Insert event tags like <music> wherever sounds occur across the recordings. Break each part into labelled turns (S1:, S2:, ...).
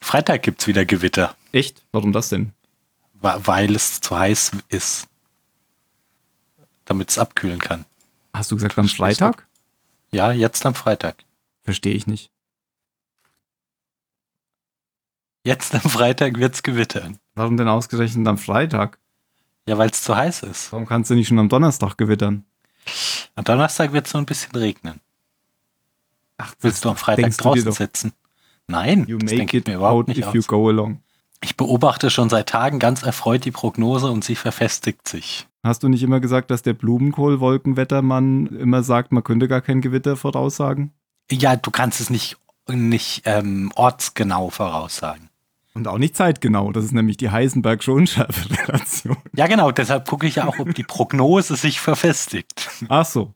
S1: Freitag gibt es wieder Gewitter,
S2: Echt? Warum das denn?
S1: wa- weil es zu heiß ist. Damit es abkühlen kann.
S2: Hast du gesagt am Freitag?
S1: Ja, jetzt am Freitag.
S2: Verstehe ich nicht.
S1: Jetzt am Freitag wird es gewittern.
S2: Warum denn ausgerechnet am Freitag?
S1: Ja, weil es zu heiß ist.
S2: Warum kannst du nicht schon am Donnerstag gewittern?
S1: Am Donnerstag wird es nur ein bisschen regnen.
S2: Ach, das
S1: Willst du am Freitag
S2: denkst du dir
S1: draußen
S2: doch.
S1: sitzen? Nein,
S2: You
S1: das
S2: make
S1: denke ich
S2: it
S1: mir überhaupt
S2: out
S1: nicht
S2: if
S1: aus.
S2: you go along.
S1: Ich beobachte schon seit Tagen ganz erfreut die Prognose und sie verfestigt sich.
S2: Hast du nicht immer gesagt, dass der Blumenkohl-Wolkenwettermann immer sagt, man könnte gar kein Gewitter voraussagen?
S1: Ja, du kannst es nicht, nicht ähm, ortsgenau voraussagen.
S2: Und auch nicht zeitgenau. Das ist nämlich die heisenbergsche Unschärferelation.
S1: Ja, genau, deshalb gucke ich ja auch, ob die Prognose sich verfestigt.
S2: Ach so.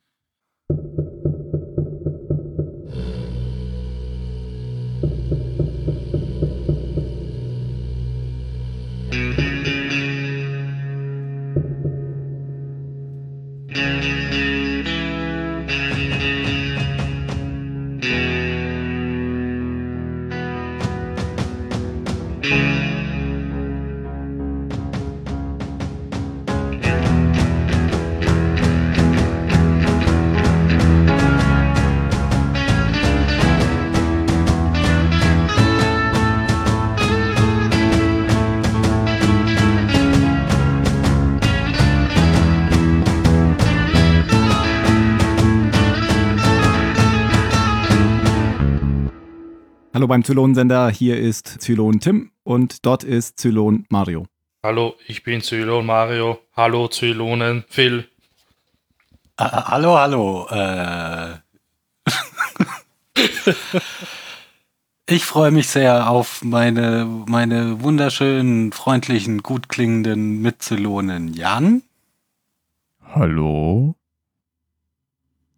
S2: Hallo beim Zylonensender. Hier ist Zylon Tim und dort ist Zylon Mario.
S3: Hallo, ich bin Zylon Mario. Hallo Zylonen Phil.
S1: Äh, hallo, hallo. Äh. ich freue mich sehr auf meine, meine wunderschönen, freundlichen, gut klingenden Mitzelonen Jan
S4: Hallo?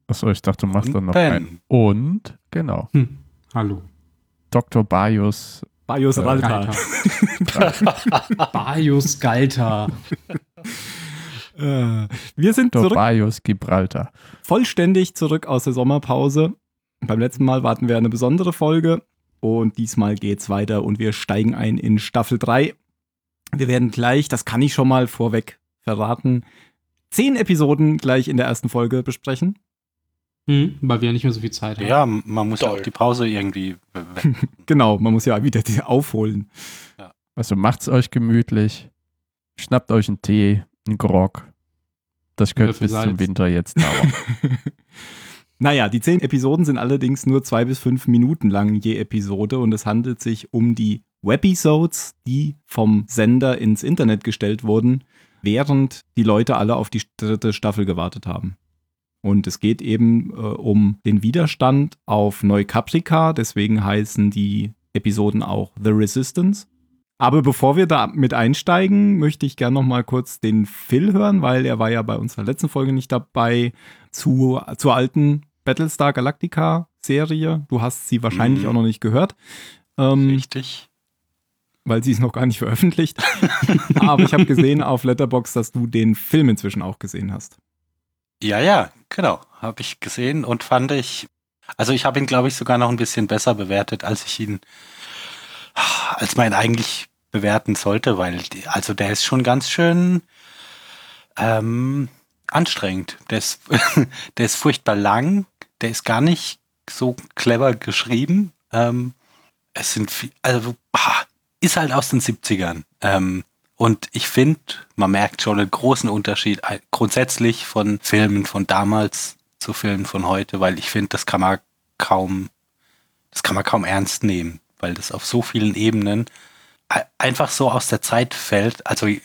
S4: Achso, ich dachte, du machst
S1: Und
S4: dann noch
S1: Ben.
S4: einen. Und, genau.
S5: Hm. Hallo.
S4: Dr. Bajus.
S2: Bajos
S4: Äh,
S2: Ralta.
S5: <laughs> Bajus Galta.
S2: Äh, wir sind
S4: Dr.
S2: zurück.
S4: Bajus Gibraltar.
S2: vollständig zurück aus der Sommerpause. Beim letzten Mal warten wir eine besondere Folge und diesmal geht's weiter und wir steigen ein in Staffel 3. Wir werden gleich, das kann ich schon mal vorweg verraten, zehn Episoden gleich in der ersten Folge besprechen.
S5: Hm, weil wir nicht mehr so viel Zeit haben.
S1: Ja, man muss ja
S3: Toll.
S1: auch die Pause irgendwie.
S2: Genau, man muss ja wieder die aufholen.
S4: Also macht's euch gemütlich. Schnappt euch einen Tee, einen Grog. Das könnte
S5: Würfel
S4: bis zum
S5: Salz.
S4: Winter jetzt
S1: <laughs>
S4: dauern.
S2: naja, die zehn Episoden sind allerdings nur zwei bis fünf Minuten lang je Episode und es handelt sich um die Webisodes, die vom Sender ins Internet gestellt wurden, während die Leute alle auf die dritte Staffel gewartet haben. Und es geht eben äh, um den Widerstand auf Neukaprika, deswegen heißen die Episoden auch The Resistance. Aber bevor wir da mit einsteigen, möchte ich gerne noch mal kurz den Phil hören, weil er war ja bei unserer letzten Folge nicht dabei zu, zur alten Battlestar Galactica Serie. Du hast sie wahrscheinlich
S1: Mhm.
S2: auch noch nicht gehört. Ähm,
S1: Richtig.
S2: weil sie ist noch gar nicht veröffentlicht. <laughs> Aber ich habe gesehen auf Letterbox, dass du den Film inzwischen auch gesehen hast.
S1: Ja, ja, genau. Habe ich gesehen und fand ich. Also ich habe ihn, glaube ich, sogar noch ein bisschen besser bewertet, als ich ihn, als man ihn eigentlich bewerten sollte, weil die- also der ist schon ganz schön ähm, anstrengend. Der ist, <laughs> der ist furchtbar lang, der ist gar nicht so clever geschrieben. Ähm, es sind viel, also ah, ist halt aus den 70ern. Ähm, und ich finde, man merkt schon einen großen Unterschied ein- grundsätzlich von Filmen von damals zu Filmen von heute, weil ich finde, das kann man kaum, das kann man kaum ernst nehmen, weil das auf so vielen Ebenen e- einfach so aus der Zeit fällt. Also äh,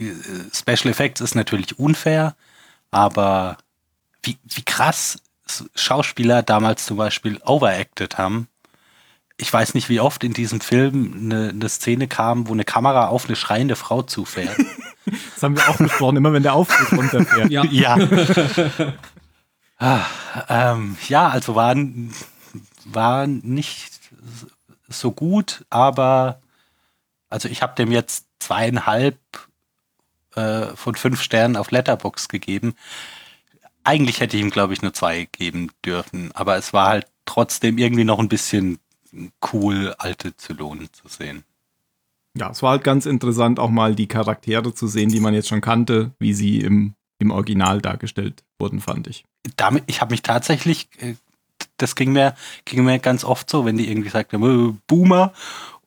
S1: Special Effects ist natürlich unfair, aber wie, wie krass S- Schauspieler damals zum Beispiel overacted haben. Ich weiß nicht, wie oft in diesem Film eine, eine Szene kam, wo eine Kamera auf eine schreiende Frau zufährt.
S2: Das haben wir auch besprochen, immer wenn der Auftritt runterfährt.
S5: Ja.
S1: <laughs> Ja. ah, ähm, ja, also war, war nicht so gut, aber also ich habe dem jetzt zweieinhalb äh, von fünf Sternen auf Letterbox gegeben. Eigentlich hätte ich ihm, glaube ich, nur zwei geben dürfen, aber es war halt trotzdem irgendwie noch ein bisschen cool, alte Zylonen zu sehen.
S2: Ja, es war halt ganz interessant, auch mal die Charaktere zu sehen, die man jetzt schon kannte, wie sie im, im Original dargestellt wurden, fand ich.
S1: damit, ich habe mich tatsächlich, äh, das ging mir, ging mir ganz oft so, wenn die irgendwie sagten, "Äh, Boomer.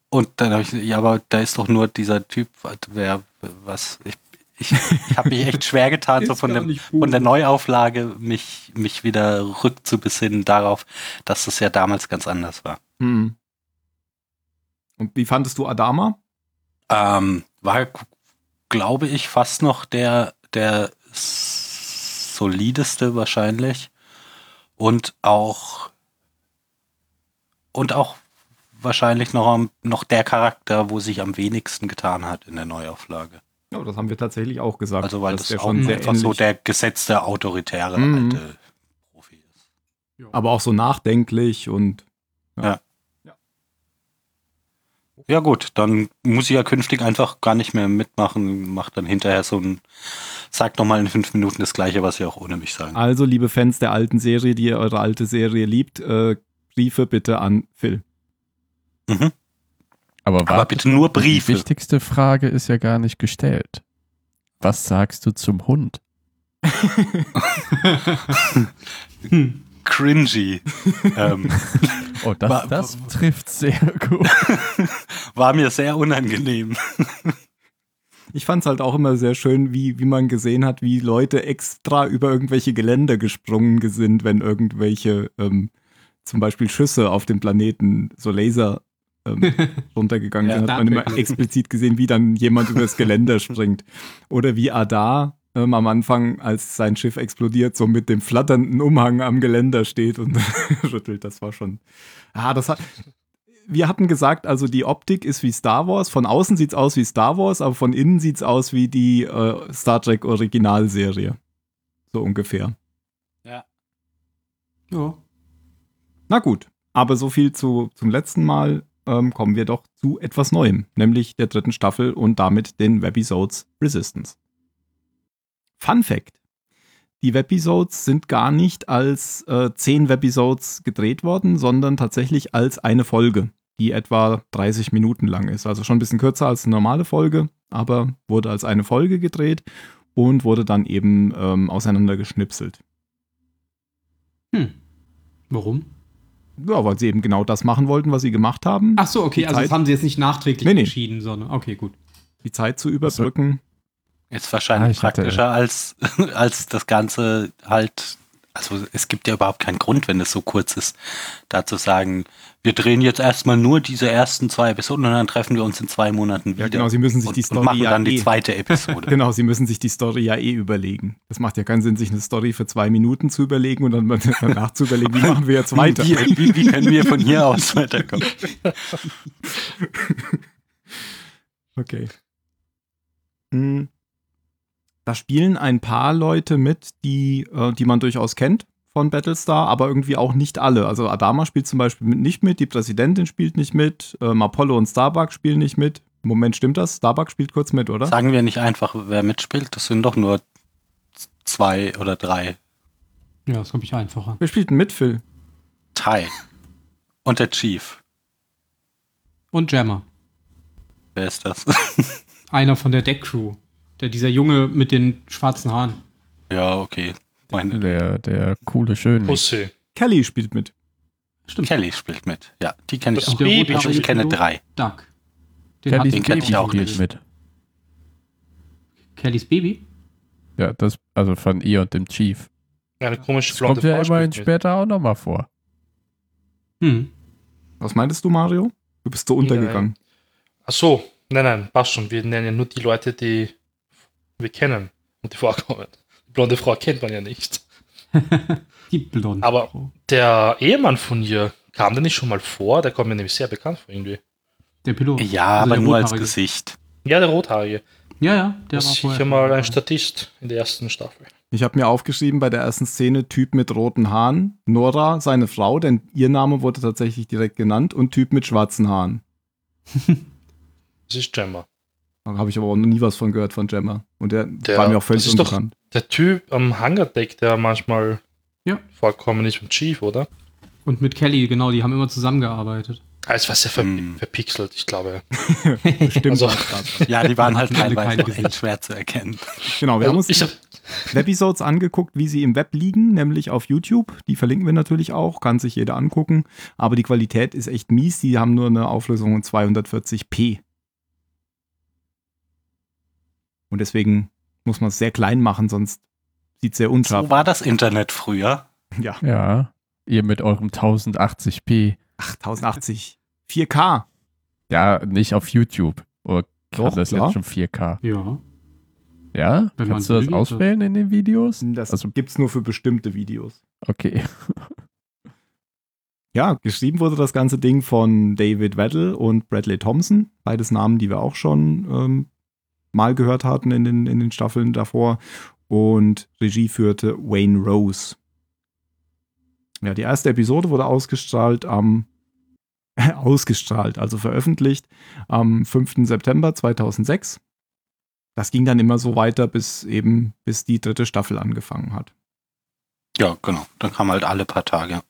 S1: Und dann habe ich, ja, aber da ist doch nur dieser Typ, was- wer, was, ich, ich, ich habe mich echt schwer
S5: <laughs>
S1: getan, so von, dem, von der Neuauflage mich, mich wieder rückzubesinnen darauf, dass das ja damals ganz anders war.
S2: Hm. Und wie fandest du Adama?
S1: Ähm, war, glaube ich, fast noch der, der s- solideste wahrscheinlich. Und auch, und auch wahrscheinlich noch, am, noch der Charakter, wo sich am wenigsten getan hat in der Neuauflage.
S2: Ja, das haben wir tatsächlich auch gesagt.
S1: Also, weil
S2: dass
S1: das,
S2: der
S1: auch einfach so
S2: ähnlich-
S1: der gesetzte, autoritäre
S2: Mhm.
S1: alte Profi ist.
S2: aber auch so nachdenklich und
S1: Ja, gut, dann muss ich ja künftig einfach gar nicht mehr mitmachen, macht dann hinterher so ein, sagt nochmal in fünf Minuten das Gleiche, was ihr auch ohne mich sagen
S2: Also, liebe Fans der alten Serie, die ihr eure alte Serie liebt, äh, Briefe bitte an Phil.
S4: Aber,
S1: Aber
S4: warte,
S1: bitte nur
S4: Die
S1: Briefe.
S4: wichtigste Frage ist ja gar nicht gestellt. Was sagst du zum Hund?
S5: Hm.
S1: Cringy. <laughs> ähm,
S4: Oh,
S1: Wa-
S4: das, das trifft sehr <laughs> gut.
S1: war mir sehr unangenehm.
S2: Ich fand es halt auch immer sehr schön, wie, wie man gesehen hat, wie Leute extra über irgendwelche Geländer gesprungen sind, wenn irgendwelche ähm, zum Beispiel Schüsse auf dem Planeten, so Laser ähm, runtergegangen
S1: Ja,
S2: sind, hat man
S5: Star Trek.
S2: immer explizit gesehen, wie dann jemand übers Geländer springt. Oder wie Adar ähm, am Anfang, als sein Schiff explodiert, so mit dem flatternden Umhang am Geländer steht und <laughs> rüttelt. Das war schon. Ah, das hat. Wir hatten gesagt, also die Optik ist wie Star Wars. Von außen sieht's aus wie Star Wars, aber von innen sieht's aus wie die äh, Star Trek Originalserie. So ungefähr.
S5: ja.
S2: Na gut, aber so viel zu, zum letzten Mal. Ähm, kommen wir doch zu etwas Neuem, nämlich der dritten Staffel und damit den Webisodes Resistance. Fun Fact: Die Webisodes sind gar nicht als äh, zehn Webisodes gedreht worden, sondern tatsächlich als eine Folge, die etwa 30 Minuten lang ist. Also schon ein bisschen kürzer als eine normale Folge, aber wurde als eine Folge gedreht und wurde dann eben ähm, auseinandergeschnipselt.
S5: Hm. Warum?
S2: Ja, weil sie eben genau das machen wollten, was sie gemacht haben.
S5: Ach so, okay,
S2: Die
S5: also
S2: Zeit-
S5: das haben sie jetzt nicht nachträglich
S2: Nee, nee.
S5: entschieden, sondern okay, gut.
S2: die Zeit zu überbrücken.
S1: Ist
S4: Ah,
S1: wahrscheinlich
S4: ich hatte-
S1: praktischer als, <laughs> als das Ganze halt. Also es gibt ja überhaupt keinen Grund, wenn es so kurz ist, da zu sagen, wir drehen jetzt erstmal nur diese ersten zwei Episoden und dann treffen wir uns in zwei Monaten wieder.
S2: Ja, genau, sie müssen sich
S1: und,
S2: die
S1: und
S2: Story
S1: machen
S2: ja
S1: dann die
S2: eh-
S1: zweite Episode.
S2: <laughs> Genau, sie müssen sich die Story ja eh überlegen. Das macht ja keinen Sinn, sich eine Story für zwei Minuten zu überlegen und dann <laughs> danach zu überlegen, wie machen wir jetzt weiter.
S1: Wie, wie, wie können wir von hier aus
S2: <laughs>
S1: weiterkommen?
S2: Okay. Mm. Da spielen ein paar Leute mit, die, äh, die man durchaus kennt von Battlestar, aber irgendwie auch nicht alle. Also Adama spielt zum Beispiel mit, nicht mit, die Präsidentin spielt nicht mit, ähm, Apollo und Starbuck spielen nicht mit. Moment, stimmt das? Starbuck spielt kurz mit, oder?
S1: Sagen wir nicht einfach, wer mitspielt, das sind doch nur z- zwei oder drei
S5: Ja, das kommt ich einfacher.
S2: Wer spielt denn mit, Phil?
S1: Ty und der Chief.
S5: Und Jammer.
S1: Wer ist das? <laughs>
S5: Einer von der Deck-Crew. Der, dieser Junge mit den schwarzen Haaren.
S1: ja, okay. Meine
S4: Der, der coole Schöne.
S3: Pussy.
S2: Kelly spielt mit.
S5: Stimmt.
S1: Kelly spielt mit. Ja, die kenne ich
S3: Das
S1: auch.
S5: der
S3: Baby
S5: rote
S1: Aber ich
S3: spielt
S1: kenne
S5: Pilot,
S1: drei.
S5: Duck. Den
S4: Kellys
S1: den
S5: hat
S1: kenn
S4: Baby
S1: ich auch
S4: spielt
S1: nicht.
S4: mit.
S5: Kellys Baby?
S4: Ja, das, also von ihr und dem Chief.
S3: Eine komische
S4: Das
S3: blonde
S4: kommt ja
S3: Frau
S4: immerhin
S3: spielt mit.
S4: später auch nochmal vor.
S5: Hm.
S2: Was meintest du, Mario? Du bist so untergegangen.
S3: Ach so, nein, nein, passt schon. Wir nennen ja nur die Leute, die wir kennen und die vorkommen. Die blonde Frau kennt man ja nicht.
S5: Die Blonde.
S3: Aber-
S5: Frau.
S3: Der Ehemann von ihr kam der nicht schon mal vor? Der kommt mir nämlich sehr bekannt vor irgendwie.
S5: Der Pilot.
S1: Ja,
S5: Also
S1: aber
S5: der
S1: nur als
S5: Rothaarige.
S1: Gesicht.
S3: Ja, der Rothaarige.
S5: Ja, ja, der
S3: Das
S5: war
S3: ist
S5: vorher.
S3: sicher mal ein
S5: dabei.
S3: Statist in der ersten Staffel.
S2: Ich habe mir aufgeschrieben bei der ersten Szene Typ mit roten Haaren, Nora, seine Frau, denn ihr Name wurde tatsächlich direkt genannt, und Typ mit schwarzen Haaren.
S3: Das ist Gemma.
S2: Da habe ich aber auch noch nie was von gehört von Gemma. Und der,
S3: Der-
S2: war mir auch völlig
S3: das ist doch-
S2: unbekannt.
S3: <laughs> Der Typ am Hangardeck, der manchmal
S5: Ja.
S3: vorkommen ist mit Chief, oder?
S5: Und mit Kelly, genau, die haben immer zusammengearbeitet.
S3: Ah, Es war sehr ver
S1: Hm.
S3: verpixelt, ich glaube.
S2: Stimmt.
S3: Also-
S1: Ja, die waren halt
S5: Hatten alle
S1: teilweise
S5: kein
S1: auch echt
S5: Gesicht.
S1: schwer zu erkennen.
S2: Genau, wir haben uns
S3: Oh, ich hab,
S2: Webisodes angeguckt, wie sie im Web liegen, nämlich auf YouTube. Die verlinken wir natürlich auch, kann sich jeder angucken. Aber die Qualität ist echt mies. Die haben nur eine Auflösung von 240p. Und deswegen muss man es sehr klein machen, sonst sieht es sehr unscharf.
S1: So war das Internet früher.
S2: Ja,
S4: Ja. <laughs> Ihr mit eurem 1080p.
S2: 8080, 4K.
S4: Ja, nicht auf YouTube. Oder kann
S2: Doch,
S4: das
S2: klar.
S4: jetzt schon 4K?
S5: Ja.
S4: Ja?
S5: Wenn man
S4: Kannst du das
S5: will, das-
S4: auswählen in den Videos?
S2: Das
S4: Also-
S2: gibt es nur für bestimmte Videos.
S4: Okay.
S2: Ja, geschrieben wurde das ganze Ding von David Weddle und Bradley Thompson. Beides Namen, die wir auch schon ähm, mal gehört hatten in den, in den Staffeln davor. Und Regie führte Wayne Rose. Ja, die erste Episode wurde ausgestrahlt am <laughs> ausgestrahlt, also veröffentlicht am 5. September 2006. Das ging dann immer so weiter, bis eben bis die dritte Staffel angefangen hat.
S1: Ja, genau. Dann kam halt alle paar Tage.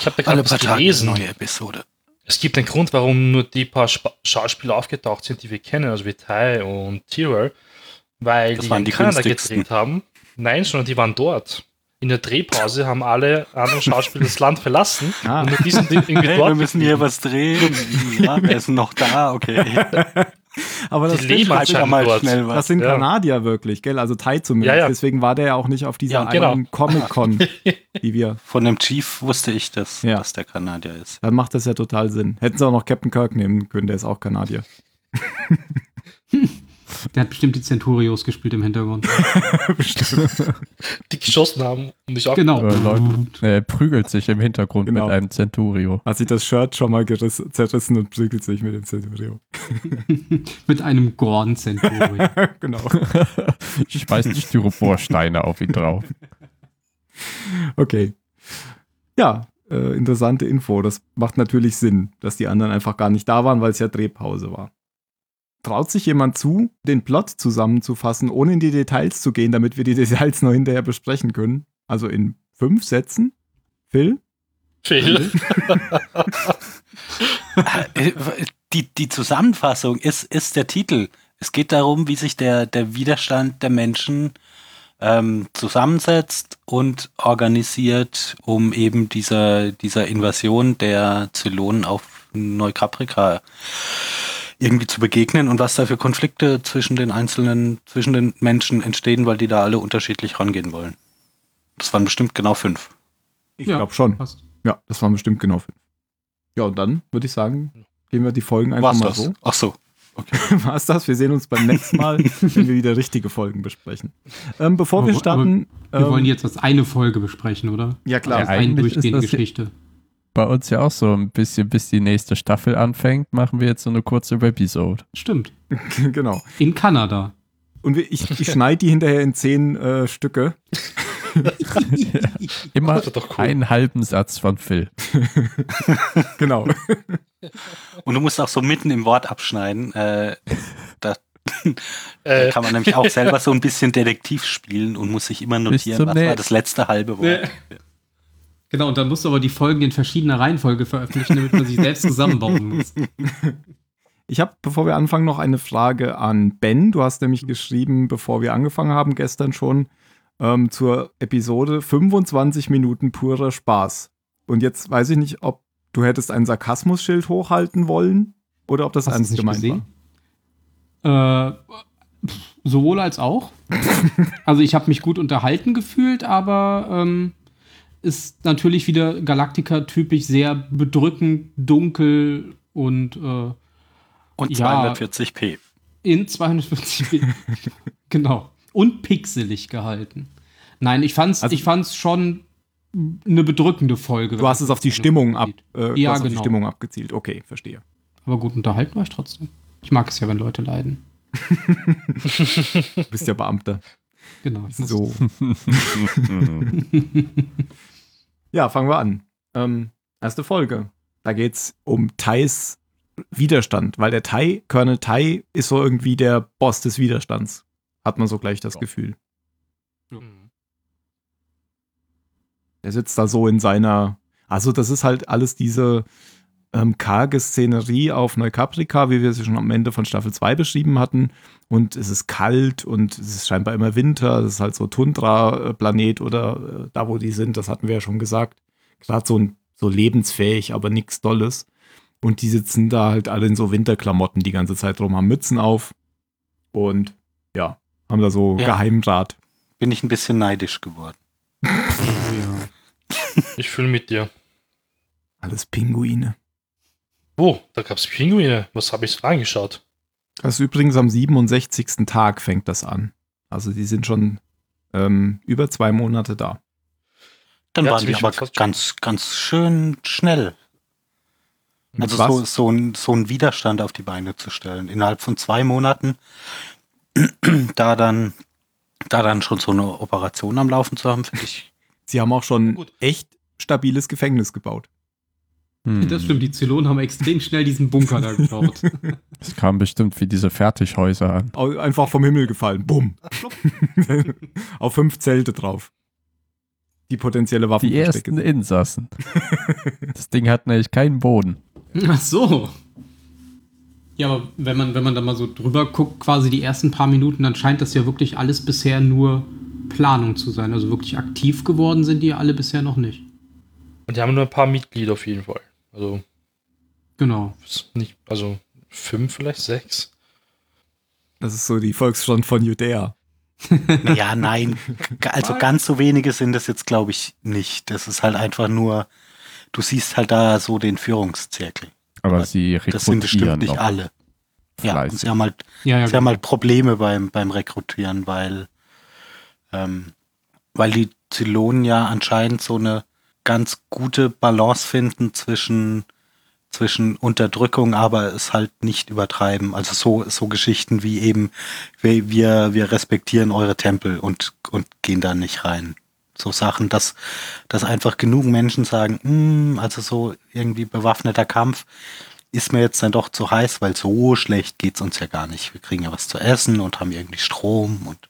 S3: ich hab da gerade
S1: Alle paar
S3: was
S1: Tage eine
S3: gelesen.
S1: neue Episode.
S3: Es gibt einen Grund, warum nur die paar Spa Schauspieler aufgetaucht sind, die wir kennen, also wie Tai und Tyrell, weil
S1: Das
S3: die
S1: waren
S3: in
S1: die
S3: Kanada
S1: günstigsten.
S3: gedreht haben. Nein, sondern die waren dort. In der Drehpause haben alle anderen Schauspieler das Land
S1: <laughs>
S3: verlassen
S2: Ah.
S3: und nur die sind irgendwie
S1: Hey,
S3: dort.
S1: wir müssen hier was drehen. Ja, wer ist denn noch da? Okay.
S2: Aber
S3: Die leben
S1: Schreib ja
S3: anscheinend
S1: mal
S3: dort.
S1: schnell
S2: Das
S1: was.
S2: sind
S3: Ja.
S2: Kanadier wirklich, gell? Also Thai zumindest.
S3: Ja, ja.
S2: Deswegen war der ja auch nicht auf dieser
S1: Ja,
S3: genau.
S2: einen
S3: <laughs>
S2: Comic-Con, die wir.
S1: Von dem Chief wusste ich das,
S2: Ja.
S1: dass der Kanadier ist.
S2: Dann macht das ja total Sinn. Hätten sie auch noch Captain Kirk nehmen können, der ist auch Kanadier.
S3: <laughs>
S5: Der hat bestimmt die Centurios gespielt
S4: <laughs>
S5: im Hintergrund.
S3: die geschossen haben um und ich auch.
S5: Genau.
S4: Oder äh, Leute. Er prügelt sich im Hintergrund
S2: Genau.
S4: mit einem Centurio.
S2: Hat sich das Shirt schon mal geriss, zerrissen und prügelt sich mit dem Centurio.
S5: Mit einem Gordon Centurion.
S2: <laughs> genau.
S4: Ich schmeiß die Styroporsteine auf ihn drauf.
S2: Okay. Ja, äh, interessante Info. Das macht natürlich Sinn, dass die anderen einfach gar nicht da waren, weil es ja Drehpause war. Traut sich jemand zu, den Plot zusammenzufassen, ohne in die Details zu gehen, damit wir die <laughs> Details noch hinterher besprechen können? Also in fünf Sätzen? Phil?
S3: Phil.
S1: Äh, Die, die Zusammenfassung ist, ist der Titel. Es geht darum, wie sich der, der Widerstand der Menschen ähm, zusammensetzt und organisiert, um eben dieser, dieser Invasion der Zylonen auf Neukaprika irgendwie zu begegnen und was da für Konflikte zwischen den einzelnen, zwischen den Menschen entstehen, weil die da alle unterschiedlich rangehen wollen. Das waren bestimmt genau fünf.
S2: Ich
S5: Ja.
S2: glaube schon.
S5: Passt.
S2: Ja, das waren bestimmt genau fünf. Ja, und dann würde ich sagen, gehen wir die Folgen
S1: War's
S2: einfach mal
S1: das?
S2: so. <laughs>
S1: Ach so.
S2: War's das? Wir sehen uns beim nächsten Mal, wenn wir wieder richtige Folgen besprechen. Ähm, bevor wir
S5: Aber-
S2: starten.
S5: Wir wollen
S2: ähm,
S5: jetzt das eine Folge besprechen, oder?
S2: Ja, klar.
S5: Also
S4: Ja,
S5: eine
S4: eigentlich ist
S5: durchgehende
S4: das hier-
S5: Geschichte.
S4: Bei uns ja auch so ein bisschen, bis die nächste Staffel anfängt, machen wir jetzt so eine kurze Webisode.
S5: Stimmt.
S2: <laughs> genau.
S5: In Kanada.
S2: Und wir- ich, ich schneide die hinterher in zehn äh, Stücke.
S4: Immer
S3: Das wird doch cool.
S4: einen halben Satz von Phil.
S2: Genau.
S1: Und du musst auch so mitten im Wort abschneiden. Äh, da
S3: <laughs> Äh,
S1: kann man nämlich
S3: <laughs>
S1: auch selber so ein bisschen Detektiv spielen und muss sich immer notieren,
S4: zum
S1: was war
S4: nächsten-
S1: das letzte halbe Wort.
S5: Genau, und dann musst du aber die Folgen in verschiedener Reihenfolge veröffentlichen, damit man
S4: <laughs>
S5: sie selbst zusammenbauen muss.
S2: Ich habe, bevor wir anfangen, noch eine Frage an Ben. Du hast nämlich geschrieben, bevor wir angefangen haben, gestern schon, ähm, zur Episode 25 Minuten purer Spaß. Und jetzt weiß ich nicht, ob du hättest ein Sarkasmusschild hochhalten wollen oder ob das
S5: Hast du es
S2: ernst
S5: nicht
S2: gemeint
S5: gesehen? Äh, pff, sowohl
S2: <laughs>
S5: als auch. also ich habe mich gut unterhalten gefühlt, aber ähm, ist natürlich wieder Galactica-typisch sehr bedrückend, dunkel und äh,
S1: Und
S5: Ja.
S1: 240p.
S5: in
S2: <laughs>
S5: 250 Bild. genau. Und pixelig gehalten. Nein, ich fand's,
S2: Also-
S5: ich fand's schon eine bedrückende Folge.
S2: war. Du hast es auf die Stimmung, ab, äh, du
S5: Ja,
S2: hast auf die
S5: genau.
S2: Stimmung abgezielt. Okay, verstehe.
S5: Aber gut unterhalten war ich trotzdem. Ich mag es ja, wenn Leute leiden.
S2: Du bist ja
S5: <laughs>
S2: Beamter.
S5: Genau.
S2: So.
S4: Hm.
S5: <laughs>
S2: Ja, fangen wir an. Ähm, erste Folge. Da geht's um Thais Widerstand, weil der Thai, Colonel Thai, ist so irgendwie der Boss des Widerstands. Hat man so gleich das
S4: Ja.
S2: Gefühl. Der sitzt da so in seiner. Also, das ist halt alles diese ähm, karge Szenerie auf Neukaprika, wie wir sie schon am Ende von Staffel 2 beschrieben hatten. Und es ist kalt und es ist scheinbar immer Winter. Das ist halt so Tundra-Planet oder äh, da, wo die sind, das hatten wir ja schon gesagt. Gerade so, ein- so lebensfähig, aber nichts Dolles. Und die sitzen da halt alle in so Winterklamotten die ganze Zeit rum, haben Mützen auf und ja, haben da so
S1: Ja.
S2: Geheimrat.
S1: Bin ich ein bisschen neidisch geworden.
S3: <laughs> Ich fühle mit dir.
S2: Alles Pinguine.
S3: Oh, da gab es Pinguine. Was habe ich angeschaut?
S2: Das ist übrigens am 67. Tag fängt das an. Also die sind schon ähm, über zwei Monate da.
S1: Dann
S3: Ja,
S1: waren die
S3: ziemlich
S1: aber
S3: fast schon.
S1: ganz, ganz schön schnell. Also
S2: Was?
S1: so, so, ein, so einen Widerstand auf die Beine zu stellen. Innerhalb von zwei Monaten <clears throat> da dann, da dann schon so eine Operation am Laufen zu haben, finde ich.
S2: Sie haben auch schon
S3: Gut.
S2: echt stabiles Gefängnis gebaut.
S4: Hm.
S5: Das stimmt, die Zylonen haben extrem schnell diesen Bunker da gebaut.
S4: Das kam bestimmt wie diese Fertighäuser an.
S2: Au- Einfach vom Himmel gefallen. Bumm. <laughs> Auf fünf Zelte drauf. Die potenzielle Waffen.
S4: Die ersten Insassen. das Ding hat nämlich keinen Boden.
S5: Ach so. Ja, aber wenn man, wenn man da mal so drüber guckt, quasi die ersten paar Minuten, dann scheint das ja wirklich alles bisher nur Planung zu sein. Also wirklich aktiv geworden sind die ja alle bisher noch nicht.
S3: Und die haben nur ein paar Mitglieder auf jeden Fall. Also,
S5: Genau.
S3: ist nicht, also fünf, vielleicht sechs.
S2: Das ist so die Volksfront von Judäa.
S1: Naja,
S3: <laughs>
S1: nein. Also ganz so wenige sind es jetzt, glaube ich, nicht. Das ist halt einfach nur, du siehst halt da so den Führungszirkel.
S4: Aber sie
S1: Das sind bestimmt
S4: rekrutieren
S1: nicht
S4: noch
S1: alle. Ja, und sie
S4: fleißig.
S1: haben halt
S5: Ja, ja.
S1: Sie haben halt Probleme beim, beim Rekrutieren, weil, ähm, weil die Zylonen ja anscheinend so eine ganz gute Balance finden zwischen, zwischen Unterdrückung, aber es halt nicht übertreiben. Also so, so Geschichten wie eben, wir, wir, wir respektieren eure Tempel und, und gehen da nicht rein. So Sachen, dass, dass einfach genug Menschen sagen, "Hm, also so irgendwie bewaffneter Kampf, ist mir jetzt dann doch zu heiß, weil so schlecht geht's uns ja gar nicht. Wir kriegen ja was zu essen und haben irgendwie Strom und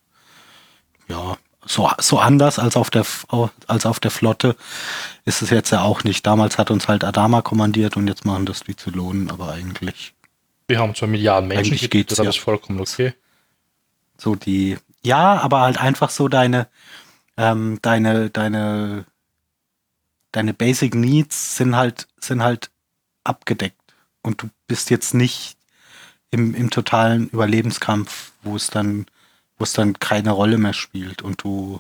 S1: ja, so, so anders als auf der F- au- als auf der Flotte ist es jetzt ja auch nicht. Damals hat uns halt Adama kommandiert und jetzt machen das die Zylonen, aber eigentlich
S3: Wir haben zwei Milliarden Menschen.
S1: Eigentlich
S3: gibt,
S1: geht's,
S3: das
S1: ja.
S3: ist vollkommen okay.
S1: so die ja, aber halt einfach so deine ähm, deine deine deine Basic Needs sind halt sind halt abgedeckt und du bist jetzt nicht im, im totalen Überlebenskampf, wo es dann wo es dann keine Rolle mehr spielt und du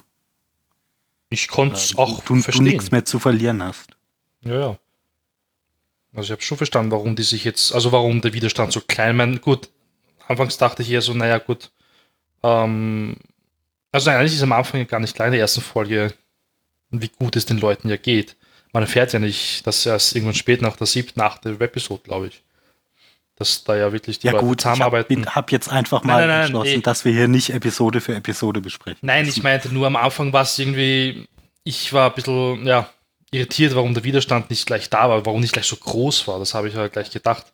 S3: Ich
S1: äh,
S3: konnte es auch
S1: du, du
S3: verstehen.
S1: nichts mehr zu verlieren hast.
S3: Ja, ja. Also ich habe schon verstanden, warum die sich jetzt, also warum der Widerstand so klein. Ich meine, gut, anfangs dachte ich eher so, naja, gut. Ähm, also nein, eigentlich ist am Anfang ja gar nicht klar in der ersten Folge, wie gut es den Leuten ja geht. Man erfährt ja nicht, dass erst irgendwann spät nach der siebten, achten Episode, glaube ich. Dass da ja wirklich die
S1: Ja
S3: Leute
S1: gut, ich habe
S3: zusammenarbeiten.
S1: hab jetzt einfach
S3: Nein,
S1: mal
S3: nein, nein,
S1: entschlossen,
S3: nee.
S1: dass wir hier nicht Episode für Episode besprechen.
S3: Nein, ich meinte nur am Anfang war es irgendwie, ich war ein bisschen, ja, irritiert, warum der Widerstand nicht gleich da war, warum nicht gleich so groß war. Das habe ich halt gleich gedacht.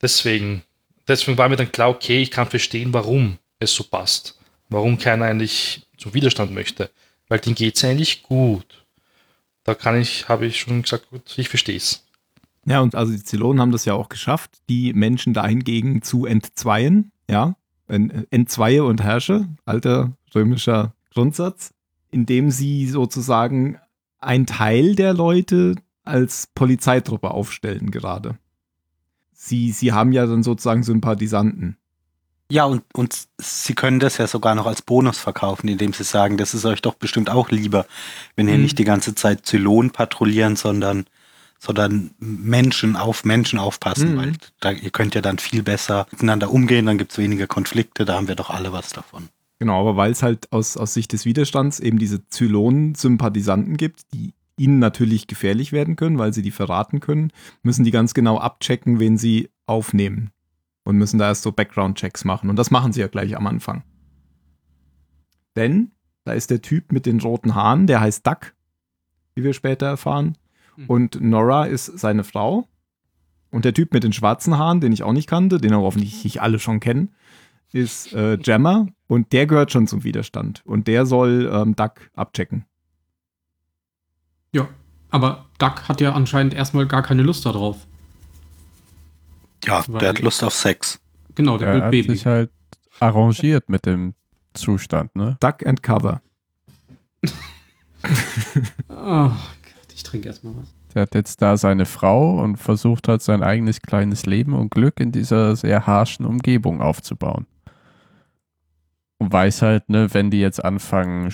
S3: Deswegen, deswegen war mir dann klar, okay, ich kann verstehen, warum es so passt. Warum keiner eigentlich zum Widerstand möchte. Weil denen geht es eigentlich gut. Da kann ich, habe ich schon gesagt, gut, ich verstehe es.
S2: Ja, und also die Zylonen haben das ja auch geschafft, die Menschen dahingegen zu entzweien. Ja, En- entzweie und herrsche, alter römischer Grundsatz, indem sie sozusagen einen Teil der Leute als Polizeitruppe aufstellen gerade. Sie, sie haben ja dann sozusagen Sympathisanten.
S1: Ja, und, und sie können das ja sogar noch als Bonus verkaufen, indem sie sagen, das ist euch doch bestimmt auch lieber, wenn ihr
S5: Mhm.
S1: nicht die ganze Zeit Zylonen patrouillieren, sondern, sondern Menschen auf Menschen aufpassen,
S2: Mhm.
S1: weil da, ihr könnt ja dann viel besser miteinander umgehen, dann gibt's weniger Konflikte, da haben wir doch alle was davon.
S2: Genau, aber weil es halt aus, aus Sicht des Widerstands eben diese Zylonen-Sympathisanten gibt, die ihnen natürlich gefährlich werden können, weil sie die verraten können, müssen die ganz genau abchecken, wen sie aufnehmen. Und müssen da erst so Background-Checks machen. Und das machen sie ja gleich am Anfang. Denn da ist der Typ mit den roten Haaren, der heißt Duck, wie wir später erfahren.
S5: Mhm.
S2: Und Nora ist seine Frau. Und der Typ mit den schwarzen Haaren, den ich auch nicht kannte, den aber hoffentlich nicht alle schon kennen, ist äh, Jammer und der gehört schon zum Widerstand. Und der soll ähm, Duck abchecken.
S5: Ja, aber Duck hat ja anscheinend erstmal gar keine Lust darauf.
S1: Ja,
S5: Weil-
S1: der hat Lust auf Sex.
S5: Genau, der
S4: Er
S5: ja,
S4: hat
S5: Baby.
S4: sich halt arrangiert mit dem Zustand, ne?
S2: Duck and Cover.
S5: Ach Gott, ich trinke erstmal was.
S4: Der hat jetzt da seine Frau und versucht hat, sein eigenes kleines Leben und Glück in dieser sehr harschen Umgebung aufzubauen. Und weiß halt, ne, wenn die jetzt anfangen,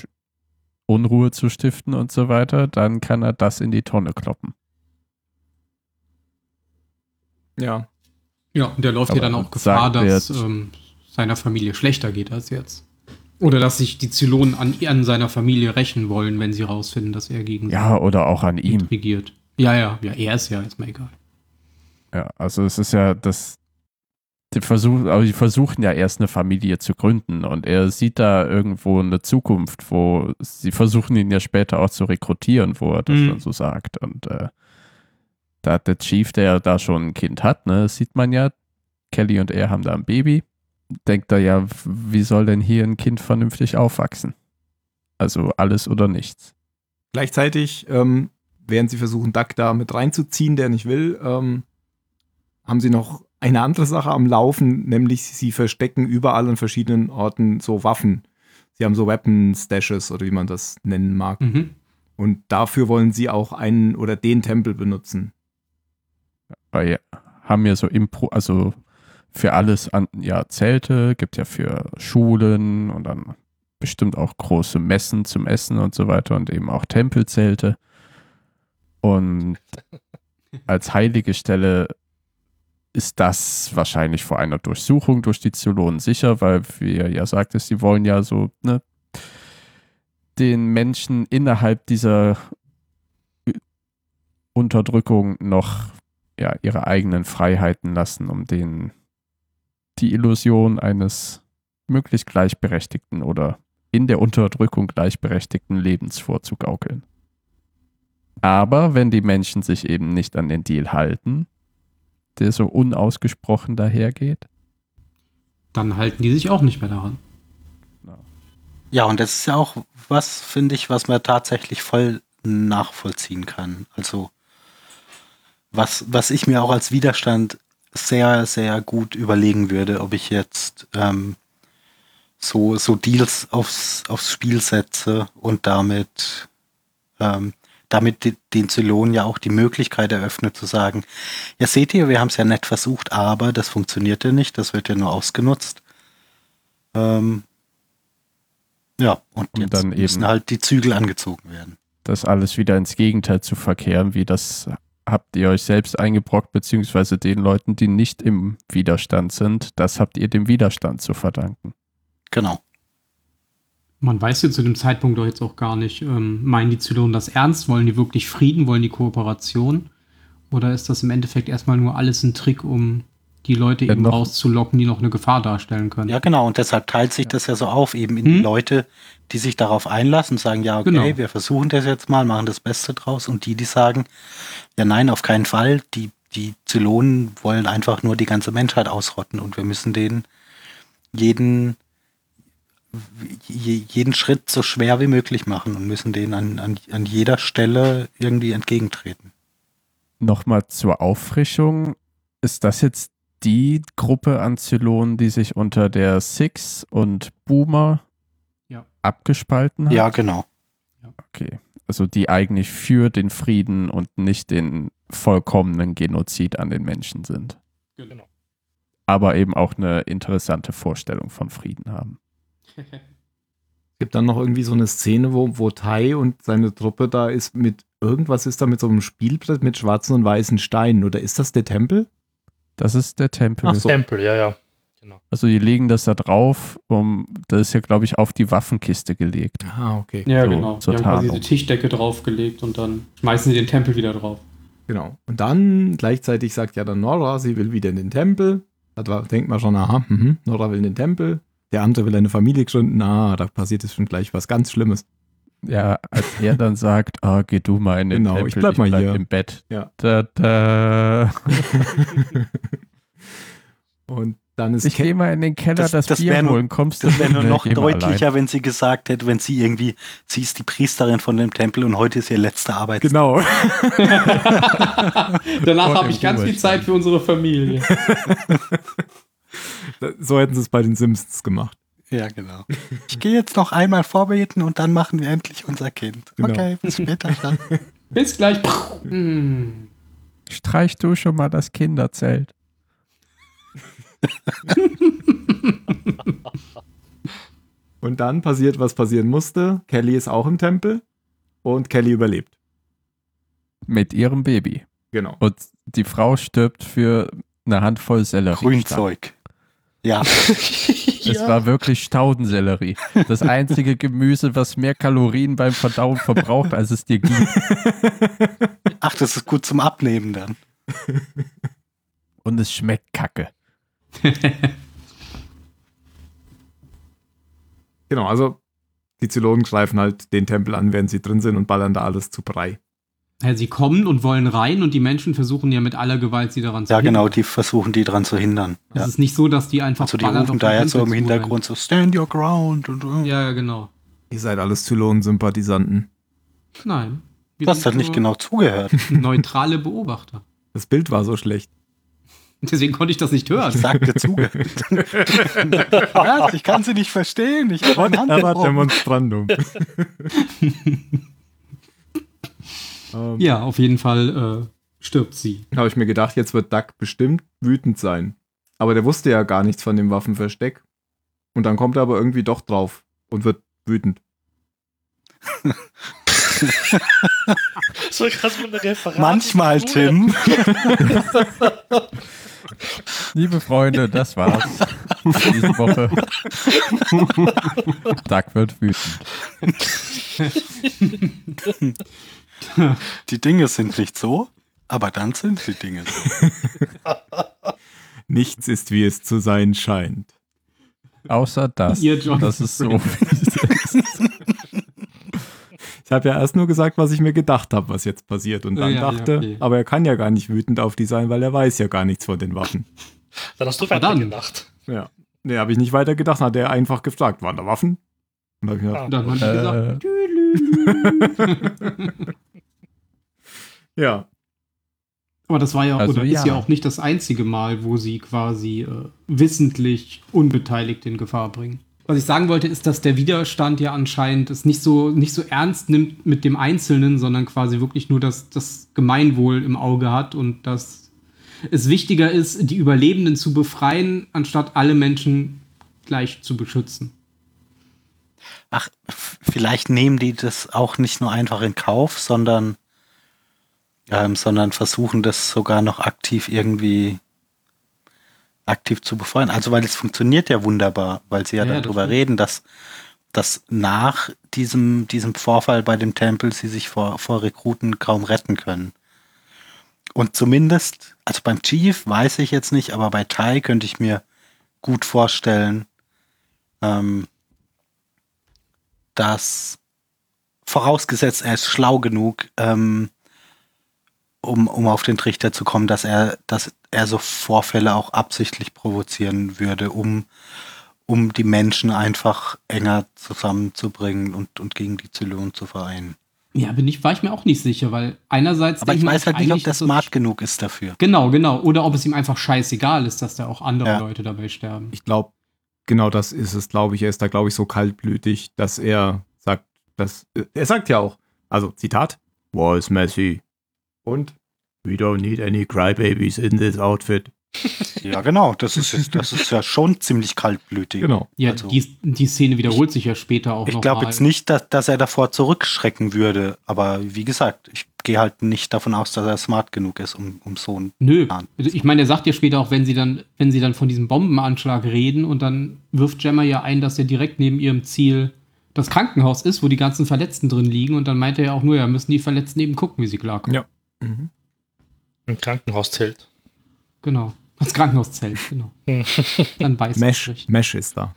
S4: Unruhe zu stiften und so weiter, dann kann er das in die Tonne kloppen.
S2: Ja.
S5: Ja, und der läuft ja
S4: Aber
S5: dann auch
S4: sagt
S5: Gefahr, dass
S4: jetzt-
S5: ähm, seiner Familie schlechter geht als jetzt. Oder dass sich die Zylonen an, an seiner Familie rächen wollen, wenn sie rausfinden, dass er
S1: Mhm.
S5: gegen
S4: Ja, oder auch an
S5: sie
S4: ihm.
S5: regiert. Ja, ja, ja, er ist ja erstmal egal.
S4: Ja, also es ist ja das. Die, versuch, aber die versuchen ja erst eine Familie zu gründen und er sieht da irgendwo eine Zukunft, wo sie versuchen ihn ja später auch zu rekrutieren, wo er das
S5: Mhm.
S4: dann so sagt. Und äh, da hat der Chief, der ja da schon ein Kind hat, ne, das sieht man ja, Kelly und er haben da ein Baby, denkt er ja, w- wie soll denn hier ein Kind vernünftig aufwachsen? Also alles oder nichts.
S2: Gleichzeitig, ähm, während sie versuchen, Duck da mit reinzuziehen, der nicht will, ähm, haben sie noch eine andere Sache am Laufen, nämlich sie verstecken überall an verschiedenen Orten so Waffen. Sie haben so Weapon-Stashes oder wie man das nennen mag.
S5: Mhm.
S2: Und dafür wollen sie auch einen oder den Tempel benutzen.
S4: weil ja, haben ja so Impro, also für alles an, ja, Zelte, gibt ja für Schulen und dann bestimmt auch große Messen zum Essen und so weiter und eben auch Tempelzelte. Und als heilige Stelle ist das wahrscheinlich vor einer Durchsuchung durch die Zylonen sicher, weil, wie ihr ja sagtest, sie wollen ja so, ne, den Menschen innerhalb dieser Ü- Unterdrückung noch ja, ihre eigenen Freiheiten lassen, um denen die Illusion eines möglichst gleichberechtigten oder in der Unterdrückung gleichberechtigten Lebens vorzugaukeln. Aber wenn die Menschen sich eben nicht an den Deal halten, der so unausgesprochen dahergeht,
S5: Dann halten die sich auch nicht mehr daran.
S1: Ja, und das ist ja auch was, finde ich, was man tatsächlich voll nachvollziehen kann. Also, was, was ich mir auch als Widerstand sehr, sehr gut überlegen würde, ob ich jetzt ähm, so, so Deals aufs, aufs Spiel setze und damit, ähm, damit de- den Zylonen ja auch die Möglichkeit eröffnet zu sagen, ja seht ihr, wir haben es ja nett versucht, aber das funktioniert ja nicht, das wird ja nur ausgenutzt. Ähm, ja, und,
S4: Und
S1: jetzt
S4: dann eben-
S1: müssen halt die Zügel angezogen werden.
S4: das alles wieder ins Gegenteil zu verkehren, wie das habt ihr euch selbst eingebrockt, beziehungsweise den Leuten, die nicht im Widerstand sind, das habt ihr dem Widerstand zu verdanken.
S1: Genau.
S5: Man weiß ja zu dem Zeitpunkt doch jetzt auch gar nicht, ähm, meinen die Zylonen das ernst? Wollen die wirklich Frieden? Wollen die Kooperation? Oder ist das im Endeffekt erstmal nur alles ein Trick, um die Leute
S4: Ja,
S5: eben
S4: noch-
S5: rauszulocken, die noch eine Gefahr darstellen können?
S1: Ja, genau. Und deshalb teilt sich das ja so auf, eben in die
S5: Hm.
S1: Leute, die sich darauf einlassen, sagen, ja, okay,
S5: Genau.
S1: wir versuchen das jetzt mal, machen das Beste draus. Und die, die sagen, ja, nein, auf keinen Fall. Die, die Zylonen wollen einfach nur die ganze Menschheit ausrotten und wir müssen denen jeden, je- jeden Schritt so schwer wie möglich machen und müssen denen an, an, an jeder Stelle irgendwie entgegentreten.
S4: Nochmal zur Auffrischung. Ist das jetzt die Gruppe an Zylonen, die sich unter der Six und Boomer
S5: Ja.
S4: abgespalten hat?
S1: Ja, genau.
S4: Okay. Also die eigentlich für den Frieden und nicht den vollkommenen Genozid an den Menschen sind.
S3: Genau.
S4: Aber eben auch eine interessante Vorstellung von Frieden haben.
S2: Es gibt dann noch irgendwie so eine Szene, wo, wo Tai und seine Truppe da ist mit irgendwas ist da mit so einem Spielbrett mit schwarzen und weißen Steinen. Oder ist das der Tempel?
S4: Das ist der Tempel.
S2: Ach so.
S3: Tempel, ja, ja.
S4: Also die legen das da drauf, um, das ist ja, glaube ich, auf die Waffenkiste gelegt.
S2: Ah, okay.
S5: Ja,
S4: So,
S5: genau. Die
S4: zur
S5: haben quasi
S4: Tarnung.
S5: diese Tischdecke draufgelegt und dann schmeißen sie den Tempel
S1: <laughs>
S5: wieder drauf.
S2: Genau. Und dann gleichzeitig sagt ja dann Nora, sie will wieder in den Tempel. Da dra- denkt man schon, aha, mhm, Nora will in den Tempel. Der andere will eine Familie gründen. Ah, da passiert jetzt schon gleich was ganz Schlimmes. <laughs>
S4: Ja, als er dann sagt, ah, geh du mal in den
S2: Genau,
S4: Tempel,
S2: ich bleib mal hier.
S4: im Bett.
S2: Ja.
S4: Da, da.
S2: Und dann ist
S4: Ich gehe mal in den Keller
S1: Das-
S4: das,
S1: das wär
S4: Bier
S1: nur-
S4: holen, kommst du
S1: Das wäre nur
S4: mit?
S1: noch
S4: Ich geh mal
S1: deutlicher, wenn sie gesagt hätte, wenn sie irgendwie, sie ist die Priesterin von dem Tempel und heute ist ihr letzter Arbeitstag.
S2: Genau. <laughs>
S5: Danach
S4: Gott,
S5: habe
S4: im
S5: ich ganz viel
S4: Ruhestand.
S5: Zeit für unsere Familie.
S2: So hätten sie es bei den Simpsons gemacht.
S1: Ja, genau. Ich gehe jetzt noch einmal vorbeten und dann machen wir endlich unser Kind.
S2: Genau.
S1: Okay, bis später. Schatz.
S5: Bis gleich. Hm.
S4: allein. Streich du schon mal das Kinderzelt.
S2: Und dann passiert, was passieren musste. Kelly ist auch im Tempel und Kelly überlebt.
S4: Mit ihrem Baby.
S2: Genau.
S4: Und die Frau stirbt für eine Handvoll Sellerie.
S1: Grünzeug. Ja,
S4: Es war wirklich Staudensellerie. Das einzige Gemüse, was mehr Kalorien beim Verdauen verbraucht, als es dir gibt.
S1: ach, das ist gut zum Abnehmen dann.
S4: Und es schmeckt kacke.
S2: Genau, also die Zylonen greifen halt den Tempel an, während sie drin sind und ballern da alles zu Brei.
S5: Ja, sie kommen und wollen rein und die Menschen versuchen ja mit aller Gewalt sie daran zu
S1: Ja, genau,
S5: hindern.
S1: die versuchen die dran zu hindern.
S5: Es
S1: Ja.
S5: ist nicht so, dass die einfach
S1: Also die
S5: ballern
S1: rufen
S5: auf
S1: da
S5: den
S1: jetzt so im
S5: Tempel zu rennen.
S1: Hintergrund so, stand your ground. Und, äh.
S5: Ja, ja, genau.
S2: Ihr seid alles Zylonen-Sympathisanten.
S5: Nein. Wir
S1: Du hast
S5: sind
S1: halt nicht
S5: nur
S1: genau zugehört.
S5: <laughs> Neutrale Beobachter.
S2: Das Bild war so schlecht.
S5: Deswegen konnte ich das nicht
S1: Ich
S5: hören.
S1: sagte
S5: <laughs>
S1: zugehört. <laughs> Was? Ich kann sie nicht verstehen. Ich
S2: <laughs>
S1: habe eine Hand
S2: Aber
S1: gebrochen.
S2: Demonstrandum.
S1: halt
S2: ähm,
S5: Ja, auf jeden Fall äh, stirbt sie.
S2: Habe ich mir gedacht, jetzt wird Duck bestimmt wütend sein. Aber der wusste ja gar nichts von dem Waffenversteck. Und dann kommt er aber irgendwie doch drauf und wird wütend.
S6: So krass mit einem Referat.
S1: Manchmal, Tim.
S4: Liebe Freunde, das war's. für Diese Woche. Doug wird wütend.
S1: Die Dinge sind nicht so, aber dann sind die Dinge so.
S2: Nichts ist, wie es zu sein scheint.
S4: Außer das.
S5: Ihr John
S4: das ist so.
S2: Ich habe ja erst nur gesagt, was ich mir gedacht habe, was jetzt passiert. Und dann
S5: Ja, ja,
S2: dachte,
S5: okay.
S2: aber er kann ja gar nicht wütend auf die sein, weil er weiß ja gar nichts von den Waffen.
S6: Dann hast du
S5: Verdammt.
S6: weitergedacht.
S2: Ja. Nee, habe ich nicht weiter gedacht. Hat er einfach gefragt, waren da Waffen? Und hab ich gedacht,
S3: Ah.
S5: Und dann habe ich gesagt,
S4: äh,
S2: <laughs> ja.
S5: aber das war ja
S4: also
S5: oder ist
S4: ja.
S5: ja auch nicht das einzige Mal, wo sie quasi äh, wissentlich unbeteiligt in Gefahr bringen. Was ich sagen wollte, ist, dass der Widerstand ja anscheinend es nicht so, nicht so ernst nimmt mit dem Einzelnen, sondern quasi wirklich nur das, das Gemeinwohl im Auge hat und dass es wichtiger ist, die Überlebenden zu befreien, anstatt alle Menschen gleich zu beschützen.
S1: Ach, f- vielleicht nehmen die das auch nicht nur einfach in Kauf, sondern, ähm, sondern versuchen das sogar noch aktiv irgendwie aktiv zu befeuern. Also weil es funktioniert ja wunderbar, weil sie ja,
S5: Ja, ja, das
S1: darüber
S5: stimmt.
S1: reden, dass, dass nach diesem, diesem Vorfall bei dem Tempel sie sich vor, vor Rekruten kaum retten können. Und zumindest, also beim Chief weiß ich jetzt nicht, aber bei Tai könnte ich mir gut vorstellen, ähm, dass vorausgesetzt er ist schlau genug, ähm, um, um auf den Trichter zu kommen, dass er, dass er so Vorfälle auch absichtlich provozieren würde, um, um die Menschen einfach enger zusammenzubringen und, und gegen die Zylonen zu vereinen.
S5: Ja, bin ich, war ich mir auch nicht sicher, weil einerseits.
S1: Aber ich
S5: denkt man
S1: weiß halt nicht, ob
S5: eigentlich,
S1: der
S5: dass das-
S1: smart genug ist dafür.
S5: Genau, genau. Oder ob es ihm einfach scheißegal ist, dass da auch andere
S1: Ja.
S5: Leute dabei sterben.
S2: Ich glaube, genau das ist es, glaube ich. Er ist da, glaube ich, so kaltblütig, dass er sagt, dass. äh, Er sagt ja auch, also Zitat: War is messy. Und we don't need any crybabies in this outfit.
S1: Ja, genau. Das ist, das ist ja schon ziemlich <laughs> kaltblütig.
S2: Genau.
S5: Ja,
S1: Also-
S5: die, die Szene wiederholt sich ja später auch
S1: Ich
S5: noch
S1: glaube
S5: mal.
S1: jetzt nicht, dass, dass er davor zurückschrecken würde. Aber wie gesagt, ich gehe halt nicht davon aus, dass er smart genug ist, um, um so ein.
S5: Nö.
S1: Plan.
S5: Also Ich meine, er sagt ja später auch, wenn sie dann, wenn sie dann von diesem Bombenanschlag reden und dann wirft Gemma ja ein, dass ja direkt neben ihrem Ziel das Krankenhaus ist, wo die ganzen Verletzten drin liegen und dann meint er ja auch nur, ja, müssen die Verletzten eben gucken, wie sie klarkommen.
S2: Ja. Mhm.
S6: Im Krankenhaus zählt.
S5: Genau. Das Krankenhauszelt, genau. dann weiß
S2: Mesh,
S5: ich.
S2: Mesh ist da.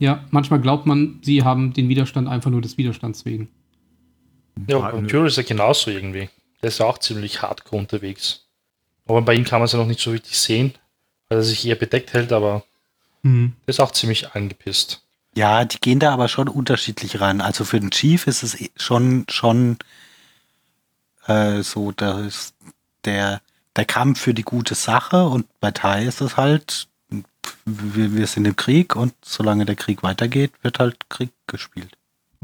S5: Ja, manchmal glaubt man, sie haben den Widerstand einfach nur des Widerstands wegen.
S6: Ja,
S2: Ah,
S6: und
S2: nö.
S6: Pure ist ja genauso irgendwie. Der ist ja auch ziemlich hardcore unterwegs. Aber bei ihm kann man es ja noch nicht so richtig sehen.
S3: weil er sich eher bedeckt hält, aber
S5: Mhm.
S3: der ist auch ziemlich angepisst.
S1: Ja, die gehen da aber schon unterschiedlich ran. Also für den Chief ist es eh schon, schon äh, so, dass der, der Kampf für die gute Sache und bei Tai ist es halt, pf, wir, wir sind im Krieg und solange der Krieg weitergeht, wird halt Krieg gespielt.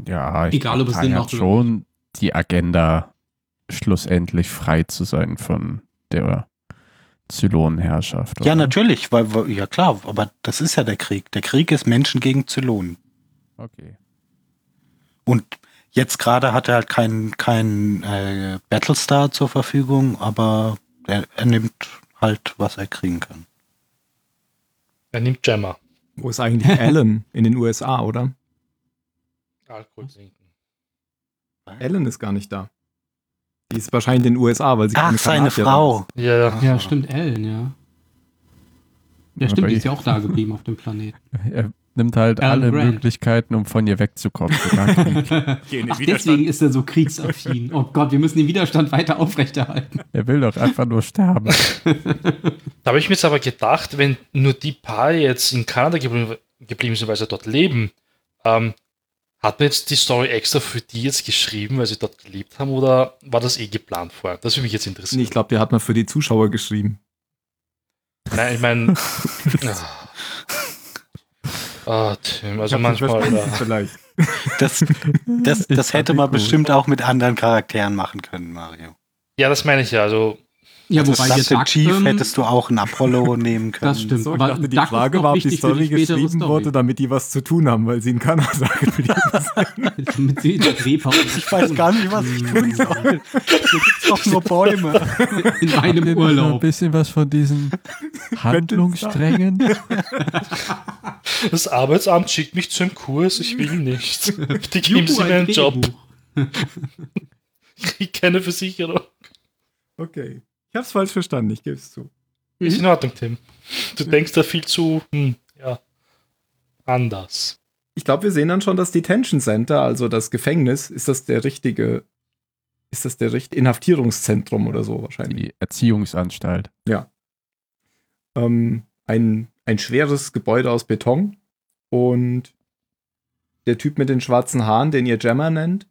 S4: Ja, ich
S5: Egal, ob es
S4: Partei
S5: Sinn
S4: hat
S5: macht oder
S4: schon die Agenda, schlussendlich frei zu sein von der Zylonenherrschaft.
S1: Ja,
S5: Mhm.
S4: oder?
S1: natürlich, weil, weil, ja klar, aber das ist ja der Krieg. Der Krieg ist Menschen gegen Zylonen.
S4: Okay.
S1: Und jetzt gerade hat er halt keinen keinen äh, Battlestar zur Verfügung, aber er, er nimmt halt, was er kriegen kann.
S3: Er nimmt Gemma.
S2: Wo ist eigentlich Alan in den USA, oder?
S3: Alkohol trinken.
S2: Alan ist gar nicht da. Die ist wahrscheinlich in den USA, weil sie
S1: Ach,
S2: keine
S1: seine
S2: Kanadierin
S1: Frau.
S3: Ja, ja.
S1: Ach
S5: Ja,
S1: so.
S5: stimmt, Ellen, ja. Ja,
S4: Aber
S5: stimmt, die ist
S4: ich-
S5: ja auch da geblieben auf dem Planeten.
S4: Er nimmt halt
S5: Alan
S4: alle
S5: Grant.
S4: Möglichkeiten, um von ihr wegzukommen. Sogar
S5: <laughs>
S4: Krieg.
S5: Ach, deswegen ist er so kriegsaffin. Oh Gott, wir müssen den Widerstand weiter aufrechterhalten.
S4: er will doch einfach nur sterben.
S3: Da habe ich mir jetzt aber gedacht, wenn nur die Paare jetzt in Kanada geblieben, geblieben sind, weil sie dort leben, ähm, hat man jetzt die Story extra für die jetzt geschrieben, weil sie dort gelebt haben, oder war das eh geplant vorher? Das würde mich jetzt
S2: ist. Nee,
S3: interessieren.
S2: ich glaube, die hat man für die Zuschauer geschrieben.
S3: Nein, ich meine. ah, Tim, also manchmal.
S2: verstanden,
S3: Äh,
S2: vielleicht.
S1: <laughs> Das,
S4: <laughs>
S1: das,
S4: Ich
S1: das hätte
S4: fand
S1: man
S4: die gut.
S1: bestimmt auch mit anderen Charakteren machen können, Mario.
S3: ja, das meine ich ja. Also,
S5: Ja,
S1: Also
S5: wobei
S1: statt
S5: jetzt
S1: dem
S5: Duck,
S1: Chief
S5: ähm,
S1: hättest du auch einen
S5: <laughs>
S1: Apollo nehmen können.
S5: Das stimmt.
S2: So, ich
S5: aber
S2: dachte, die
S5: Duck ist
S2: Frage
S5: noch
S2: war, ob die
S5: wichtig für die
S2: Story
S5: spätere
S2: geschrieben
S5: Story.
S2: wurde, damit die was zu tun haben, weil sie in Kanada <laughs> geblieben sind.
S5: <laughs> Mit sie in der Drehpause.
S1: <laughs> Ich weiß gar nicht, was ich
S5: <laughs>
S1: tun soll. Hier gibt's doch nur Bäume.
S5: In
S4: Habt ihr
S5: meinem
S4: noch Ein
S5: Urlaub.
S4: bisschen was
S1: <laughs>
S4: von diesen Handlungssträngen.
S3: das Arbeitsamt schickt mich zu einem Kurs, ich will nicht. Die geben
S5: Juhu,
S3: sie
S5: ein
S3: mir einen Job,
S5: Drehbuch.
S3: ich kriege keine Versicherung.
S2: Okay. Ich hab's falsch verstanden, ich gebe es zu.
S3: Ist in Ordnung, Tim. Du denkst da viel zu, hm, ja, anders.
S2: Ich glaube, wir sehen dann schon das Detention Center, also das Gefängnis. Ist das der richtige, ist das der richtige Inhaftierungszentrum oder so wahrscheinlich?
S4: Die Erziehungsanstalt.
S2: Ähm, ein, ein schweres Gebäude aus Beton und der Typ mit den schwarzen Haaren, den ihr Jammer nennt,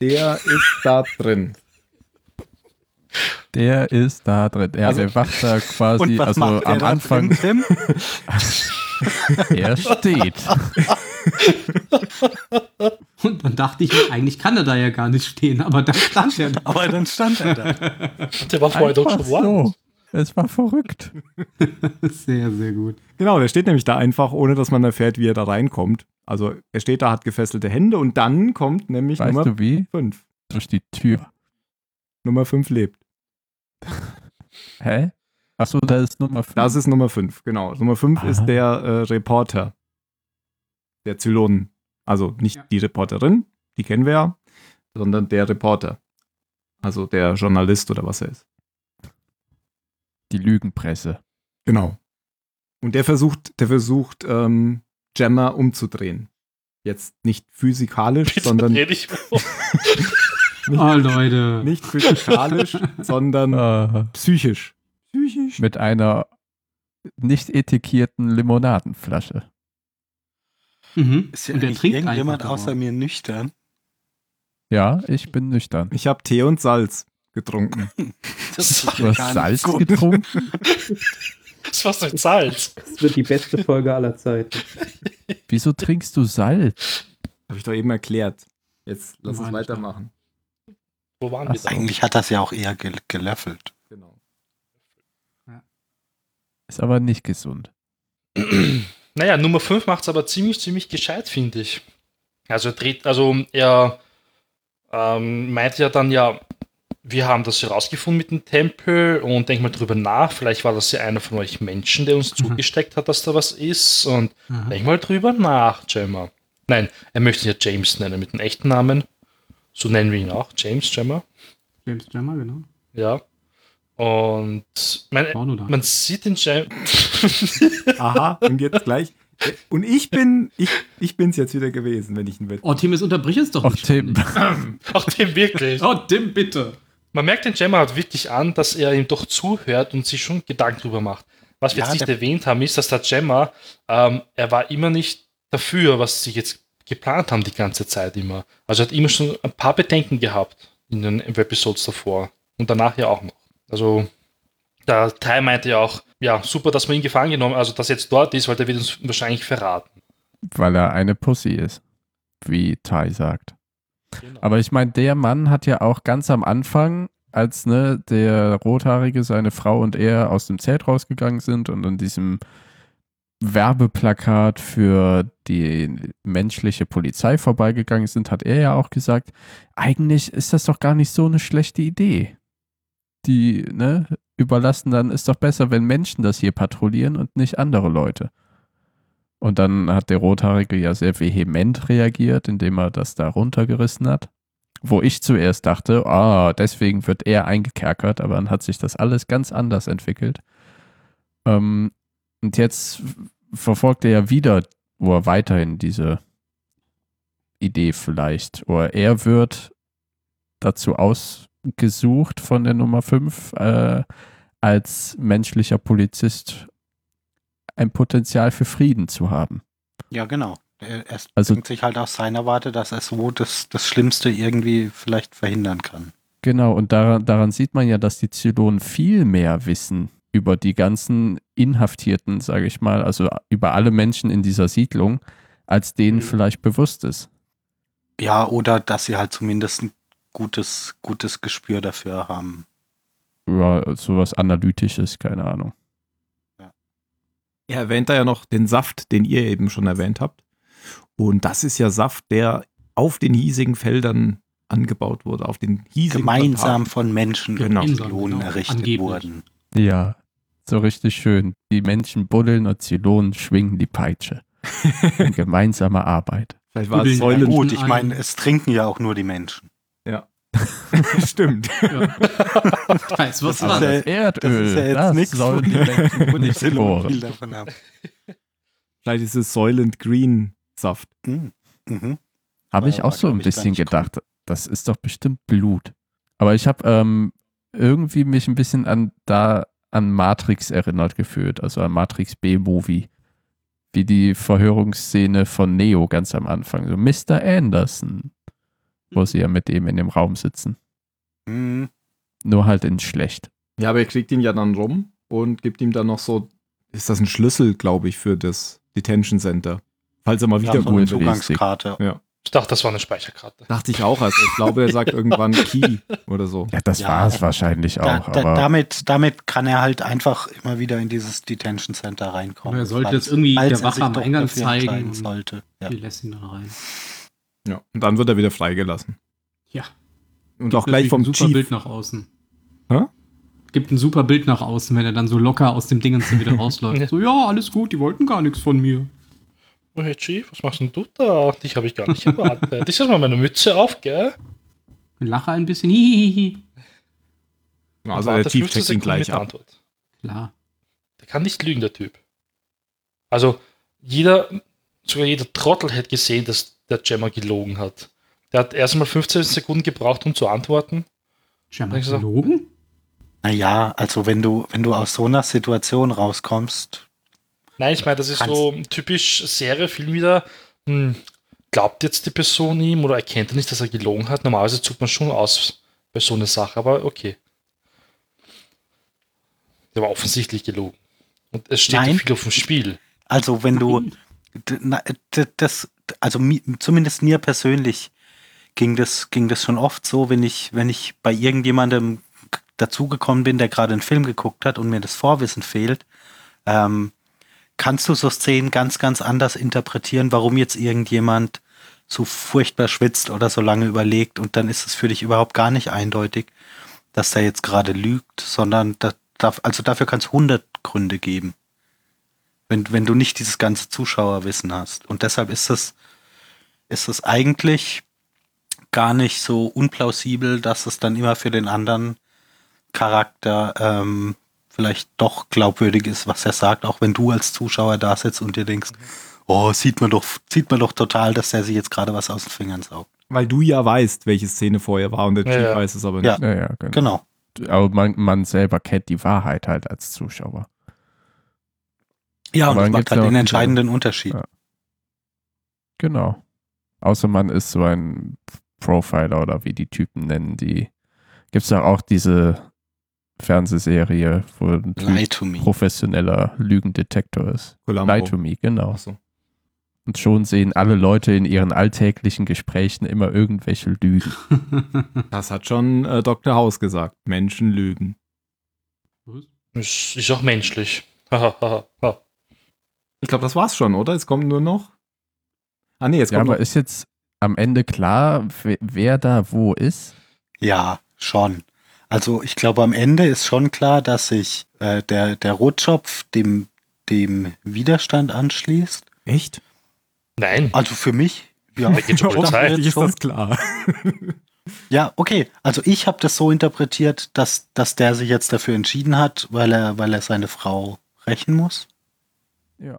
S2: der ist da drin.
S4: Der ist da drin. Ja,
S2: Also-
S4: der
S1: <laughs>
S4: wacht da
S1: Und
S4: quasi,
S1: was
S4: also
S1: macht der
S4: am
S1: da
S4: Anfang,
S1: drin, Tim?
S4: er steht.
S5: Und dann dachte ich mir, eigentlich kann er da ja gar nicht stehen, aber da stand er da.
S1: <laughs>
S5: <laughs>
S1: Aber dann stand er da.
S3: Der war vorher doch
S4: Einfach
S3: schon woanders.
S4: so. Es war verrückt.
S5: Sehr, sehr gut.
S2: <laughs> Genau, der steht nämlich da einfach, ohne dass man erfährt, wie er da reinkommt. Also er steht da, hat gefesselte Hände und dann kommt nämlich
S4: Weißt
S2: Nummer
S4: du wie?
S2: 5.
S4: Durch die Tür.
S2: Nummer 5 lebt.
S4: Hä? Achso, da ist Nummer 5.
S2: Das ist Nummer 5, genau. Nummer 5
S4: Aha.
S2: ist der äh, Reporter. Der Zylonen. Also nicht
S5: Ja.
S2: die Reporterin, die kennen wir ja, sondern der Reporter. Also der Journalist oder was er ist.
S4: die Lügenpresse.
S2: Genau. Und der versucht, der versucht, ähm, Gemma umzudrehen. Jetzt nicht physikalisch,
S3: Bitte
S2: sondern
S3: dreh dich um.
S5: Oh, Leute.
S2: nicht physikalisch, sondern
S1: Ah.
S2: psychisch. Psychisch?
S4: mit einer nicht etikettierten Limonadenflasche.
S5: Mhm.
S1: Ist ja
S5: Und der
S1: eigentlich
S5: trinkt
S1: irgendjemand
S5: einfach
S1: außer
S5: daraus.
S1: mir nüchtern?
S4: Ja, ich bin nüchtern.
S2: Ich habe Tee und Salz getrunken.
S1: Das ist
S4: Du hast
S1: gar nicht
S4: Salz
S1: gut.
S4: getrunken?
S3: Das war's mit Salz.
S7: Das wird die beste Folge aller Zeiten.
S4: Wieso trinkst du Salz?
S2: Habe ich doch eben erklärt. Jetzt lass uns
S5: Meine ich
S2: weitermachen.
S3: Wo waren wir
S4: Ach,
S3: da?
S1: Eigentlich hat das ja auch eher ge gelöffelt.
S2: Genau.
S4: Ist aber nicht gesund.
S3: Naja, Nummer 5 macht's aber ziemlich, ziemlich gescheit, finde ich. Also er dreht, also er ähm, meint ja dann ja, wir haben das herausgefunden mit dem Tempel und denk mal drüber nach, vielleicht war das ja einer von euch Menschen, der uns zugesteckt hat, dass da was ist und
S5: Aha.
S3: Denk mal drüber nach, Gemma. Nein, er möchte ihn ja James nennen mit dem echten Namen. So nennen wir ihn auch, James Gemma.
S5: James Jammer, genau.
S3: Ja. Und
S5: War
S3: man,
S5: nur da.
S3: Äh, man sieht den <laughs> James.
S2: Aha, und jetzt gleich. Und ich bin, ich, ich bin's jetzt wieder gewesen, wenn ich ihn will.
S5: Oh, Tim, jetzt unterbrich es doch
S4: Auf
S5: nicht.
S4: Tim.
S3: Auch dem wirklich.
S5: Oh, Tim, bitte.
S3: Man merkt den Gemma halt wirklich an, dass er ihm doch zuhört und sich schon Gedanken drüber macht. Was wir
S1: Ja,
S3: jetzt nicht
S1: der-
S3: erwähnt haben, ist, dass der Gemma, ähm, er war immer nicht dafür, was sie jetzt geplant haben die ganze Zeit immer. Also er hat immer schon ein paar Bedenken gehabt in den Episodes davor und danach ja auch noch. Also der Ty meinte ja auch, ja, super, dass man ihn gefangen genommen, also dass er jetzt dort ist, weil der wird uns wahrscheinlich verraten.
S4: <laughs> weil er eine Pussy ist, wie Tai sagt.
S3: Genau.
S4: Aber ich meine, der Mann hat ja auch ganz am Anfang, als ne, der Rothaarige, seine Frau und er aus dem Zelt rausgegangen sind und an diesem Werbeplakat für die menschliche Polizei vorbeigegangen sind, hat er ja auch gesagt, eigentlich ist das doch gar nicht so eine schlechte Idee. Die, ne, überlassen dann ist doch besser, wenn Menschen das hier patrouillieren und nicht andere Leute. Und dann hat der Rothaarige ja sehr vehement reagiert, indem er das da runtergerissen hat. Wo ich zuerst dachte, ah, deswegen wird er eingekerkert, aber dann hat sich das alles ganz anders entwickelt. Ähm, und jetzt verfolgt er ja wieder, oder weiterhin diese Idee vielleicht. Oder er wird dazu ausgesucht von der Nummer 5 äh, als menschlicher Polizist ein Potenzial für Frieden zu haben.
S1: Ja, genau. Er, er
S4: Also-
S1: denkt sich halt aus seiner Warte, dass er so das, das Schlimmste irgendwie vielleicht verhindern kann.
S4: Genau, und daran, daran sieht man ja, dass die Zylonen viel mehr wissen über die ganzen Inhaftierten, sage ich mal, also über alle Menschen in dieser Siedlung, als denen vielleicht bewusst ist.
S1: Ja, oder dass sie halt zumindest ein gutes, gutes Gespür dafür haben.
S4: Über sowas Analytisches, keine Ahnung.
S2: Er erwähnt da ja noch den Saft, den ihr eben schon erwähnt habt. Und das ist ja Saft, der auf den hiesigen Feldern angebaut wurde, auf den hiesigen
S1: Gemeinsam von Menschen
S2: Genau.
S1: und Zylonen
S5: Genau.
S1: errichtet
S5: Angeblich.
S1: wurden.
S4: Ja, so richtig schön. Die Menschen buddeln und Zylonen schwingen die Peitsche. In gemeinsamer Arbeit.
S2: Vielleicht war es
S5: Übeln.
S1: Ja,
S5: Eulen
S2: Säulen.
S1: gut, ich
S5: an-
S1: meine, es trinken ja auch nur die Menschen.
S2: <laughs> Stimmt.
S5: Ich weiß, was
S1: Das
S5: war
S1: ist ja-
S5: das?
S4: Das Also Erdöl,
S1: das ist ja jetzt
S4: das
S1: nichts,
S4: sollen
S1: wo
S4: die Menschen
S1: Und ich
S4: nicht
S1: will
S4: bohren.
S1: viel davon haben.
S2: Vielleicht ist es Soylent Green Saft.
S1: Hm. Mhm.
S4: Habe ich
S1: War-
S4: auch
S1: war,
S4: so ein
S1: glaub ich, gar
S4: bisschen
S1: nicht
S4: gedacht, das ist doch bestimmt Blut. Aber ich habe ähm, irgendwie mich ein bisschen an da an Matrix erinnert gefühlt, also an Matrix B-Movie. Wie die Verhörungsszene von Neo ganz am Anfang. So Mr. Anderson, wo
S1: Mhm.
S4: sie ja mit ihm in dem Raum sitzen.
S1: Hm.
S4: Nur halt in schlecht.
S2: Ja, aber er kriegt ihn ja dann rum und gibt ihm dann noch so, ist das ein Schlüssel, glaube ich, für das Detention Center. Falls er mal
S1: Ja,
S2: wieder
S1: so
S2: holen
S1: eine
S4: gut.
S2: will.
S1: Zugangskarte.
S3: Ich dachte, das war eine Speicherkarte.
S2: Dachte ich auch, also ich glaube, er sagt irgendwann Key oder so.
S4: Ja, das
S1: Ja,
S4: war es
S1: äh,
S4: wahrscheinlich
S1: Da,
S4: auch.
S1: da,
S4: aber
S1: damit, damit kann er halt einfach immer wieder in dieses Detention Center reinkommen.
S5: Aber er sollte
S1: falls-
S5: jetzt irgendwie
S1: falls
S5: der
S1: er
S5: Wache
S1: sich
S5: am
S1: doch
S5: Eingang
S1: dafür
S5: zeigen
S1: entscheiden
S5: und-
S1: Sollte. Ja.
S5: Die lässt ihn da rein.
S2: Ja. Und dann wird er wieder freigelassen.
S5: Ja.
S2: Und auch gleich
S5: Natürlich
S2: vom
S5: ein super
S2: Chief.
S5: Bild nach außen.
S2: Hä?
S5: Gibt ein super Bild nach außen, wenn er dann so locker aus dem Dingens
S2: <laughs>
S5: wieder rausläuft. so, ja, alles gut, die wollten gar nichts von mir.
S3: Oh, hey Chief, was machst denn du da? Dich habe ich <laughs> gar nicht erwartet. Ich setze mal meine Mütze auf, gell?
S5: Lache ein bisschen, hihihihi.
S2: Ja, Also der
S3: Warte
S2: Chief
S3: 15
S2: checkt ihn
S3: Sekunden mit
S2: gleich
S3: der
S2: ab.
S3: Antwort.
S5: Klar.
S3: Der kann nicht lügen, der Typ. Also, jeder, sogar jeder Trottel hätte gesehen, dass der Gemma gelogen hat. Der hat erstmal 15 Sekunden gebraucht, um zu antworten.
S5: Schau mal,
S3: Denkst du so?
S5: gelogen?
S1: Naja, also wenn du, wenn du aus so einer Situation rauskommst,
S3: Nein, ich meine, das ist
S1: Kannst-
S3: so typisch Serie, Film wieder. Hm, glaubt jetzt die Person ihm oder erkennt er nicht, dass er gelogen hat? Normalerweise zuckt man schon aus bei so einer Sache, aber okay. Der war offensichtlich gelogen. Und es steht
S1: Nein.
S3: viel auf dem Spiel.
S1: also wenn du d- na, d- das, also mi- zumindest mir persönlich ging das, ging das schon oft so, wenn ich, wenn ich bei irgendjemandem k- dazugekommen bin, der gerade einen Film geguckt hat und mir das Vorwissen fehlt, ähm, kannst du so Szenen ganz, ganz anders interpretieren, warum jetzt irgendjemand so furchtbar schwitzt oder so lange überlegt und dann ist es für dich überhaupt gar nicht eindeutig, dass der jetzt gerade lügt, sondern da, da, also dafür kann es 100 Gründe geben wenn, wenn du nicht dieses ganze Zuschauerwissen hast. Und deshalb ist es, ist es eigentlich gar nicht so unplausibel, dass es dann immer für den anderen Charakter ähm, vielleicht doch glaubwürdig ist, was er sagt, auch wenn du als Zuschauer da sitzt und dir denkst,
S4: Mhm.
S1: oh, sieht man doch, sieht man doch total, dass der sich jetzt gerade was aus den Fingern saugt.
S2: Weil du ja weißt, welche Szene vorher war und der
S3: Ja,
S2: Chief
S3: ja.
S2: weiß es aber
S1: Ja.
S2: nicht.
S4: ja, ja, genau.
S1: Genau.
S4: Aber man, man selber kennt die Wahrheit halt als Zuschauer.
S1: Ja, und
S4: Aber
S1: das
S4: dann
S1: macht
S4: gibt's
S1: halt
S4: ja auch
S1: den
S4: diese-
S1: entscheidenden Unterschied.
S4: Ja. Genau. Außer man ist so ein Profiler oder wie die Typen nennen, die gibt es auch diese Fernsehserie, wo ein
S1: Lie
S4: Typ
S1: to me.
S4: professioneller Lügendetektor ist.
S2: Columbo.
S4: Lie to me, genau.
S2: Ach so.
S4: Und schon sehen alle Leute in ihren alltäglichen Gesprächen immer irgendwelche Lügen.
S2: Das hat schon äh, Dr. House gesagt. Menschen lügen.
S3: Ist, ist auch menschlich. <laughs> Hahaha.
S2: Ich glaube, das war's schon, oder? Es kommen nur noch. Ah, nee, jetzt
S4: Ja,
S2: kommt
S4: aber
S2: noch.
S4: ist jetzt am Ende klar, wer, wer da wo ist?
S1: Ja, schon. Also ich glaube, am Ende ist schon klar, dass sich äh, der, der Rotschopf dem, dem Widerstand anschließt.
S2: Echt?
S3: Nein.
S1: Also für mich, ja.
S3: Da geht schon Polizei.
S1: Offensichtlich ist das
S2: klar.
S1: Ja, okay. Also ich habe das so interpretiert, dass, dass der sich jetzt dafür entschieden hat, weil er, weil er seine Frau rächen muss.
S5: <laughs> Ja,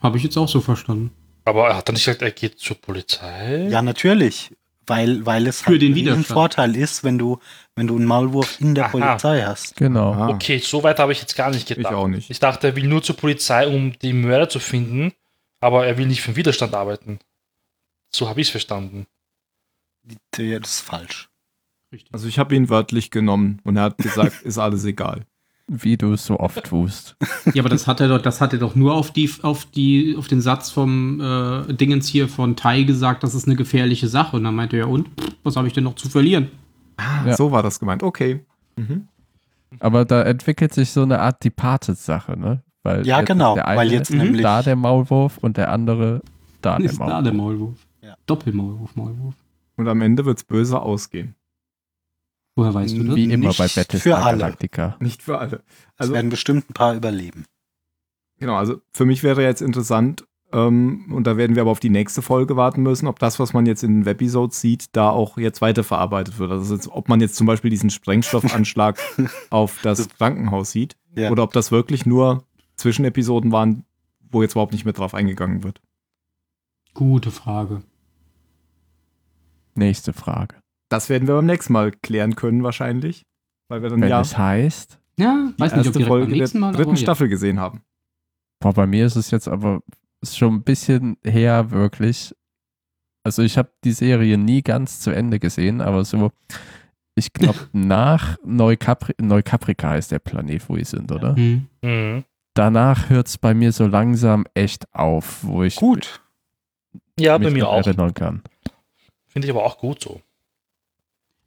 S5: habe ich jetzt auch so verstanden.
S3: Aber er hat dann nicht gesagt, er geht zur Polizei.
S1: Ja, natürlich. Weil, weil es halt
S5: Für den
S1: ein
S5: Widerstand.
S1: Vorteil ist, wenn du, wenn du einen Maulwurf in der
S3: Aha.
S1: Polizei hast.
S4: Genau.
S3: Okay, so weit habe ich jetzt gar nicht
S2: Ich
S3: gedacht.
S2: auch nicht.
S3: Ich dachte, er will nur zur Polizei, um die Mörder zu finden, aber er will nicht für den Widerstand arbeiten. So habe ich es verstanden.
S1: Ja, Das ist falsch.
S5: Richtig.
S2: Also ich habe ihn wörtlich genommen und er hat gesagt, ist alles egal.
S4: Wie du es so oft tust.
S5: Ja, aber das hat er doch, das hat er doch nur auf die, auf die, auf den Satz vom äh, Dingens hier von Tai gesagt, das ist eine gefährliche Sache. Und dann meinte er, und Pff, was habe ich denn noch zu verlieren?
S2: Ah,
S4: Ja.
S2: so war das gemeint. Okay. Mhm.
S4: Aber da entwickelt sich so eine Art Departed-Sache, ne? Weil
S1: Ja,
S4: jetzt ist
S1: genau.
S4: Der eine
S1: Weil jetzt
S5: Mhm.
S1: nämlich.
S4: da der Maulwurf und der andere
S2: Ah,
S4: da der
S5: ist da der
S4: Maulwurf.
S5: Maulwurf.
S1: Ja.
S5: Doppelmaulwurf, Maulwurf.
S2: Und am Ende wird's böse ausgehen.
S5: Woher weißt du das?
S4: Wie immer bei
S1: Nicht für
S4: Battlestar
S1: alle.
S4: Galactica.
S2: Nicht für alle.
S1: es
S2: Also
S1: werden bestimmt ein paar überleben.
S2: Genau, also für mich wäre jetzt interessant, ähm, und da werden wir aber auf die nächste Folge warten müssen, ob das, was man jetzt in den Webisodes sieht, da auch jetzt weiterverarbeitet wird. Also jetzt, ob man jetzt zum Beispiel diesen Sprengstoffanschlag auf das Krankenhaus sieht
S1: Ja.
S2: oder ob das wirklich nur Zwischenepisoden waren, wo jetzt überhaupt nicht mehr drauf eingegangen wird.
S5: Gute Frage.
S4: Nächste Frage.
S2: Das werden wir beim nächsten Mal klären können wahrscheinlich, weil wir dann
S4: Wenn
S2: ja
S4: es heißt,
S5: Ja,
S2: die
S5: weiß nicht,
S2: erste
S5: ob direkt
S2: Folge
S5: beim
S2: der
S5: nächsten Mal.
S2: dritten
S5: aber ja.
S2: Staffel gesehen haben.
S4: boah, bei mir ist es jetzt aber ist schon ein bisschen her, wirklich. Also ich habe die Serie nie ganz zu Ende gesehen, aber so, ich glaube, nach Neukapri Neukaprika ist der Planet, wo wir sind, oder?
S5: Hm.
S3: Mhm.
S4: Danach hört es bei mir so langsam echt auf, wo ich
S1: Gut.
S3: Ja, bei
S4: mich
S3: mir
S4: noch
S3: auch.
S4: erinnern kann.
S3: Finde ich aber auch gut so.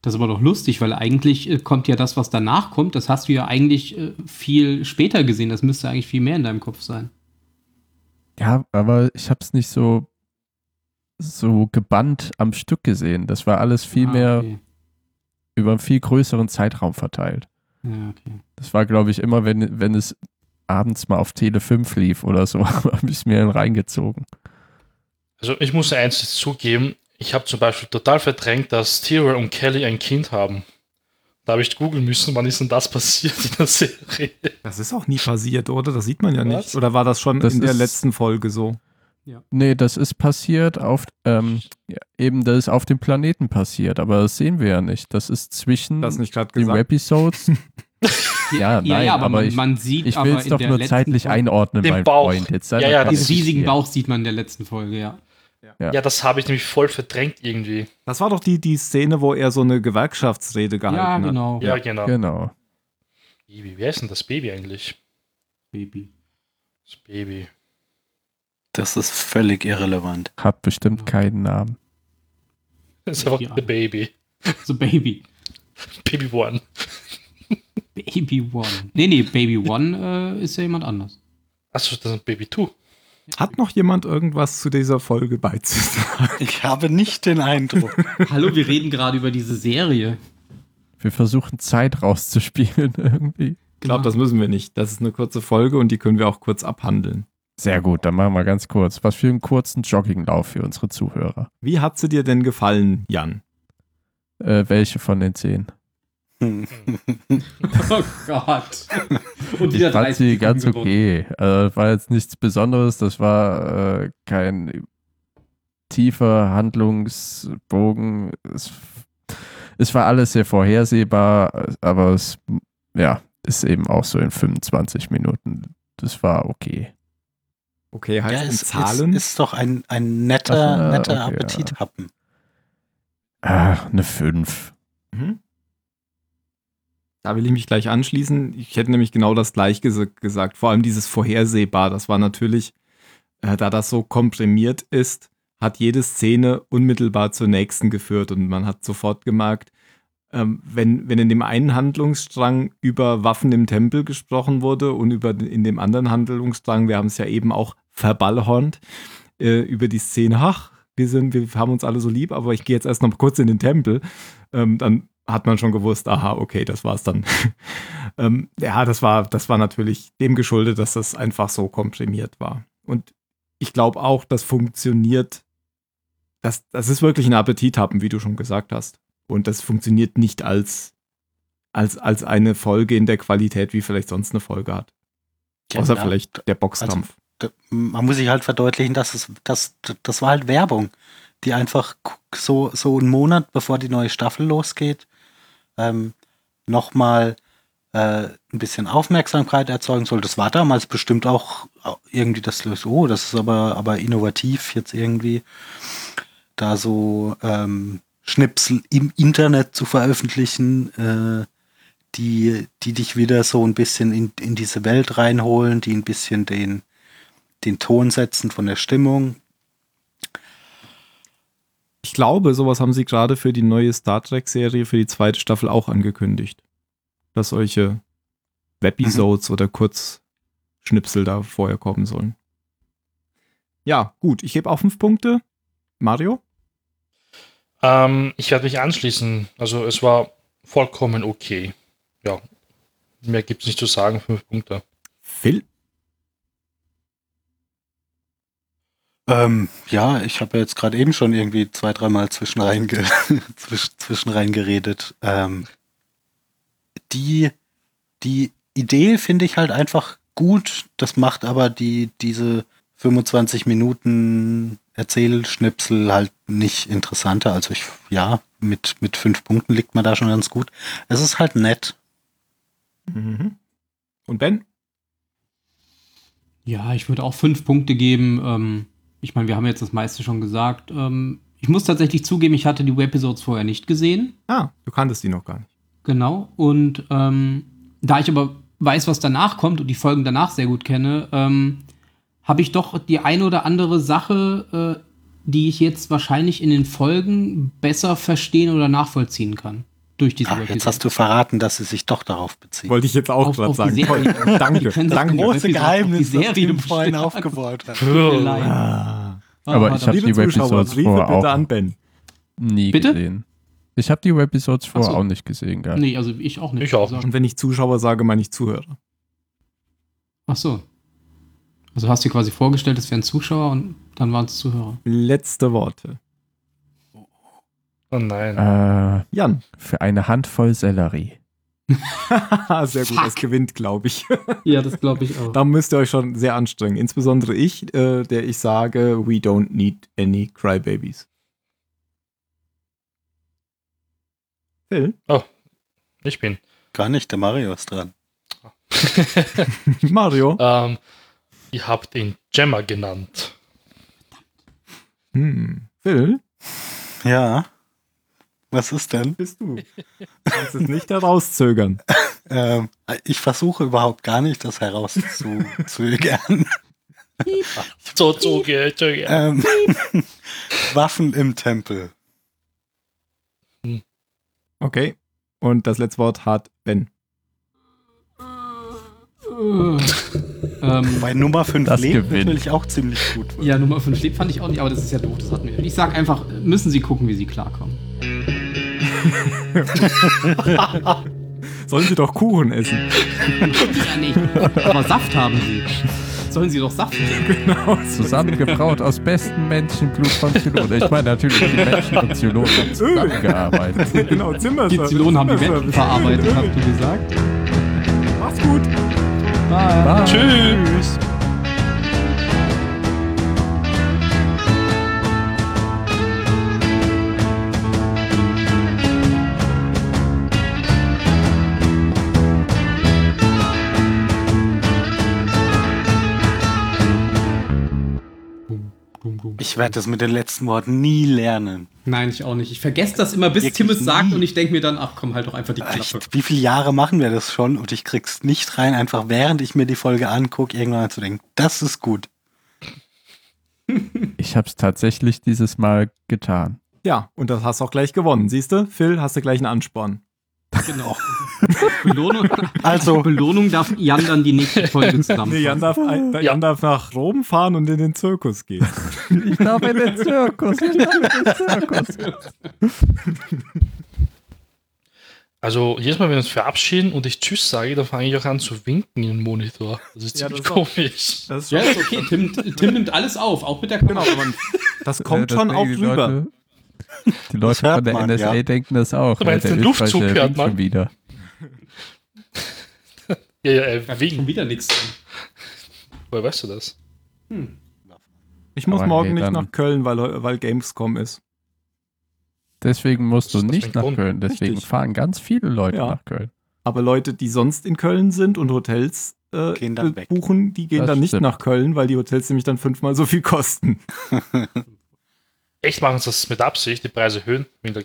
S5: Das ist aber doch lustig, weil eigentlich äh, kommt ja das, was danach kommt, das hast du ja eigentlich äh, viel später gesehen. Das müsste eigentlich viel mehr in deinem Kopf sein.
S4: Ja, aber ich habe es nicht so so gebannt am Stück gesehen. Das war alles viel
S5: Ah,
S4: mehr
S5: okay.
S4: über einen viel größeren Zeitraum verteilt.
S5: Ja, okay.
S4: Das war, glaube ich, immer, wenn, wenn es abends mal auf Tele 5 lief oder so, <laughs> habe ich mir dann reingezogen.
S3: Also ich muss eins jetzt zugeben, ich habe zum Beispiel total verdrängt, dass Tyrell und Kelly ein Kind haben. Da habe ich googeln müssen, wann ist denn das passiert in der Serie?
S2: Das ist auch nie passiert, oder? Das sieht man ja
S3: Was?
S2: nicht. Oder war das schon
S4: Das
S2: in der
S4: ist-
S2: letzten Folge so?
S4: Nee, das ist passiert auf, ähm, ja, eben, das ist auf dem Planeten passiert, aber das sehen wir ja nicht. Das ist zwischen
S5: Mhm.
S2: Das nicht gerade
S4: den
S2: gesagt?
S4: Webisodes.
S5: <laughs>
S4: ja, nein, aber,
S5: man,
S4: ich,
S5: man sieht
S4: ich will
S5: aber
S4: es
S5: in
S4: doch
S5: der
S4: nur
S5: letzten
S4: zeitlich
S5: Folge-
S4: einordnen,
S3: Den
S4: mein
S3: Bauch.
S4: Freund. Jetzt
S3: Ja,
S4: sei doch
S3: ja,
S4: kein
S3: das
S5: Diesen
S3: ist
S5: riesigen
S4: Tier.
S5: Bauch sieht man in der letzten Folge, ja.
S4: Ja.
S3: Ja, das habe ich nämlich voll verdrängt irgendwie.
S2: Das war doch die, die Szene, wo er so eine Gewerkschaftsrede gehalten
S5: Ja,
S2: hat.
S5: genau.
S3: Ja, genau.
S4: Genau.
S3: Baby, wer ist denn das Baby eigentlich?
S5: Baby.
S3: Das Baby.
S1: Das ist völlig irrelevant.
S4: Hat bestimmt
S5: Ja.
S4: keinen Namen.
S3: Das ist einfach
S5: Ja.
S3: The Baby.
S5: So Baby.
S3: Baby One.
S5: Baby One. Nee, nee, Baby One äh, ist ja jemand anders.
S3: Achso, das ist Baby Two.
S2: Hat noch jemand irgendwas zu dieser Folge beizutragen?
S1: Ich habe nicht den Eindruck.
S5: Hallo, wir reden gerade über diese Serie.
S4: Wir versuchen Zeit rauszuspielen <laughs> irgendwie.
S2: Ich glaube, das müssen wir nicht. Das ist eine kurze Folge und die können wir auch kurz abhandeln.
S4: Sehr gut, dann machen wir ganz kurz. Was für einen kurzen Jogginglauf für unsere Zuhörer.
S2: Wie hat sie dir denn gefallen, Jan?
S4: Äh, welche von den zehn?
S1: Hm.
S5: <laughs> Oh Gott. Und
S4: Ich fand
S5: 30
S4: sie
S5: Sekunden
S4: ganz
S5: geboten.
S4: okay. Äh, war jetzt nichts Besonderes. Das war äh, kein tiefer Handlungsbogen. Es, es war alles sehr vorhersehbar, aber es ja, ist eben auch so in 25 Minuten. Das war okay.
S2: Okay, heißt
S1: ja,
S2: in
S1: ist,
S2: Zahlen?
S1: Ist, ist doch ein, ein netter,
S4: Ach, äh,
S1: netter
S4: okay, ja.
S1: Appetithappen.
S4: Ach, Ah, eine 5.
S2: Mhm. Da will ich mich gleich anschließen. Ich hätte nämlich genau das gleiche ges gesagt. Vor allem dieses vorhersehbar. Das war natürlich, äh, da das so komprimiert ist, hat jede Szene unmittelbar zur nächsten geführt und man hat sofort gemerkt, ähm, wenn, wenn in dem einen Handlungsstrang über Waffen im Tempel gesprochen wurde und über den- in dem anderen Handlungsstrang, wir haben es ja eben auch verballhornt, äh, über die Szene, ach, wir, sind, wir haben uns alle so lieb, aber ich gehe jetzt erst noch kurz in den Tempel ähm, dann hat man schon gewusst, aha, okay, das war's dann. <laughs> ähm, ja, das war, das war natürlich dem geschuldet, dass das einfach so komprimiert war. Und ich glaube auch, das funktioniert. Das, das ist wirklich ein Appetit haben, wie du schon gesagt hast. Und das funktioniert nicht als, als, als eine Folge in der Qualität, wie vielleicht sonst eine Folge hat. Außer
S1: Genau.
S2: vielleicht der Boxkampf.
S1: Da- Man muss sich halt verdeutlichen, dass es, das, das war halt Werbung, die einfach k- so, so einen Monat, bevor die neue Staffel losgeht, ähm, nochmal äh, ein bisschen Aufmerksamkeit erzeugen soll. Das war damals bestimmt auch irgendwie das, oh, das ist aber, aber innovativ jetzt irgendwie, da so ähm, Schnipsel im Internet zu veröffentlichen, äh, die, die dich wieder so ein bisschen in, in diese Welt reinholen, die ein bisschen den den Ton setzen von der Stimmung.
S2: ich glaube, sowas haben sie gerade für die neue Star Trek-Serie für die zweite Staffel auch angekündigt. Dass solche Webisodes oder Kurzschnipsel da vorher kommen sollen. Ja, gut, ich gebe auch fünf Punkte. Mario?
S3: Ähm, ich werde mich anschließen. Also es war vollkommen okay. Ja. Mehr gibt es nicht zu sagen, fünf Punkte.
S2: Phil?
S1: Ähm, ja, ich habe ja jetzt gerade eben schon irgendwie zwei, dreimal zwischenrein, ge <laughs> zwisch zwischenrein geredet. Ähm, die, die Idee finde ich halt einfach gut. Das macht aber die, diese 25 Minuten Erzählschnipsel halt nicht interessanter. Also ich, ja, mit, mit fünf Punkten liegt man da schon ganz gut. Es ist halt nett.
S2: Und Ben?
S5: Ja, ich würde auch fünf Punkte geben. Ähm, ich meine, wir haben jetzt das meiste schon gesagt. Ähm, ich muss tatsächlich zugeben, ich hatte die Webisodes vorher nicht gesehen.
S2: Ah, du kanntest die noch gar nicht.
S5: Genau. Und ähm, da ich aber weiß, was danach kommt und die Folgen danach sehr gut kenne, ähm, habe ich doch die ein oder andere Sache, äh, die ich jetzt wahrscheinlich in den Folgen besser verstehen oder nachvollziehen kann. Durch diese
S1: Ah, jetzt hast du verraten, dass sie sich doch darauf beziehen.
S2: Wollte ich jetzt auch
S5: Auf-
S2: gerade
S5: auf die
S2: sagen.
S5: Serie.
S2: Toll.
S5: Die
S2: Danke,
S5: können sich
S2: danke.
S5: groß-
S1: große
S5: Episode- die
S1: Geheimnis, das Tim
S5: Serie bestimmt.
S1: vorhin aufgebaut hat.
S2: Ah.
S4: Aber ich hab
S2: Liebe
S4: die
S2: Zuschauer,
S4: Webisodes
S2: briefe
S4: vorher
S2: bitte
S4: auch
S2: an Ben.
S4: nie
S5: Bitte?
S4: gesehen. Ich habe die Webisodes
S5: Ach so.
S4: vorher auch nicht gesehen gehabt.
S5: Nee, also ich auch nicht.
S3: Ich auch
S5: Also-
S2: Und wenn ich Zuschauer sage, meine ich Zuhörer.
S5: Ach so. Also hast du dir quasi vorgestellt, es wären Zuschauer und dann waren es Zuhörer.
S2: Letzte Worte.
S3: Oh nein.
S4: Äh,
S2: Jan.
S4: für eine Handvoll Sellerie.
S2: <laughs> sehr gut, das gewinnt, glaube ich. <laughs>
S5: Ja, das glaube ich <laughs> auch.
S2: da müsst ihr euch schon sehr anstrengen. Insbesondere ich, äh, der ich sage, we don't need any crybabies. <laughs> Phil?
S3: Ich bin. <laughs>
S1: Gar nicht, der Mario ist dran.
S2: Mario?
S3: Ähm, ihr habt ihn Gemma genannt.
S2: Hm. Phil?
S1: Ja. Was ist denn?
S2: Bist du. Du kannst es nicht herauszögern.
S1: Ähm, ich versuche überhaupt gar nicht, das herauszuzögern.
S3: So, so, geht, so, geht.
S1: ähm, <laughs> Waffen im Tempel.
S2: Okay. Und das letzte Wort hat Ben.
S5: ähm,
S1: Bei Nummer 5
S4: Das
S1: leben
S4: gewinnt.
S1: natürlich auch ziemlich gut.
S5: ja, Nummer 5 steht, fand ich auch nicht, aber das ist ja doof, das hatten wir. Ich sag einfach, müssen sie gucken, wie sie klarkommen.
S2: Sollen sie doch Kuchen essen?
S5: ja, nicht. Aber Saft haben sie. Sollen sie doch Saft trinken?
S4: Zusammengebraut aus bestem Menschenblut von Zylonen. Ich meine natürlich, die Menschen und Zylonen haben zusammengearbeitet.
S2: <laughs> genau, Zimmer.
S5: Die Zylonen haben die Menschen verarbeitet, ne? hast du gesagt.
S2: Mach's gut.
S5: Bye.
S3: Tschüss.
S1: Ich werde das mit den letzten Worten nie lernen.
S5: Nein, ich auch nicht. Ich vergesse das immer, bis
S1: Wirklich
S5: Tim es sagt
S1: nie.
S5: und ich denke mir dann, ach komm, halt doch einfach die Klappe.
S1: Echt, wie viele Jahre machen wir das schon und ich krieg's nicht rein, einfach während ich mir die Folge angucke, irgendwann zu denken, das ist gut.
S4: Ich habe es tatsächlich dieses Mal getan.
S2: Ja, und das hast du auch gleich gewonnen. Siehst du, Phil, hast du gleich einen Ansporn.
S1: <laughs>
S5: Genau. Belohnung,
S1: Also,
S5: Belohnung darf Jan dann die
S1: <laughs>
S5: nächste Folge
S2: Nee, Jan
S5: zusammenfassen.
S2: darf, ein- Jan darf nach Rom fahren und in den Zirkus gehen.
S4: Ich glaube in den Zirkus. Ich glaube in den Zirkus.
S3: Also jedes Mal, wenn wir uns verabschieden und ich Tschüss sage, dann fange ich auch an zu winken in den Monitor. Das ist
S2: Ja,
S3: ziemlich
S2: das ist
S3: komisch.
S2: Das ist
S5: Ja, ist okay. Tim, Tim nimmt alles auf, auch mit der
S2: Genau,
S5: Kamera.
S2: aber man, das kommt
S4: Ja,
S2: schon
S4: deswegen
S2: auch
S4: die
S2: rüber.
S4: Leute- Die Leute
S1: hört
S4: von der
S1: man,
S4: NSA
S1: ja.
S4: denken das auch.
S3: Du meinst
S4: Ja, der
S3: den Luftzug
S4: Österreicher
S3: hört
S4: winkt
S3: man?
S4: Schon wieder.
S3: Ja, ja, äh,
S5: Da wird schon
S3: winken.
S5: wieder nichts. <laughs>
S3: Woher weißt du das?
S2: Ich muss
S4: Aber
S2: morgen
S4: nee,
S2: nicht
S4: dann-
S2: nach Köln, weil, heu- weil Gamescom ist.
S4: Deswegen musst du
S3: Das ist
S4: nicht
S3: ein
S4: nach
S3: Grund.
S4: Köln. Deswegen
S2: Richtig.
S4: fahren ganz viele Leute
S2: Ja.
S4: nach Köln.
S2: Aber Leute, die sonst in Köln sind und Hotels äh,
S1: Gehen dann weg.
S2: buchen, die gehen
S4: Das
S2: dann nicht
S4: stimmt.
S2: nach Köln, weil die Hotels nämlich dann fünfmal so viel kosten.
S3: Echt machen sie das mit Absicht, die Preise erhöhen? Wegen der-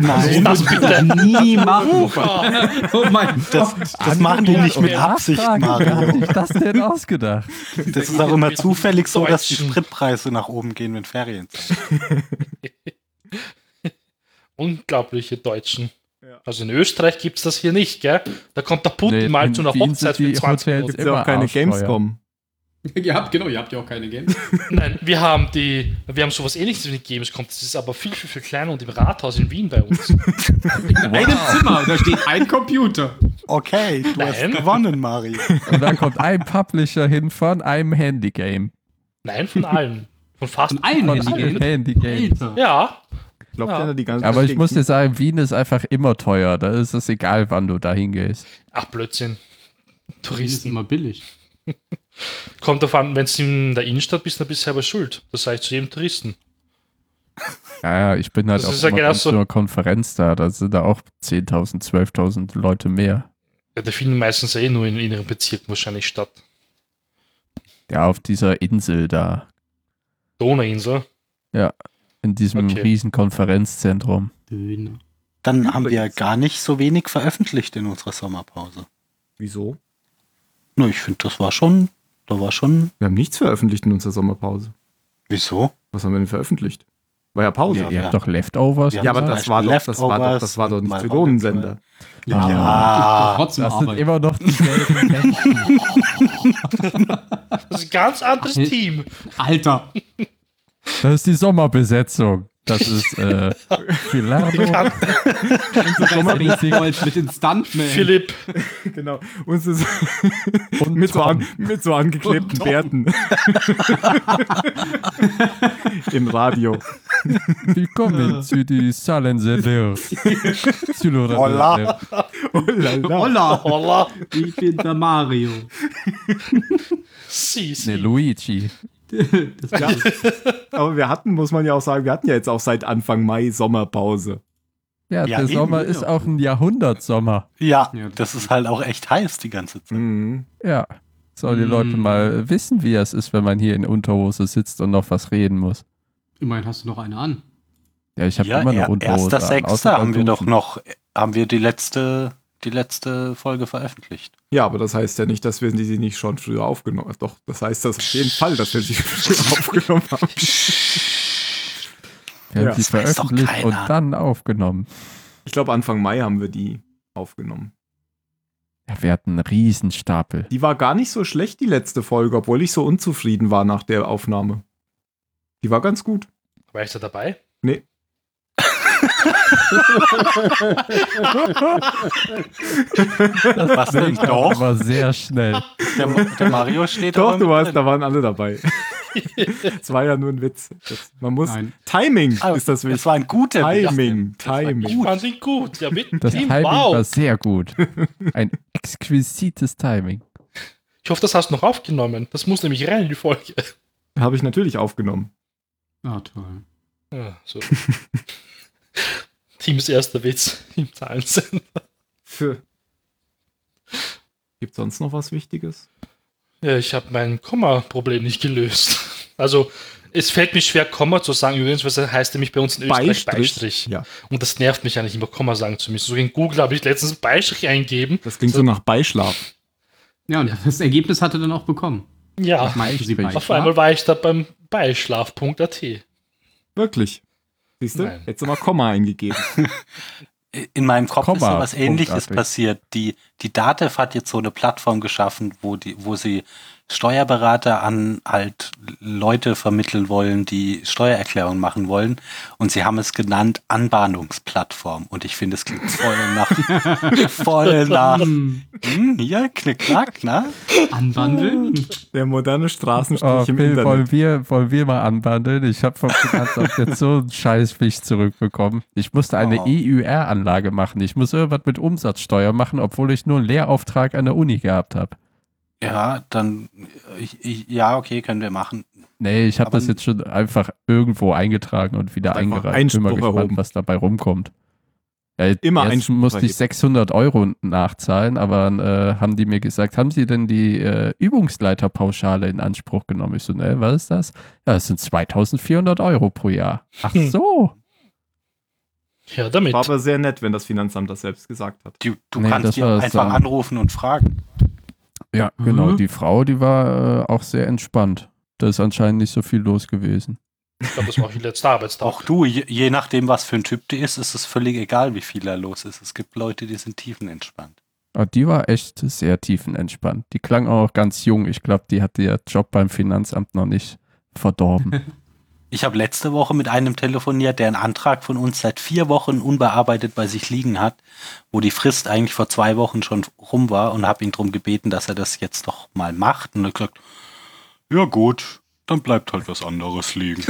S1: nein,
S3: das bitte.
S2: <laughs>
S5: Nie machen. <laughs> Oh <laughs> mein
S1: das, das machen die nicht mit Absicht,
S4: Wer
S1: Mario.
S4: hat sich das denn ausgedacht?
S1: <laughs> Das ist auch immer zufällig so, dass die
S3: Deutschen.
S1: Spritpreise nach oben gehen, wenn Ferien sind.
S3: Unglaubliche Deutschen. Also in Österreich gibt es das hier nicht, gell? Da kommt der Putin
S4: Nee,
S3: mal
S4: in
S3: zu einer
S4: Wien
S3: Hochzeit
S4: sind die
S3: mit 20
S4: Hotels
S3: Minuten.
S2: Ist ja
S4: Immer
S2: auch keine
S4: arschteuer.
S2: Gamescom.
S5: Ihr habt, genau, ihr habt ja auch keine Games.
S3: Nein, wir haben die, wir haben sowas ähnliches wie die Gamescom. Das ist aber viel, viel, viel kleiner und im Rathaus in Wien bei uns.
S5: In einem Zimmer, da steht <laughs> ein Computer.
S1: Okay, du hast
S3: Nein.
S1: gewonnen, Mario.
S4: Und dann kommt ein Publisher hin von einem Handygame.
S3: Nein, von allen. Von fast
S5: Von allen
S4: Von
S5: Handygame?
S4: einem Handygame.
S5: Alter.
S3: Ja,
S2: Glaubt
S3: Ja.
S2: ihr, die ganze
S4: Aber ich muss dir sagen, Wien ist einfach immer teuer. Da ist es egal, wann du da hingehst.
S3: ach Blödsinn.
S5: Die ist
S3: Touristen.
S5: immer billig.
S3: Kommt davon, an, wenn du in der Innenstadt bist, dann bist du selber schuld. Das sage ich zu jedem Touristen.
S4: Ja, ja, ich bin halt
S3: Das
S4: auch
S3: ist ja
S4: immer
S3: genau
S4: dann
S3: so.
S4: zu einer Konferenz da. Da sind da auch 10.000, 12.000 Leute mehr.
S3: Ja, da finden meistens eh nur in inneren Bezirken wahrscheinlich statt.
S4: Ja, auf dieser Insel da.
S3: Donauinsel.
S4: In diesem
S3: Okay.
S4: riesen Konferenzzentrum.
S5: Döner.
S1: Dann haben wir gar nicht so wenig veröffentlicht in unserer Sommerpause.
S2: Wieso?
S1: Nur ich finde, das war schon, da war schon,
S2: Wir haben nichts veröffentlicht in unserer Sommerpause.
S1: wieso?
S2: Was haben wir denn veröffentlicht? War ja Pause.
S1: Ja,
S4: Ihr
S1: ja.
S4: habt doch Leftovers.
S1: Ja,
S2: Ja, aber
S1: zum
S2: das
S1: Beispiel
S2: war, doch, das, war doch,
S1: Leftovers
S2: das war doch nicht
S1: und
S2: für
S1: mal
S2: Sender.
S4: Ah.
S1: Ja.
S5: Trotzdem
S4: das sind
S5: Arbeit.
S4: immer noch dieselben Menschen.
S3: Das ist ein ganz anderes
S5: Ach,
S3: Team.
S5: Alter.
S4: Das ist die Sommerbesetzung. Das
S3: <laughs>
S4: ist äh, Filardo.
S5: Sogar ist der Gold mit Instantman.
S3: Philipp.
S2: Genau. Uns ist <laughs> mit, so an, mit so angeklebten Bärten. <laughs> Im Radio.
S4: Willkommen zu die Salense der
S1: Hola.
S2: Oh la la.
S5: Holla.
S3: Holla.
S5: Ich bin der Mario.
S3: Sie,
S4: Ne,
S3: sie.
S4: Luigi.
S5: <laughs> Das war
S2: Aber wir hatten, muss man ja auch sagen, wir hatten ja jetzt auch seit Anfang Mai Sommerpause.
S4: Ja,
S1: Ja,
S4: der
S1: eben, genau.
S4: Sommer ist auch ein Jahrhundertsommer.
S1: Ja,
S5: Ja, das
S1: das ist halt auch echt heiß die ganze Zeit.
S2: Mhm.
S4: Ja. Sollen die
S3: Mm.
S4: Leute mal wissen, wie es ist, wenn man hier in Unterhose sitzt und noch was reden muss.
S5: Immerhin hast du noch eine an.
S4: Ja, ich habe
S1: ja,
S4: immer noch
S1: er-
S4: Unterhose.
S1: erster
S4: an,
S1: Sechster
S4: außer
S1: haben wir
S4: beim
S1: doch
S4: Duschen.
S1: noch, haben wir die letzte, die letzte Folge veröffentlicht.
S2: Ja, aber das heißt ja nicht, dass wir sie nicht schon früher aufgenommen haben. Doch, das heißt das auf jeden Fall, dass wir sie <laughs> früher aufgenommen haben.
S4: Wir haben
S2: Ja.
S4: sie
S1: Das weiß doch
S4: veröffentlicht und
S1: keiner.
S4: dann aufgenommen.
S2: Ich glaube, Anfang Mai haben wir die aufgenommen.
S4: Ja, wir hatten einen Riesenstapel.
S2: Die war gar nicht so schlecht, die letzte Folge, obwohl ich so unzufrieden war nach der Aufnahme. Die war ganz gut.
S3: War ich da dabei?
S1: Was denn? Doch,
S4: Aber sehr schnell.
S1: der, der Mario steht
S2: Doch,
S1: aber
S2: du
S1: mit
S2: warst,
S1: drin.
S2: da waren alle dabei. Es war ja nur ein Witz. Das, man muss.
S5: Nein.
S2: Timing
S1: Aber
S2: ist das
S1: Es
S2: wichtig.
S1: war ein guter Witz.
S2: Timing,
S3: Ich
S2: Timing.
S3: fand ihn gut. Ja, mit
S4: Das
S3: Team.
S4: Timing war
S3: Wow.
S4: sehr gut. Ein exquisites Timing.
S3: Ich hoffe, das hast du noch aufgenommen. Das muss nämlich rein in die Folge.
S2: Habe ich natürlich aufgenommen.
S5: Ah, toll.
S3: Ja, Ah, so. Teams erster Witz im Zahlensinn.
S2: Für. Gibt sonst noch was Wichtiges?
S3: Ja, ich habe mein Komma-Problem nicht gelöst. Also, Es fällt mir schwer, Komma zu sagen, übrigens, was heißt nämlich bei uns in Österreich Beistrich.
S2: Ja,
S3: Und das nervt mich eigentlich immer, Komma sagen zu müssen. So in Google habe ich letztens Beistrich eingeben.
S2: das klingt so nach Beischlaf.
S5: Ja, und das Ergebnis hatte dann auch bekommen.
S3: Ja,
S5: Meinten Sie
S4: Auf
S3: auf
S5: Beischlaf?
S3: einmal war ich da beim Beischlaf.at.
S2: Wirklich. Siehst du?
S3: Nein.
S2: Jetzt immer Komma eingegeben.
S1: In meinem Kopf ist
S4: Komma,
S1: so was ähnliches
S4: punktartig.
S1: passiert. Die, die DATEV hat jetzt so eine Plattform geschaffen, wo, die, wo sie Steuerberater an halt Leute vermitteln wollen, die Steuererklärungen machen wollen. Und sie haben es genannt Anbahnungsplattform. Und ich finde, es klingt voll
S4: <laughs>
S1: nach. voll nach.
S5: Hm,
S1: Hm, hier, knick, knack, na?
S5: anwandeln?
S2: Der moderne
S4: Oh,
S2: Straßenstrich im
S4: Bill,
S2: Internet.
S4: wollen wir, wollen wir mal anbandeln? Ich habe vom Finanzamt
S2: <laughs>
S4: jetzt so einen Scheißwicht zurückbekommen. Ich musste eine E
S1: Oh.
S4: EUR-Anlage machen. Ich muss irgendwas mit Umsatzsteuer machen, obwohl ich nur einen Lehrauftrag an der Uni gehabt habe.
S1: Ja, dann. Ich, ich, ja, okay, können wir machen.
S4: Nee, ich habe
S1: Aber-
S4: das jetzt schon einfach irgendwo eingetragen und wieder
S2: Einfach
S4: eingereicht.
S2: Einspruch
S4: Bin mal gespannt,
S2: erhoben.
S4: was dabei rumkommt. Ja,
S2: Immer
S4: erst
S2: Einspruch
S4: musste
S2: erheben.
S4: ich 600 Euro nachzahlen, aber äh, haben die mir gesagt, haben sie denn die äh, Übungsleiterpauschale in Anspruch genommen? Ich so, ne, was ist das? Ja, das sind 2400 Euro pro Jahr. Ach
S2: Hm.
S4: so.
S3: Ja, damit.
S2: War aber sehr nett, wenn das Finanzamt das selbst gesagt hat.
S1: Du, du
S4: Nee, das
S1: kannst die
S4: war
S1: auch
S4: das
S1: einfach
S4: dann.
S1: anrufen und fragen.
S4: Ja,
S5: Mhm.
S4: genau. Die Frau, die war äh, auch sehr entspannt. Da ist anscheinend nicht so viel los gewesen.
S3: Ich glaube, das war auch die letzte Arbeitstag.
S1: Auch du, je, je nachdem, was für ein Typ du ist, ist es völlig egal, wie viel da los ist. Es gibt Leute, die sind tiefenentspannt.
S4: Aber die war echt sehr tiefenentspannt. Die klang auch ganz jung. Ich glaube, die hat ihr Job beim Finanzamt noch nicht
S3: <laughs> Ah,
S4: verdorben.
S1: Ich habe letzte Woche mit einem telefoniert, der einen Antrag von uns seit vier Wochen unbearbeitet bei sich liegen hat, wo die Frist eigentlich vor zwei Wochen schon rum war und habe ihn darum gebeten, dass er das jetzt doch mal macht. Und er hat gesagt, ja gut, dann bleibt halt was anderes liegen.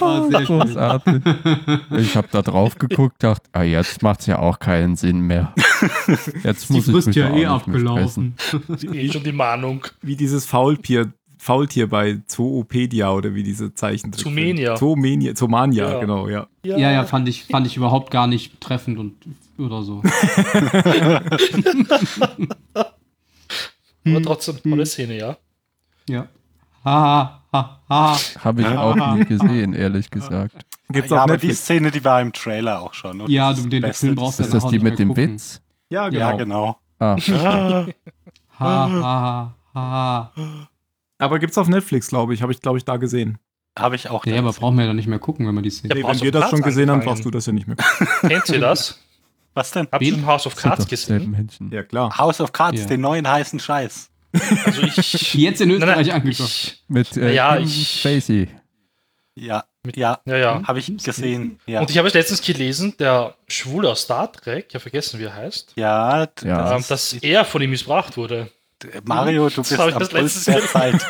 S5: Ah, sehr schön.
S4: Großartig. Ich habe da drauf geguckt, dachte, ah, jetzt macht es ja auch keinen Sinn
S5: <laughs>
S4: mehr. Jetzt
S5: Die
S4: muss ich
S5: Frist
S4: mich
S5: ja
S4: auch nicht
S5: eh
S4: mehr stressen.
S5: abgelaufen.
S3: eh schon die Mahnung.
S2: Wie dieses Faultier, Faultier bei Zoopedia oder wie diese Zeichen.
S3: Zoomania.
S2: Zoomania, Zomania,
S3: Ja.
S2: genau, ja.
S5: Ja, ja, fand ich, fand ich überhaupt gar nicht treffend und
S3: <laughs>
S5: oder so.
S3: Aber trotzdem, tolle Szene, ja.
S5: Ja. Ha, ha, ha.
S4: Habe ich auch nie gesehen, ehrlich gesagt.
S2: Gibt's
S1: ja,
S2: auf
S1: aber die
S2: Netflix.
S1: Szene, die war im Trailer auch schon. und
S5: Ja,
S1: das
S5: du,
S1: ist
S5: den
S1: das
S5: Film
S1: Beste,
S5: brauchst du
S4: Ist das
S5: auch
S4: die
S5: nicht
S4: mit
S5: mehr
S4: dem
S5: gucken.
S4: Witz?
S2: Ja, genau.
S1: Ja, genau.
S4: Ah,
S5: Ha, ha, ha.
S2: Aber gibt's auf Netflix, glaube ich. Habe ich, glaube ich, da gesehen.
S1: Habe ich auch.
S5: Ja,
S1: da
S5: aber
S1: gesehen.
S5: brauchen wir ja doch nicht mehr gucken, wenn wir die
S3: Ja,
S5: Szene.
S2: Nee,
S3: House
S2: wenn
S3: of
S2: wir das schon
S3: Cards
S2: gesehen haben,
S3: angefangen.
S2: brauchst du das ja nicht mehr.
S3: Kennt ihr das?
S1: Was denn?
S3: Habt ihr schon House of
S4: sind doch
S3: Cards
S4: dieselben
S3: gesehen?
S4: Menschen.
S2: Ja, klar.
S1: House of Cards,
S5: Ja.
S1: den neuen heißen Scheiß.
S3: Also
S5: <laughs>
S3: ich.
S5: Die jetzt in
S3: Nein,
S5: Österreich
S3: nein,
S5: angekommen.
S3: ich-
S4: Mit äh,
S3: Ja,
S4: Kevin
S3: ich-
S4: Spacey.
S1: Ja,
S3: Mit-
S1: ja,
S3: Ja, ja.
S1: habe ich gesehen. Hm? Ja,
S3: Und ich habe es letztens gelesen, der Schwule aus Star Trek, ich habe vergessen, wie er heißt,
S1: ja, d-
S4: Ja.
S3: ähm, dass er von ihm missbraucht wurde.
S1: d- Mario, du bist
S3: hab ich
S1: am
S3: <laughs> das
S1: Puls
S3: letztes
S1: der
S3: Mal- <laughs>
S1: Zeit.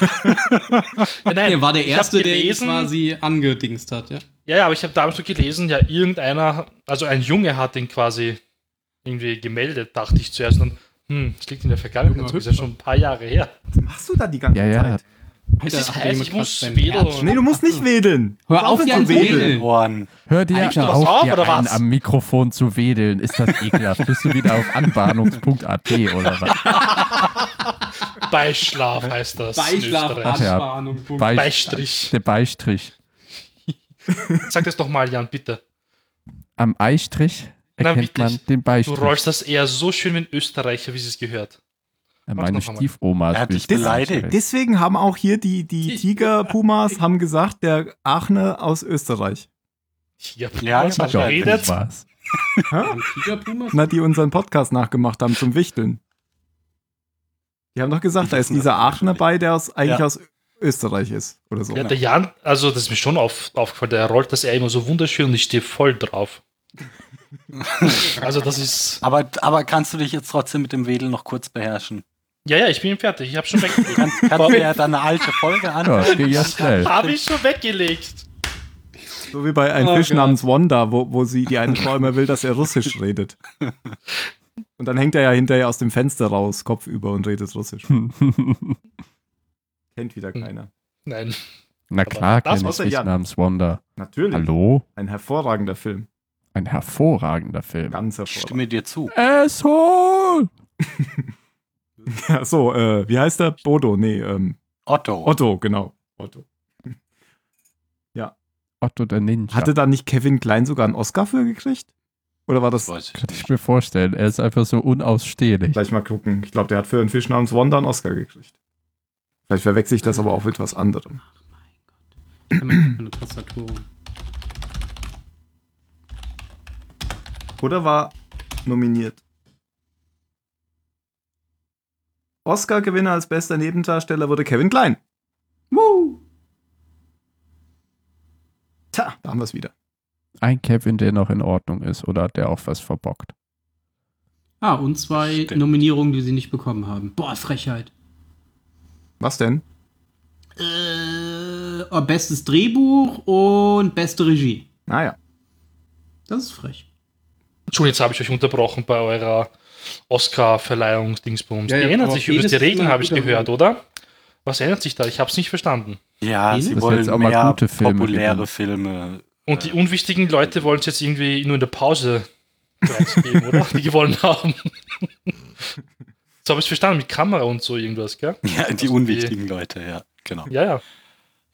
S3: Ja, nein,
S5: Er war der
S3: ich hab
S5: Erste, der ihn
S3: gelesen,
S5: quasi angedingst hat, ja.
S3: Ja, ja, aber ich habe damals so gelesen, ja, irgendeiner, also ein Junge hat ihn quasi irgendwie gemeldet, dachte ich zuerst. Und, hm, das liegt in der Vergangenheit, das ist ja schon ein paar Jahre her.
S2: Was machst du da die ganze
S4: Ja, ja.
S2: Zeit?
S3: Es
S5: Alter,
S3: ist
S5: hat
S3: heiß,
S5: jemand
S3: ich
S5: grad
S3: muss
S5: sein
S3: wedeln.
S5: Herz-
S2: Nee, du musst nicht wedeln.
S5: Hör auf,
S2: Warum
S5: Jan,
S2: zu
S5: zu wedeln.
S1: Ohren.
S4: Hör dir
S5: Alter,
S4: auf,
S3: auf,
S4: dir
S3: oder
S4: einen
S3: was?
S4: am Mikrofon zu wedeln. Ist das ekelhaft? Bist du wieder auf anbahnungs.at oder was?
S3: Beischlaf heißt das. in
S5: Beischlaf,
S3: Österreich.
S4: Ach ja.
S5: Anspannung, Punkt.
S4: Bei-
S3: Beistrich.
S4: Der Beistrich.
S3: Sag das doch mal, Jan, bitte.
S4: Am Eistrich
S3: Na,
S4: erkennt
S3: wirklich.
S4: man den
S3: Du
S4: Beistrich.
S3: rollst das eher so schön wie ein Österreicher, wie sie es gehört.
S4: Ja,
S3: Mach
S4: Meine
S3: noch einmal.
S4: Stiefoma
S1: Er hat dich beleidigt.
S2: Deswegen haben auch hier die, die Tiger-Pumas haben gesagt, der Aachener aus Österreich.
S3: Ja,
S1: Ja,
S3: was
S1: ja,
S3: hat
S1: ja.
S3: er
S7: halt
S3: redet?
S4: war's.
S5: Am Tigerpuma?
S2: Na, die unseren Podcast nachgemacht haben zum Wichteln. Die haben doch gesagt, da ist dieser Aachener bei, der aus, eigentlich
S1: Ja.
S2: aus Österreich ist oder so.
S3: Ja, der Jan, also das ist mir schon auf, aufgefallen, der rollt das eher immer so wunderschön und ich stehe voll drauf. also das ist.
S1: Aber, aber kannst du dich jetzt trotzdem mit dem Wedel noch kurz beherrschen?
S3: Ja, ja, ich bin fertig. Ich habe schon weggelegt.
S1: Kann, kannst du ja dann eine alte Folge
S4: Ja,
S1: anhören?
S4: das ging ja schnell. <laughs>
S3: habe ich schon weggelegt.
S2: So wie bei einem
S5: Oh
S2: Fisch
S5: Gott.
S2: namens Wanda, wo, wo sie die eine Frau immer will, dass er
S5: <laughs>
S2: Russisch redet. Und dann hängt er ja hinterher aus dem Fenster raus, Kopf über und redet Russisch. Kennt wieder
S5: Hm.
S2: keiner.
S3: Nein.
S4: Na klar,
S3: das
S4: kenne
S2: muss
S4: ich
S2: er
S4: mich
S2: ja.
S4: namens Wanda.
S2: Natürlich.
S4: Hallo?
S2: Ein hervorragender Film.
S4: Ein hervorragender Film.
S2: Ganz
S1: Ich
S2: hervorragend.
S1: stimme dir zu.
S4: Asshole!
S2: Ja, so, äh, wie heißt der? Bodo, nee, ähm,
S1: Otto.
S2: Otto, genau. Otto.
S4: Otto der Ninja.
S2: Hatte da nicht Kevin Klein sogar einen Oscar für gekriegt? Oder war das?
S1: Weiß ich
S4: Kann ich mir vorstellen. Er ist einfach so unausstehlich.
S2: Gleich mal gucken. Ich glaube, der hat für einen Fisch namens Wanda einen Oscar gekriegt. Vielleicht verwechsel ich
S5: Hm.
S2: das aber auch mit was anderem.
S5: Eine Tastatur.
S2: Oder war nominiert? Oscar-Gewinner als bester Nebendarsteller wurde Kevin Klein.
S5: Woo!
S2: Tja, da haben wir es wieder.
S4: Ein Kevin, der noch in Ordnung ist oder der auch was verbockt.
S5: Ah, und zwei
S1: Stimmt.
S5: Nominierungen, die sie nicht bekommen haben. Boah, Frechheit.
S2: Was denn?
S5: Äh, oh, bestes Drehbuch und beste Regie.
S2: Naja.
S5: Das ist frech.
S3: Entschuldigung, jetzt habe ich euch unterbrochen bei eurer Oscar-Verleihungsdingsbums.
S7: Ja,
S3: Die
S7: ja,
S3: ändern
S7: aber
S3: sich
S7: auf
S3: über die
S7: jedes
S3: Regeln,
S7: Mal
S3: habe ich
S7: wieder
S3: gehört,
S7: mal.
S3: oder? Was ändert sich da? Ich habe es nicht verstanden.
S1: Ja,
S5: Wen?
S1: sie
S4: Das
S1: wollen
S4: jetzt auch mal
S1: mehr
S4: gute Filme genau.
S1: populäre
S4: wieder.
S1: Filme.
S3: Und die unwichtigen Leute wollen es jetzt irgendwie nur in der Pause preisgeben, oder? Die gewonnen haben. So habe ich es verstanden, mit Kamera und so irgendwas, gell?
S1: Ja, die
S3: Also
S1: unwichtigen Leute, ja, genau.
S3: Ja,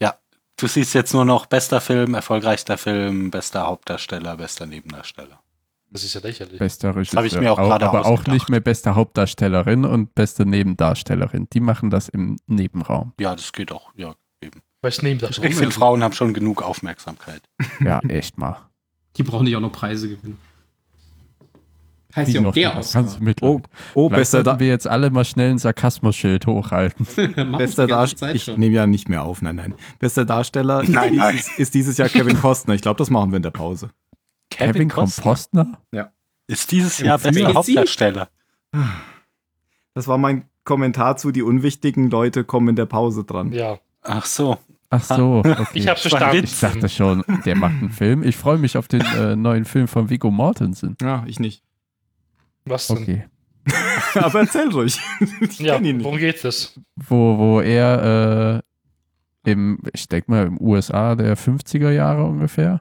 S3: ja.
S1: Du siehst jetzt nur noch bester Film, erfolgreichster Film, bester Hauptdarsteller, bester Nebendarsteller.
S3: Das ist ja lächerlich.
S4: Bester Regisseur.
S1: hab ich mir auch
S4: Au-
S1: gerade
S4: Aber auch
S1: ausgedacht.
S4: nicht mehr beste Hauptdarstellerin und beste Nebendarstellerin. Die machen das im Nebenraum.
S1: Ja, das geht auch, ja, eben.
S3: Weiß neben das
S1: Ich finde, Frauen haben schon genug Aufmerksamkeit.
S4: Ja, echt mal.
S5: Die brauchen nicht auch noch Preise gewinnen.
S7: Heißt
S5: um
S7: ja auch
S4: noch-
S7: der
S4: das
S7: Oscar.
S5: <laughs>
S4: kannst du mit-
S2: Oh, oh
S4: Vielleicht
S2: bester,
S4: sollten
S2: da
S4: wir jetzt alle mal schnell ein Sarkasmusschild hochhalten.
S5: Mach ich die
S2: bester
S5: ganze
S2: Darsteller.
S5: Zeit
S2: Ich
S5: schon.
S2: nehme ja nicht mehr auf, nein, nein. Bester Darsteller
S1: Nein,
S2: ist,
S1: nein.
S2: ist dieses Jahr Kevin Costner. Ich glaube, das machen wir in der Pause.
S4: Kevin Kompostner?
S1: ist dieses Jahr bester
S5: Medizin?
S1: Hauptdarsteller.
S2: Das war mein Kommentar zu die unwichtigen Leute kommen in der Pause dran.
S3: Ja,
S1: Ach so.
S4: Ach so. Okay.
S3: ich habe es
S1: Das war ein
S3: verstanden.
S4: Ich dachte schon, der macht einen Film. Ich freue mich auf den äh, neuen Film von Vigo Mortensen.
S2: Ja, ich <laughs> nicht.
S3: Was denn?
S4: Okay.
S2: Aber erzähl ruhig. <laughs> Ich
S3: Ja,
S2: kenn ihn nicht.
S3: worum geht es?
S4: Wo, wo er äh, im, ich denke mal, im USA der 50er Jahre ungefähr,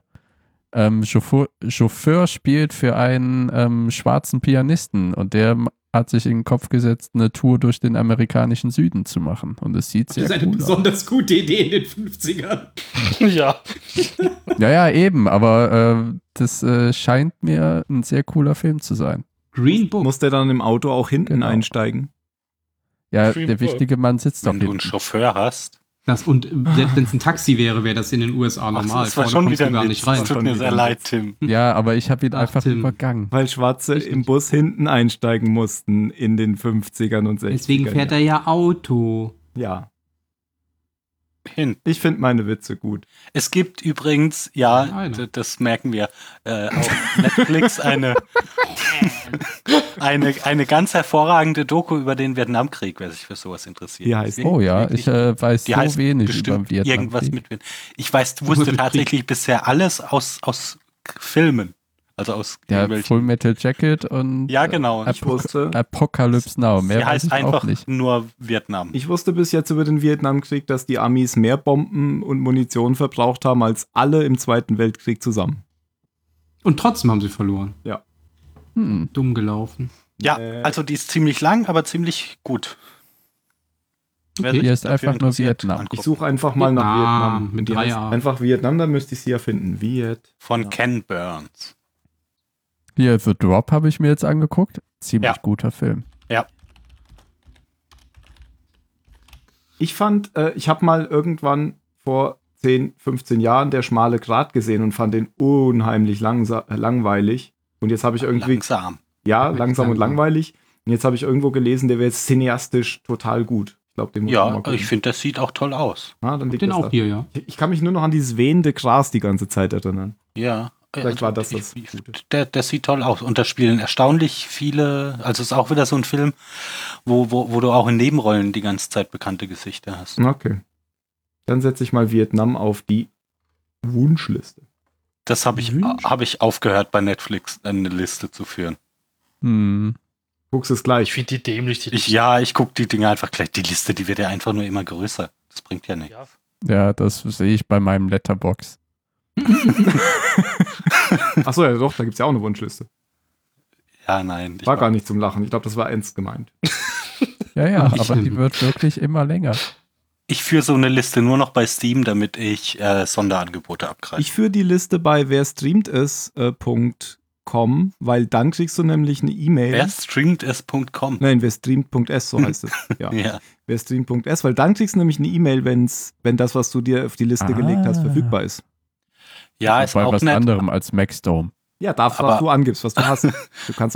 S4: ähm, Chauffeur, Chauffeur spielt für einen ähm, schwarzen Pianisten und der m- hat sich in den Kopf gesetzt, eine Tour durch den amerikanischen Süden zu machen. Und es sieht sehr
S5: Das ist eine
S4: cool aus.
S5: besonders gute Idee in den 50ern.
S3: <laughs> ja,
S4: Ja, ja, eben, aber äh, das äh, scheint mir ein sehr cooler Film zu sein.
S5: Green Book.
S2: Muss der dann im Auto auch hinten
S4: Genau.
S2: einsteigen?
S4: Ja,
S3: Dream
S4: der
S3: Boy.
S4: wichtige Mann sitzt
S1: Wenn
S4: auf
S1: du einen
S4: dem
S1: Chauffeur hast.
S5: Das, und äh, selbst wenn es ein Taxi wäre, wäre das in den USA
S1: Ach,
S5: normal.
S1: das war
S5: Vorne
S1: schon
S5: kommst
S1: wieder
S5: du
S1: ein
S5: gar
S1: Witz.
S5: nicht rein.
S1: Es tut mir sehr leid, Tim.
S4: Ja, aber ich habe ihn
S5: Ach,
S4: einfach
S5: Tim.
S4: übergangen.
S2: Weil Schwarze
S5: Richtig.
S2: im Bus hinten einsteigen mussten in den 50ern und 60ern.
S5: Deswegen fährt er ja Auto.
S2: Ja,
S1: hin.
S2: ich finde meine Witze gut.
S1: Es gibt übrigens, ja,
S5: Eine.
S1: d- das merken wir, äh, auf Netflix eine, <laughs> eine, eine ganz hervorragende Doku über den Vietnamkrieg, wer sich für sowas interessiert.
S2: Wie heißt
S4: Oh ja, ich äh, weiß
S1: Die
S4: so
S1: heißt
S4: wenig über den
S1: bestimmt
S4: Vietnam.
S1: irgendwas mit Vietnam. Ich weiß, wusste
S5: Krieg.
S1: tatsächlich bisher alles aus, aus K- Filmen. Also aus
S4: Ja,
S1: irgendwelchen-
S4: Full Metal Jacket und
S1: ja genau.
S4: äh,
S1: Ich,
S2: Ich wusste,
S4: Apocalypse Now. Mehr
S1: sie
S4: weiß
S1: heißt
S4: ich auch
S1: einfach
S4: nicht.
S1: nur Vietnam.
S2: ich wusste bis jetzt über den Vietnamkrieg, dass die Amis mehr Bomben und Munition verbraucht haben als alle im Zweiten Weltkrieg zusammen.
S5: Und trotzdem haben sie verloren.
S4: Hm.
S5: Dumm gelaufen.
S1: ja,
S2: Äh.
S1: also die ist ziemlich lang, aber ziemlich gut. Wer
S5: Okay.
S1: sich
S4: Hier ist
S1: dafür
S4: einfach nur
S1: interessiert,
S4: Vietnam.
S1: angucken.
S2: Ich suche einfach mal nach
S5: Vietnam,
S2: Vietnam.
S5: mit
S2: Die
S5: drei
S2: heißt
S5: A.
S2: Einfach Vietnam, dann müsste ich sie ja finden. Viet.
S1: Von
S2: Ja.
S1: Ken Burns.
S4: Hier, The Drop habe ich mir jetzt angeguckt. Ziemlich
S1: Ja.
S4: guter Film.
S2: Ich fand, äh, ich habe mal irgendwann vor 10, 15 Jahren der schmale Grat gesehen und fand den unheimlich langsa- äh, langweilig. Und jetzt habe ich irgendwie,
S1: Langsam.
S2: ja, langsam und
S5: Langsam.
S2: langweilig. Und jetzt habe ich irgendwo gelesen, der wäre jetzt cineastisch total gut. also Ich glaube, den muss
S1: Ja,
S2: man mal gucken.
S1: ich finde, das sieht auch toll aus.
S2: Ah, dann
S5: Hab
S2: liegt
S5: den
S2: das
S5: auch
S2: da.
S5: hier, ja.
S2: Ich kann mich nur noch an dieses wehende Gras die ganze Zeit erinnern.
S1: Ja. äh,
S2: Vielleicht war das
S1: ich,
S2: das
S1: ich-
S2: Gute.
S1: Der, der sieht toll aus. Und da spielen erstaunlich viele, also ist auch wieder so ein Film, wo, wo, wo du auch in Nebenrollen die ganze Zeit bekannte Gesichter hast.
S2: Okay. Dann setze ich mal Vietnam auf die Wunschliste.
S1: Das habe ich,
S2: Mhm.
S5: Wünsch-
S1: hab ich aufgehört, bei Netflix eine Liste zu führen.
S4: Hm.
S2: Guckst es <laughs>
S3: ich
S2: gleich.
S3: finde die dämlich. Die
S1: Ich, ja, ich gucke die Dinge einfach gleich. Die Liste, die wird ja einfach nur immer größer. Das bringt ja nichts.
S3: Ja.
S4: Ja, das sehe ich bei meinem Letterbox.
S2: Achso, ja doch, da gibt es ja auch eine Wunschliste.
S1: Ja, nein. ich
S2: War gar nicht zum Lachen. Ich glaube, das war ernst gemeint.
S4: Ja,
S1: <laughs>
S4: ja, aber die wird wirklich immer länger.
S1: Ich führe so eine Liste nur noch bei Steam, damit ich äh, Sonderangebote abgreife.
S2: Ich führe die Liste bei wer streamt es.com, weil dann kriegst du nämlich eine E-Mail.
S1: Wer streamt es.com?
S2: Nein, wer streamt.s, so heißt es. <laughs> Ja.
S1: Ja.
S2: Wer streamt.s, weil dann kriegst du nämlich eine E-Mail, wenn's, wenn das, was du dir auf die Liste gelegt hast,
S4: Ah.
S2: verfügbar ist.
S1: Ja, ist
S4: Bei
S1: auch
S4: was
S1: nett,
S4: anderem als Maxdome.
S2: Ja, darf, was
S1: Aber-
S2: du angibst, was du hast. Du kannst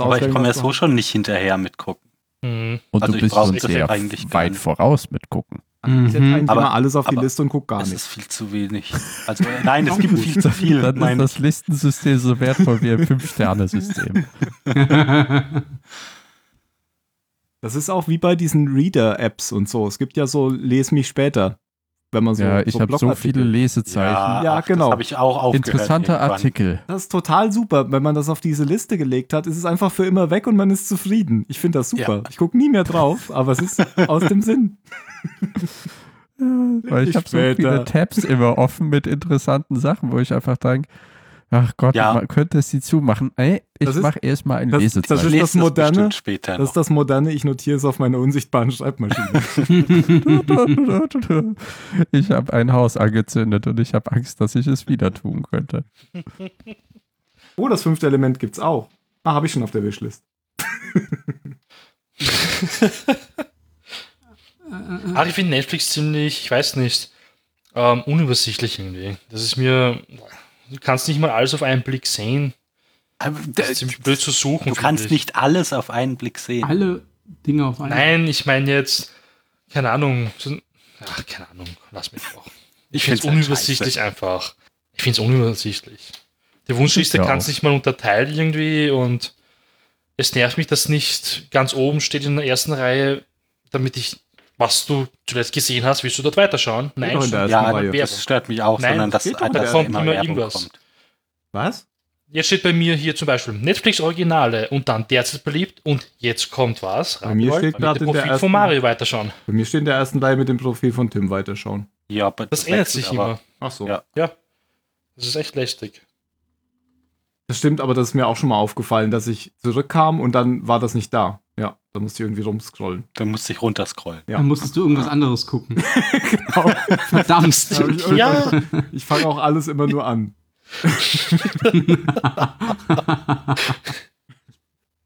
S1: <laughs> aber ich
S2: auswählen,
S1: komme ja
S2: was du
S1: so schon nicht hinterher mitgucken.
S3: Mhm.
S4: Und
S1: Also
S4: du
S1: ich
S4: bist
S1: brauch
S4: uns
S1: das
S4: sehr
S1: eigentlich gar
S4: weit
S1: nicht.
S4: voraus mit gucken.
S2: hast. Ich
S5: Mhm.
S2: setze eigentlich
S1: hm, Aber-
S2: immer alles auf die
S1: aber-
S2: Liste und guck gar
S1: Das
S2: nichts.
S1: ist viel zu wenig. Also äh, nein,
S2: <laughs>
S1: es gibt viel zu viel.
S4: Dann ist
S1: Mein,
S4: das Listensystem so wertvoll
S1: <laughs>
S4: wie ein Fünf-Sterne-System.
S2: Das ist auch wie bei diesen Reader-Apps und so. Es gibt ja so, les mich später, wenn man so.
S4: ja, ich
S2: so
S4: habe so
S2: Blogartikel-
S4: viele Lesezeichen.
S1: ja,
S2: Ja,
S1: ach,
S2: genau.
S1: Das habe ich auch aufgehört.
S4: Interessanter
S1: irgendwann.
S4: Artikel.
S2: Das ist total super. Wenn man das auf diese Liste gelegt hat, ist es einfach für immer weg und man ist zufrieden. Ich finde das super.
S1: Ja.
S2: Ich gucke nie mehr drauf, aber es
S1: <laughs>
S2: ist aus dem Sinn.
S4: Weil ich habe so viele Tabs immer offen mit interessanten Sachen, wo ich einfach denke, ach Gott,
S1: Ja.
S4: man könnte es die zumachen. Ey, ich
S2: Das ist-
S4: mache erstmal ein
S2: das-
S4: Lesezeichen.
S2: das ist
S1: Lest
S2: das
S1: es
S2: Moderne.
S1: bestimmt später
S2: Das ist das Moderne, ich notiere es auf meiner unsichtbaren Schreibmaschine.
S4: <laughs> Ich habe ein Haus angezündet und ich habe Angst, dass ich es wieder tun könnte.
S2: oh, das fünfte Element gibt's auch. Ah, habe ich schon auf der Wishlist.
S3: Ah, ich finde Netflix ziemlich, ich weiß nicht, ähm, unübersichtlich irgendwie. Das ist mir, du kannst nicht mal alles auf einen Blick sehen.
S1: Aber,
S3: Das
S1: äh,
S3: ist ziemlich blöd zu suchen.
S1: Du
S3: finde
S1: kannst
S3: ich.
S1: nicht alles auf einen Blick sehen.
S5: Alle Dinge auf einmal.
S3: Nein, ich meine jetzt, keine Ahnung, so- ach, keine Ahnung, lass mich doch. Ich finde es
S1: find's halt
S3: unübersichtlich einfach. Ich finde es unübersichtlich. Die Wunschliste
S4: Ja.
S3: kannst du nicht mal unterteilen irgendwie und es nervt mich, dass nicht ganz oben steht in der ersten Reihe, damit ich, was du zuletzt gesehen hast, willst du dort weiterschauen? Nein,
S2: doch in der
S3: stimmt.
S2: ersten
S1: Ja,
S2: Reihe.
S3: Werbung.
S1: das stört mich auch,
S3: Nein,
S1: sondern dass
S2: das geht doch,
S1: dass
S2: da
S3: kommt
S1: immer
S3: immer
S1: Werbung
S3: irgendwas.
S1: kommt.
S2: Was?
S3: Jetzt steht bei mir hier zum Beispiel Netflix Originale und dann derzeit beliebt und jetzt kommt was?
S2: Bei mir
S3: Ratenwald,
S2: steht
S3: damit
S2: gerade in der
S3: der Profit
S2: ersten-
S3: von Mario weiterschauen.
S2: Bei mir steht in der ersten Reihe mit dem Profil von Tim weiterschauen.
S1: Ja, aber
S3: Das ändert
S1: wechselt
S3: sich
S1: aber.
S3: immer.
S2: Ach so.
S1: Ja.
S3: Das ist echt lästig.
S2: Das stimmt, aber das ist mir auch schon mal aufgefallen, dass ich zurückkam und dann war das nicht da. Ja, da musste ich irgendwie rumscrollen.
S1: Dann musst du dich runterscrollen.
S2: Ja.
S5: Dann musstest du irgendwas
S7: <laughs>
S5: anderes gucken.
S2: Genau.
S5: Verdammt.
S3: Ja,
S2: Ich fange auch alles immer nur an.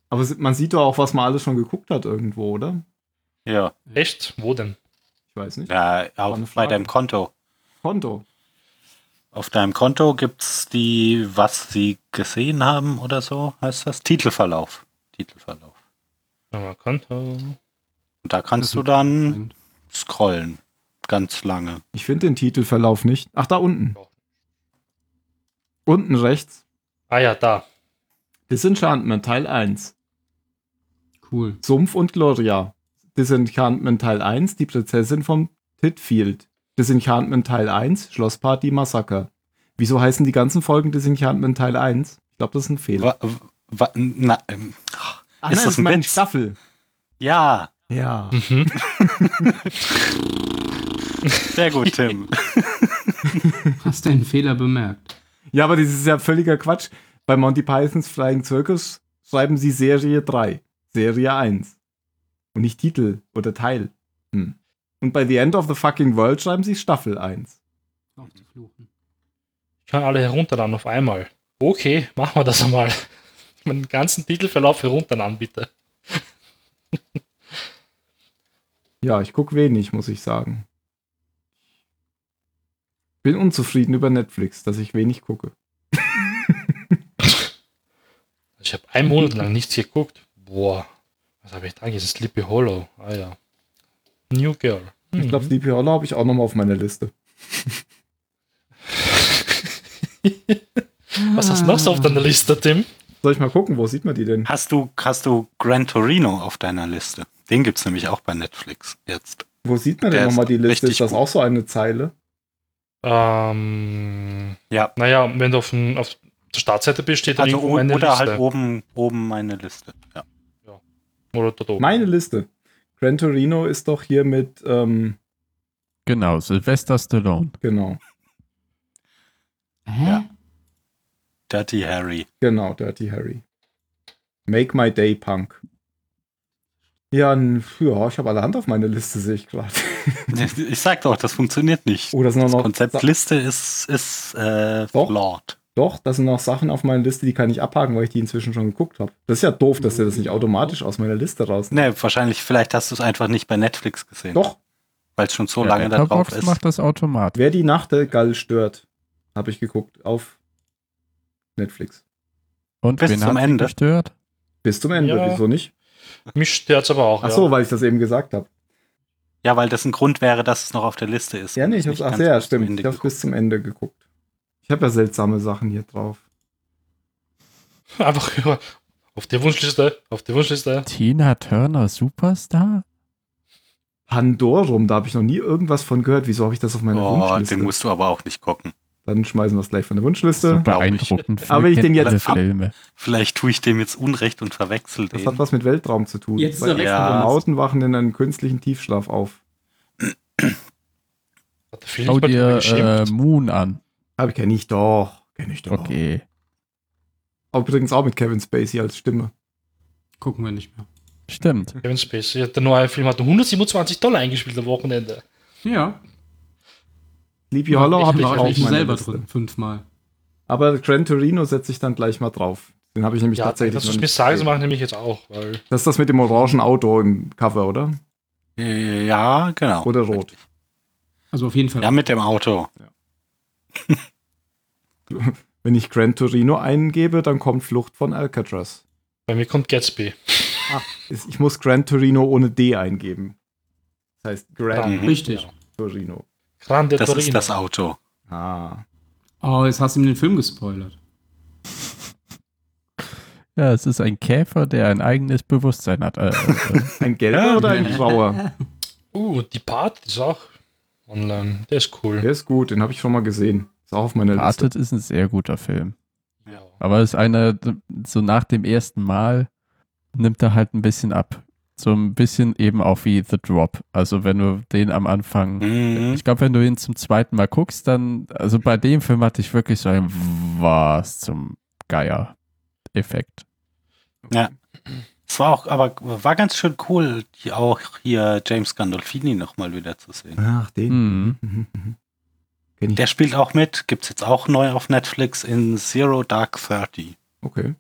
S2: Aber es- man sieht doch auch, was man alles schon geguckt hat irgendwo, oder?
S1: Ja,
S3: echt? Wo denn?
S2: Ich weiß nicht.
S1: ja auch
S2: eine
S1: bei
S2: Frage.
S1: deinem Konto.
S2: Konto.
S1: Auf deinem Konto gibt's die, was sie gesehen haben oder so, heißt das? Titelverlauf. Titelverlauf.
S3: Nochmal Konto.
S1: Und da kannst
S5: Das
S1: du
S5: ist
S1: dann scrollen. Ganz lange.
S2: Ich finde den Titelverlauf nicht. Ach, da unten.
S3: Doch.
S2: Unten rechts.
S3: Ah ja, da.
S2: Disenchantment Teil 1.
S5: Cool.
S2: Sumpf und Gloria. Disenchantment Teil 1, die Prinzessin vom Titfield. Disenchantment Teil 1, Schlossparty Massaker. Wieso heißen die ganzen Folgen Disenchantment Teil 1? Ich glaube, das ist ein Fehler.
S1: Wa- wa- na, ähm,
S2: Ah,
S1: Ist
S2: nein,
S1: das ein
S2: meine
S1: Witz?
S2: Staffel.
S1: ja,
S2: Ja.
S3: Mhm.
S1: sehr gut, Tim. <laughs>
S5: Hast deinen Fehler bemerkt.
S2: Ja, aber das ist ja völliger Quatsch. Bei Monty Pythons Flying Circus schreiben sie Serie 3, Serie 1. Und nicht Titel oder Teil. Hm. Und bei The End of the Fucking World schreiben sie Staffel 1.
S5: Auf zu fluchen.
S3: Ich kann alle herunterladen auf einmal. Okay, machen wir das einmal. <laughs> Meinen ganzen Titelverlauf herunterladen, bitte.
S2: Ja, ich guck wenig, muss ich sagen. Bin unzufrieden über Netflix, dass ich wenig gucke.
S3: Ich habe einen Monat lang nichts geguckt. Boah, was habe ich da gesehen? Sleepy Hollow. Ah ja. New Girl.
S2: Ich glaube, Sleepy Hollow habe ich auch nochmal auf meiner Liste.
S3: Hm. <laughs> Was hast du noch so auf deiner Liste, Tim?
S2: Soll ich mal gucken, wo sieht man die denn?
S1: Hast du, hast du Gran Torino auf deiner Liste? Den gibt's nämlich auch bei Netflix jetzt.
S2: Wo sieht man denn
S1: Der ist
S2: nochmal die Liste?
S1: richtig
S2: Ist das
S1: gut.
S2: auch so eine Zeile?
S3: Ähm,
S1: Ja.
S3: Naja, wenn du auf, dem- auf der Startseite bist, steht da
S1: Also
S2: um
S1: o-
S3: irgendwo eine
S1: oder
S3: Liste.
S1: halt oben, oben meine Liste. Ja.
S3: oder dort oben.
S2: Meine Liste. Gran Torino ist doch hier mit, ähm,
S4: Genau, Sylvester Stallone.
S2: genau,
S5: Hä?
S1: Ja. Dirty Harry. <laughs>
S2: genau, Dirty Harry. Make My Day Punk. Ja, n- ja ich habe alle Hand auf meiner Liste, sehe ich gerade.
S1: Ich sag doch, das funktioniert nicht.
S2: <laughs> Oh, das sind auch
S1: Das
S2: noch
S1: Konzept Liste ist, ist äh,
S2: Doch.
S1: flawed.
S2: Doch, das sind noch Sachen auf meiner Liste, die kann ich abhaken, weil ich die inzwischen schon geguckt habe. Das ist ja doof, dass der das nicht automatisch aus meiner Liste rausnimmt.
S1: Ne, wahrscheinlich, vielleicht hast du es einfach nicht bei Netflix gesehen,
S2: Doch,
S1: weil es schon so
S4: Ja,
S1: lange da drauf
S4: Letterboxd
S1: ist.
S4: macht das automatisch.
S2: wer die Nachtigall stört, habe ich geguckt auf Netflix.
S4: Und
S1: Bis
S4: wen
S1: zum
S4: hat sie
S1: Ende.
S4: gestört?
S2: Bis zum Ende,
S3: Ja.
S2: wieso nicht?
S3: Mich stört es aber auch.
S2: Ach so,
S3: ja.
S2: weil ich das eben gesagt habe.
S1: Ja, weil das ein Grund wäre, dass es noch auf der Liste ist.
S2: Ja, nee, ich
S1: Nicht
S2: hab's, ach
S1: ganz
S2: sehr,
S1: bis zum
S2: stimmt.
S1: Ende
S2: Ich hab's
S1: geguckt.
S2: bis zum Ende geguckt. Ich habe ja seltsame Sachen hier drauf.
S3: Einfach <laughs> ja, auf die Wunschliste, auf die Wunschliste.
S4: Tina Turner Superstar?
S2: Pandorum, da habe ich noch nie irgendwas von gehört. Wieso habe ich das auf meiner
S1: Oh,
S2: Wunschliste?
S1: den musst du aber auch nicht gucken.
S2: Dann schmeißen wir es gleich von der Wunschliste.
S4: So
S1: glaub ich.
S4: beeindruckend. für
S2: Aber ich den
S4: Kenntnisse
S2: jetzt-
S4: Filme.
S1: Vielleicht tue ich dem jetzt Unrecht und verwechsel
S2: Das
S1: den.
S2: hat was mit Weltraum zu tun.
S7: Jetzt ist
S2: Weil
S7: er
S1: weg
S2: die
S1: von uns.
S2: Astronauten wachen in einem künstlichen Tiefschlaf auf.
S3: Hat der Film
S4: Schau
S3: nicht mal drüber
S4: dir äh,
S3: geschimpft?
S4: Moon an.
S2: Aber kenne ich doch. Kenne ich doch.
S4: Okay.
S2: Aber übrigens auch mit Kevin Spacey als Stimme.
S5: Gucken wir nicht mehr.
S4: Stimmt.
S3: Kevin Spacey. Ja, Der neue Film hat 127 Dollar eingespielt am Wochenende.
S5: Ja.
S2: Sleepy Hollow
S5: ich
S2: habe ich
S5: war
S2: auch
S5: ich
S2: auf meiner
S5: selber
S2: Liste.
S5: drin, fünfmal.
S2: Aber Gran Torino setze ich dann gleich mal drauf. Den habe ich nämlich
S3: Ja,
S2: tatsächlich
S3: dass du
S2: noch
S3: es mir
S2: nicht
S3: sagst,
S2: gesehen.
S3: mache ich nämlich jetzt auch. Weil
S2: Das ist das mit dem orangen Auto im Cover, oder?
S1: ja, genau.
S2: Oder rot.
S5: Also auf jeden Fall.
S1: Ja, mit dem Auto.
S2: Wenn ich Gran Torino eingebe, dann kommt Flucht von Alcatraz.
S3: bei mir kommt Gatsby.
S2: Ist- Ich muss Gran Torino ohne D eingeben. Das heißt
S1: Mhm.
S2: Gran
S5: Richtig.
S3: Ja.
S2: Torino.
S3: Grande
S1: Das
S3: Torino.
S1: ist das Auto.
S2: Ah.
S5: Oh, jetzt hast du ihm den Film gespoilert.
S4: Ja, es ist ein Käfer, der ein eigenes Bewusstsein hat. Äh, äh, äh,
S2: Ein gelber oder ein grauer?
S3: Uh, und die Part ist auch online. Der ist cool.
S2: Der ist gut, den habe ich schon mal gesehen. Ist auch auf meiner Liste.
S4: Artet ist ein sehr guter Film.
S3: Ja.
S4: Aber es ist einer, so nach dem ersten Mal nimmt er halt ein bisschen ab. So ein bisschen eben auch wie The Drop. Also wenn du den am Anfang
S1: Mhm.
S4: Ich glaube, wenn du ihn zum zweiten Mal guckst, dann, also bei dem Film hatte ich wirklich so ein Was zum Geier-Effekt.
S1: Es war auch, aber war ganz schön cool, die auch hier James Gandolfini nochmal wieder zu sehen.
S2: Ach, den.
S4: Mhm.
S3: Hm.
S2: Mhm, mhm. Kenn ich.
S1: Der spielt auch mit, gibt's jetzt auch neu auf Netflix in Zero Dark Thirty.
S2: Okay.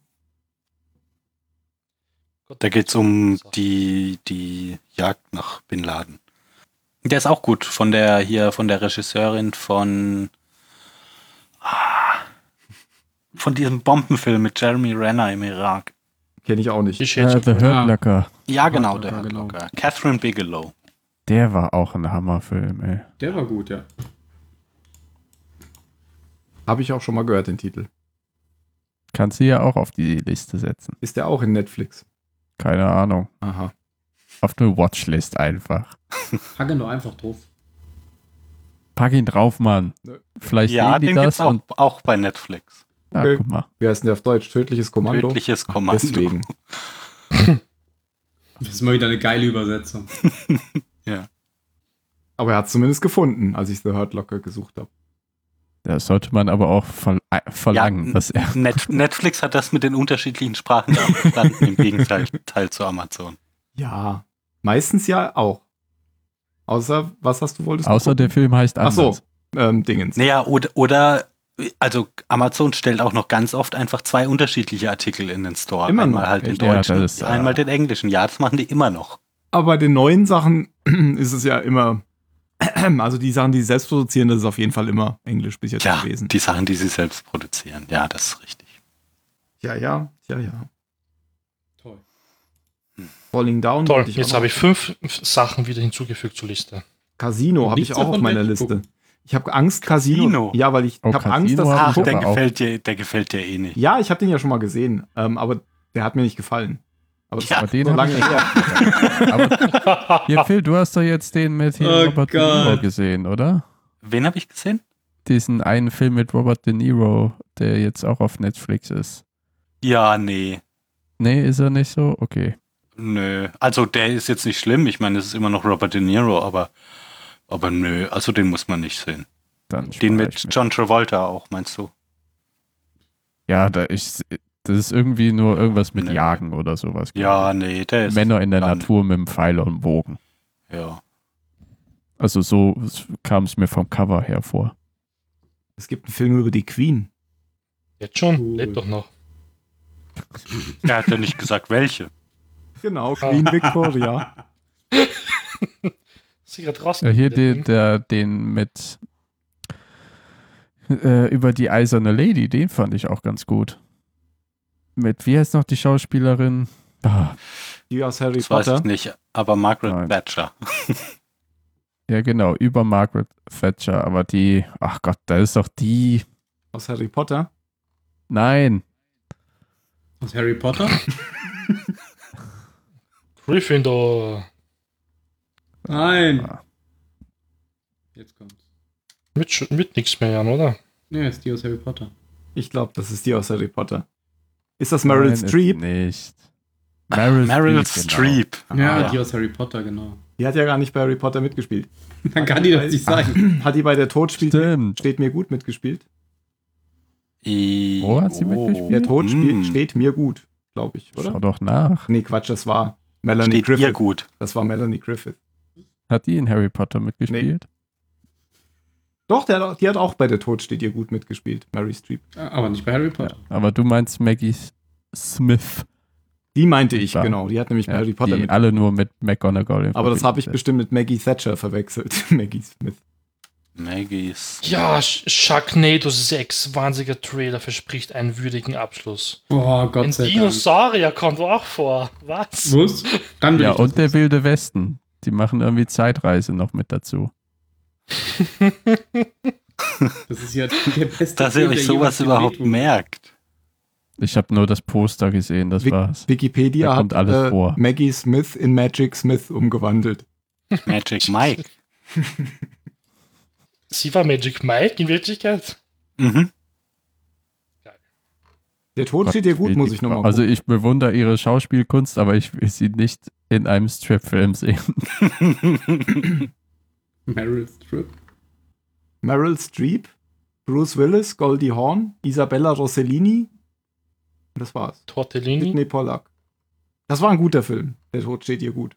S1: Da geht's um die, die Jagd nach Bin Laden. Der ist auch gut von der hier, von der Regisseurin von ah, von diesem Bombenfilm mit Jeremy Renner im Irak.
S2: Kenne ich auch nicht.
S3: Die Shades
S4: Äh,
S3: of
S4: The Hurt Locker,
S1: Ja, genau,
S5: Ja,
S1: der Hurt
S5: genau.
S1: Locker. Catherine Bigelow.
S4: der war auch ein Hammerfilm, ey.
S7: Der war gut, ja.
S2: Habe ich auch schon mal gehört, den Titel.
S4: Kannst du ja auch auf die Liste setzen.
S2: Ist der auch in Netflix?
S4: Keine Ahnung.
S2: Aha.
S4: Auf eine Watchlist einfach.
S7: Pack ihn doch einfach drauf.
S4: Pack ihn drauf, Mann. Vielleicht
S1: Ne. Ja,
S4: sehen die
S1: den
S4: das
S1: gibt's auch,
S4: und
S1: auch bei Netflix.
S4: na,
S2: Okay.
S4: guck mal.
S2: Wie heißt denn der auf Deutsch? Tödliches Kommando.
S1: Tödliches Kommando.
S2: Deswegen.
S7: Das ist mal wieder eine geile Übersetzung.
S2: Aber er hat es zumindest gefunden, als ich The Hurt Locker gesucht habe.
S4: Das sollte man aber auch verl äh, verlangen,
S1: Ja,
S4: dass er.
S1: Net Netflix hat das mit den unterschiedlichen Sprachen da verstanden, im Gegenteil Teil zu Amazon.
S2: Ja. Meistens ja auch. Außer, was hast du wolltest? du
S4: Außer der
S2: gucken?
S4: Film heißt
S2: Ach
S4: anders.
S2: so. Ähm, Dingens.
S1: Naja, oder, oder, also Amazon stellt auch noch ganz oft einfach zwei unterschiedliche Artikel in den Store.
S2: Immer
S1: einmal
S2: noch,
S1: halt den
S4: echt? Ja,
S1: deutschen,
S4: das ist, äh,
S1: einmal den englischen. Ja, das machen die immer noch.
S2: Aber bei den neuen Sachen <clears throat> ist es ja immer. <clears throat> Also die Sachen, die sie selbst produzieren, das ist auf jeden Fall immer Englisch bis jetzt
S1: Ja,
S2: gewesen.
S1: die Sachen, die sie selbst produzieren. Ja, das ist richtig.
S2: Ja, ja, ja, ja.
S7: Toll.
S2: Falling Down.
S3: Toll,
S2: hatte ich
S3: jetzt
S2: auch noch.
S3: habe ich fünf Sachen wieder hinzugefügt zur Liste.
S2: Casino habe
S7: Nichts
S2: ich auch auf
S7: davon
S2: meiner
S7: will ich
S2: Liste.
S7: gucken.
S2: Ich habe Angst Casino.
S1: Casino.
S2: Ja, weil ich
S4: Oh,
S2: habe Angst,
S4: Casino
S2: dass
S4: hab
S1: Ach,
S4: ich
S2: ich
S1: der
S4: aber auch.
S1: gefällt, dir, der gefällt dir eh nicht.
S2: Ja, ich habe den ja schon mal gesehen, ähm, aber der hat mir nicht gefallen. Aber das
S1: Ja.
S2: ist
S4: Aber den
S2: so
S4: hab
S2: lange
S4: ich-
S2: her.
S4: Aber, <laughs> ja, Phil, du hast doch jetzt den mit hier
S7: Oh
S4: Robert De
S7: Gott.
S4: Niro gesehen, oder?
S1: Wen habe ich gesehen?
S4: Diesen einen Film mit Robert De Niro, der jetzt auch auf Netflix ist.
S1: Ja, nee.
S4: Nee, ist er nicht so? Okay.
S1: Nö. Also der ist jetzt nicht schlimm. Ich meine, es ist immer noch Robert De Niro, aber, aber nö, also den muss man nicht sehen.
S4: Dann
S1: Den
S4: spare ich
S1: mit
S4: mir.
S1: John Travolta auch, meinst du?
S4: Ja, da ich, Das ist irgendwie nur irgendwas mit
S1: Nee.
S4: Jagen oder sowas.
S1: Ja, nee, der ist.
S4: Männer in der
S1: Land.
S4: Natur mit dem Pfeil und dem Bogen.
S1: Ja.
S4: Also so kam es mir vom Cover her vor.
S2: Es gibt einen Film über die Queen.
S3: Jetzt schon?
S7: Cool.
S3: Lebt doch noch.
S1: Er hat ja nicht gesagt, welche.
S2: Genau,
S4: Ah.
S3: Queen
S2: Victoria.
S3: Ist sie gerade raus?
S4: Ja, hier den, der, den mit äh, über die eiserne Lady, den fand ich auch ganz gut. Mit, wie heißt noch die Schauspielerin? Ah,
S2: <laughs> Die aus Harry
S1: Das weiß
S2: Potter.
S1: ich nicht. Aber Margaret
S4: Nein.
S1: Thatcher.
S4: ja, genau, über Margaret Thatcher, aber die, ach Gott, da ist doch die.
S2: Aus Harry Potter.
S4: Nein,
S7: Aus Harry Potter?
S3: Gryffindor.
S7: Nein.
S4: Ah,
S7: Jetzt kommt's.
S3: Mit, Sch- mit nichts mehr, Jan, oder?
S7: Nee, ist die aus Harry Potter.
S2: Ich glaube, das ist die aus Harry Potter. Ist das Meryl
S4: nein, ist
S2: Streep?
S4: Nicht. Meryl,
S1: Meryl
S4: genau.
S1: Streep.
S7: Ja,
S1: Ah,
S7: die aus Harry Potter, genau.
S2: Die hat ja gar nicht bei Harry Potter mitgespielt.
S7: <laughs> Dann kann die das nicht
S5: Ah.
S7: sagen.
S2: Hat die bei der Tod spielt,
S4: genau. Stimmt.
S2: steht mir gut mitgespielt?
S1: I-
S4: Wo hat sie mitgespielt?
S2: Der Tod
S1: mm.
S2: spielt, steht mir gut, glaube ich,
S4: Schau
S2: oder?
S4: doch nach.
S2: Nee, Quatsch, das war Melanie
S1: Steht
S2: Griffith.
S1: ihr gut.
S2: Das war Melanie Griffith.
S4: Hat die in Harry Potter mitgespielt?
S2: Doch, der, hat auch- die hat auch bei der Tod steht ihr gut mitgespielt, Mary Streep.
S7: Aber nicht bei Harry Potter.
S4: Aber du meinst Maggie S- Smith.
S2: Die meinte ich,
S4: Klar.
S2: genau. Die hat nämlich bei
S4: Ja,
S2: Harry Potter
S4: die
S2: mit.
S4: alle nur mit McGonagall. in
S2: Aber das habe ich
S4: Verbindung
S2: bestimmt mit Maggie Thatcher verwechselt. <laughs> Maggie Smith.
S1: Maggie's.
S3: Ja, Sch- Sharknado 6, wahnsinniger Trailer, verspricht einen würdigen Abschluss.
S7: Oh,
S3: Ein
S7: Gott sei Dank.
S3: Dinosaurier kommt auch vor. Was?
S7: Wusst? Dann
S4: sind.
S7: will
S4: Ja,
S7: ich das
S4: und der
S7: wissen.
S4: Wilde Westen. Die machen irgendwie Zeitreise noch mit dazu.
S7: Das ist ja der beste
S1: Dass ihr
S7: Film,
S1: euch
S7: der
S1: sowas
S7: jemals
S1: überhaupt
S7: gedreht wurde.
S1: merkt.
S4: Ich habe nur das Poster gesehen, das
S2: Vic-
S4: war's. Da
S2: Wikipedia
S4: kommt
S2: hat
S4: alles vor.
S2: äh, Maggie Smith in Magic Smith umgewandelt.
S1: Magic Mike.
S3: Sie war Magic Mike in Wirklichkeit?
S1: Mhm.
S2: Der Tod steht dir gut, muss ich nochmal
S4: Also ich bewundere ihre Schauspielkunst, aber ich will sie nicht in einem Strip-Film sehen. <laughs>
S7: Meryl Streep.
S2: Meryl Streep, Bruce Willis, Goldie Hawn, Isabella Rossellini. Und das war's.
S3: Tortellini?
S2: Sidney Pollack. Das war ein guter Film. Der Tod steht dir gut.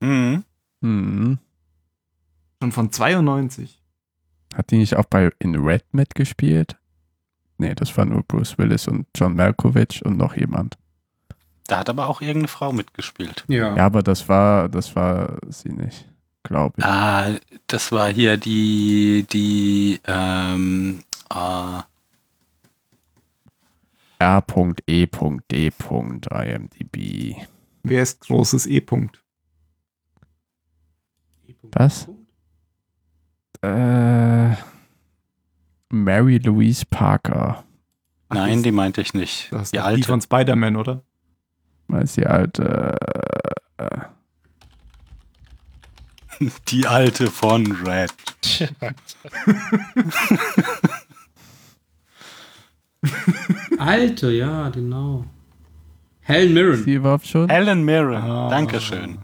S1: Mhm.
S4: Hm.
S2: Schon von 92.
S4: Hat die nicht auch bei In Red mitgespielt? Nee, das war nur Bruce Willis und John Malkovich und noch jemand.
S1: Da hat aber auch irgendeine Frau mitgespielt.
S7: Ja.
S4: Ja, aber das war, das war sie nicht, glaube ich.
S1: Ah, das war hier die, die, ähm, ah,
S4: E R.E.D.IMDb.
S2: Wer ist großes E-Punkt?
S4: Was? Äh, Mary Louise Parker.
S2: Ach,
S1: nein,
S2: das-
S1: die meinte ich nicht.
S2: Das ist
S1: Die
S2: doch die
S1: alte.
S2: von Spider-Man, oder?
S4: Das Ist die alte.
S1: Die alte von Red.
S3: Tja,
S7: Alte, ja, genau. Helen Mirren.
S4: Ist die überhaupt schon?
S1: Helen Mirren.
S2: Ah.
S1: Dankeschön.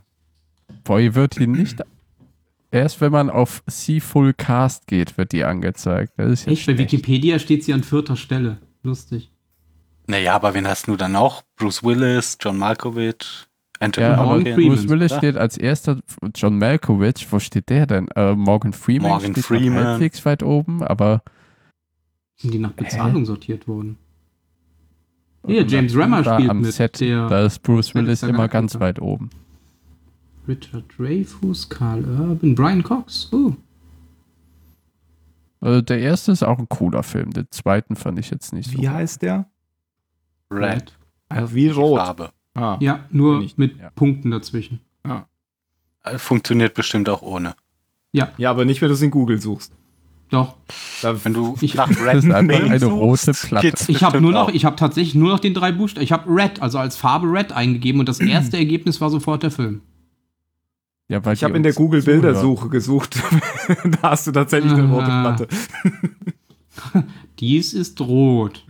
S4: Boy, wird die nicht. Erst wenn man auf See Full Cast geht, wird die angezeigt. Das ist jetzt
S5: Echt? Bei
S4: schlecht.
S5: Wikipedia steht sie an vierter Stelle. Lustig.
S1: Naja, aber wen hast du dann auch? Bruce Willis, John Malkovich, Anthony
S4: Ja,
S5: aber
S1: Hopkins.
S5: Freeman,
S4: Bruce Willis
S1: oder?
S4: steht als erster. John Malkovich, wo steht der denn? Äh, Morgan Freeman
S1: Morgan
S4: steht noch
S1: Freeman.
S4: halbwegs weit oben, aber
S5: Sind die nach Bezahlung sortiert worden? Hier,
S4: Und
S5: James
S4: dann
S5: Remar
S4: da
S5: spielt
S4: am
S5: mit,
S4: Set,
S5: der-
S4: da ist Bruce Willis
S5: Alexander
S4: immer ganz
S5: Alexander.
S4: weit oben.
S5: Richard Dreyfus, Karl Urban, Brian Cox. Oh,
S4: Also der erste ist auch ein cooler Film. Den zweiten fand ich jetzt nicht so.
S2: Wie heißt der?
S1: Red.
S2: Ah, wie rot.
S1: Farbe.
S2: Ah.
S5: Ja, nur
S2: Nicht,
S5: mit
S4: ja.
S5: Punkten dazwischen.
S1: Äh, Funktioniert bestimmt auch ohne.
S2: ja, aber nicht, wenn du es in Google suchst.
S5: Doch.
S2: Da,
S1: Wenn du
S5: Ich-
S1: nach Red
S4: Das ist einfach
S1: Name
S4: eine
S1: suchst,
S4: rote Platte.
S1: geht's
S5: Ich habe
S1: bestimmt
S5: nur noch,
S1: auch.
S5: ich habe tatsächlich nur noch den drei Buchstaben. Ich habe Red, also als Farbe Red eingegeben und das erste Ergebnis war sofort der Film.
S4: Ja, weil
S2: ich
S4: die
S2: habe in der
S4: uns zuhören.
S2: Google-Bildersuche gesucht. <laughs> da hast du tatsächlich eine rote
S5: Ah.
S2: Platte.
S5: Dies ist rot.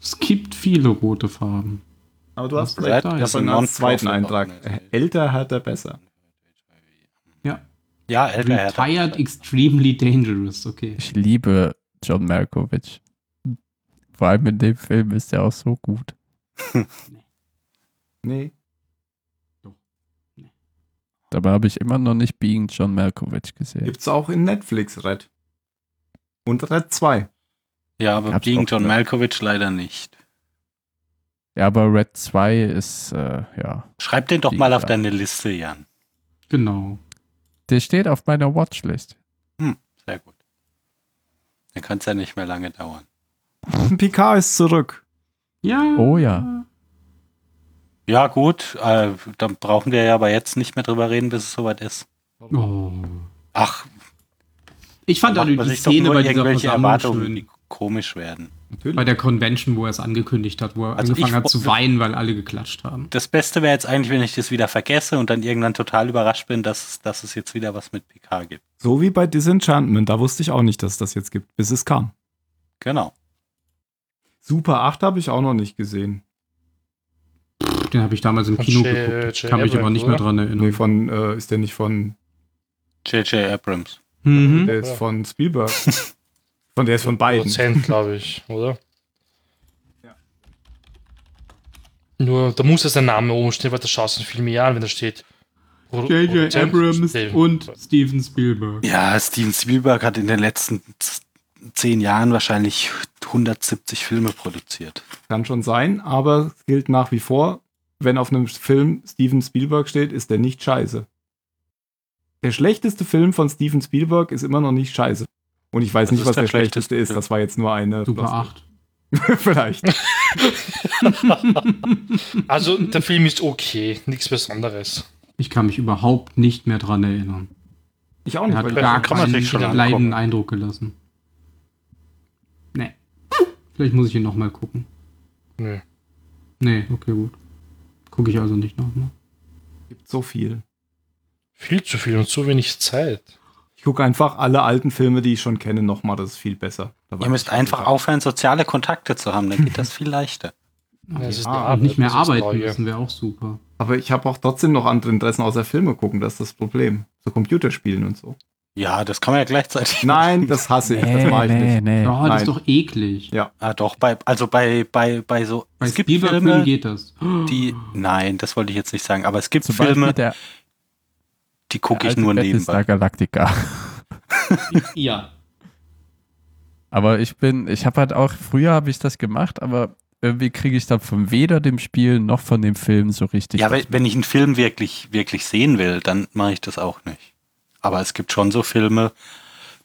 S5: Es gibt viele rote Farben.
S2: Aber du hast
S5: Red
S2: recht.
S1: Red
S2: Ich
S5: ist
S2: habe
S1: ein
S2: einen zweiten Eintrag.
S1: Non-Profit-Organisation.
S2: Älter hat er besser.
S1: Ja, älter Herr.
S5: Retired Extremely Dangerous, okay.
S4: Ich liebe John Malkovich. Vor allem in dem Film ist der auch so gut.
S2: Nee.
S4: Dabei habe ich immer noch nicht Being John Malkovich gesehen.
S2: Gibt's auch in Netflix Red. Und Red 2.
S1: Ja, aber
S4: Hab's
S1: gegen
S4: auch
S1: John
S4: gehört.
S1: Malkovich leider nicht.
S4: Ja, aber Red 2 ist, äh, ja.
S1: Schreib den doch
S4: Wie
S1: mal auf
S4: gesagt.
S1: deine Liste, Jan.
S5: Genau.
S4: Der steht auf meiner Watchlist.
S1: Sehr gut. Dann kann es ja nicht mehr lange dauern.
S2: <laughs> Picard ist zurück.
S5: Ja.
S4: Oh ja.
S1: Ja, gut, äh, dann brauchen wir ja aber jetzt nicht mehr drüber reden, bis es soweit ist.
S5: Oh.
S1: Ach,
S5: Ich fand
S1: macht
S5: also
S1: man
S5: die
S1: sich doch
S5: Szene
S1: nur
S5: bei dieser
S1: irgendwelche
S5: Versammlung
S1: Erwartungen,
S5: schön.
S1: die komisch werden.
S2: Natürlich.
S5: Bei der Convention, wo er es angekündigt hat, wo er
S1: Also
S5: angefangen
S1: ich
S5: hat zu
S1: wollte-
S5: weinen, weil alle geklatscht haben.
S1: Das Beste wäre jetzt eigentlich, wenn ich das wieder vergesse und dann irgendwann total überrascht bin, dass, dass es jetzt wieder was mit PK gibt.
S2: So wie bei Disenchantment, da wusste ich auch nicht, dass es das jetzt gibt, bis es kam.
S1: Genau.
S2: Super 8 habe ich auch noch nicht gesehen.
S5: Den habe ich damals im
S3: Von
S5: Kino
S3: J-
S5: geguckt.
S3: J.
S5: Kann mich aber
S3: Abrams,
S5: nicht mehr
S3: oder?
S5: dran erinnern.
S2: Nee, von, äh, ist der nicht von,
S1: J.J. Abrams.
S3: Äh,
S5: Mhm.
S2: der ist
S3: Ja.
S2: von Spielberg. von der ist von beiden.
S3: Prozent,
S7: <laughs>
S3: glaube ich, oder?
S2: Ja.
S3: Nur, da muss jetzt der Name oben stehen, weil da schaust du viel mehr an, wenn da steht. Pro-
S5: J.J.
S3: Produzent
S5: Abrams
S3: Steven-
S5: und Steven Spielberg.
S1: Ja, Steven Spielberg hat in den letzten z- zehn Jahren wahrscheinlich 170 Filme produziert.
S2: Kann schon sein, aber es gilt nach wie vor, wenn auf einem Film Steven Spielberg steht, ist der nicht scheiße. Der schlechteste Film von Steven Spielberg ist immer noch nicht scheiße. Und ich weiß
S1: Das
S2: nicht,
S1: ist
S2: was
S1: der
S2: der, schlechteste,
S1: schlechteste
S2: ist.
S1: Film.
S2: Das war jetzt nur eine.
S5: Super 8.
S2: <laughs> Vielleicht.
S3: Also, der Film ist okay, nichts Besonderes.
S5: Ich kann mich überhaupt nicht mehr dran erinnern.
S2: Ich auch
S5: Er
S2: nicht.
S5: hat
S2: weil-
S5: gar
S1: kann man
S5: keinen
S1: sich schon
S5: bleibenden
S1: angucken.
S5: Eindruck gelassen. Nee. Vielleicht muss ich ihn nochmal gucken.
S3: Nö.
S5: Nee, okay, gut. Gucke ich also nicht nochmal.
S2: gibt so viel.
S3: Viel zu viel und zu wenig Zeit.
S2: Ich gucke einfach alle alten Filme, die ich schon kenne, nochmal. Das ist viel besser. Da
S1: Ihr
S2: weiß
S1: müsst
S2: ich
S1: einfach aufhören, soziale Kontakte zu haben, dann
S5: <laughs>
S1: geht das viel leichter.
S3: Ja, es
S2: ja,
S3: ist
S2: und
S3: die
S5: Ah, Und
S3: Arbeit,
S5: nicht mehr
S3: das ist
S5: arbeiten
S3: Treue.
S5: müssen wäre auch super.
S2: Aber ich habe auch trotzdem noch andere Interessen außer Filme gucken. Das ist das Problem. So Computerspielen und so.
S1: Ja, das kann man ja gleichzeitig. <laughs>
S2: Nein, das hasse ich. Das mache ich nicht.
S4: nee.
S5: Oh, das
S2: nein.
S5: ist doch eklig.
S2: Ja.
S1: Ah, doch, bei, also bei, bei, bei so.
S5: Bei
S1: es gibt
S5: Spielberg-Filmen
S1: Filme,
S3: <gasps>
S5: geht das.
S1: die. Nein, das wollte ich jetzt nicht sagen, aber es gibt
S4: Zum
S1: Filme,
S4: Beispiel der
S1: die gucke ich
S4: alte
S1: nur
S4: Battlestar
S1: nebenbei.
S4: Galactica.
S5: Ja.
S4: Aber ich bin, ich habe halt auch, früher habe ich das gemacht, aber irgendwie kriege ich dann von weder dem Spiel noch von dem Film so richtig.
S1: Ja,
S4: was
S1: wenn, wenn ich einen Film wirklich, wirklich sehen will, dann mache ich das auch nicht. Aber es gibt schon so Filme,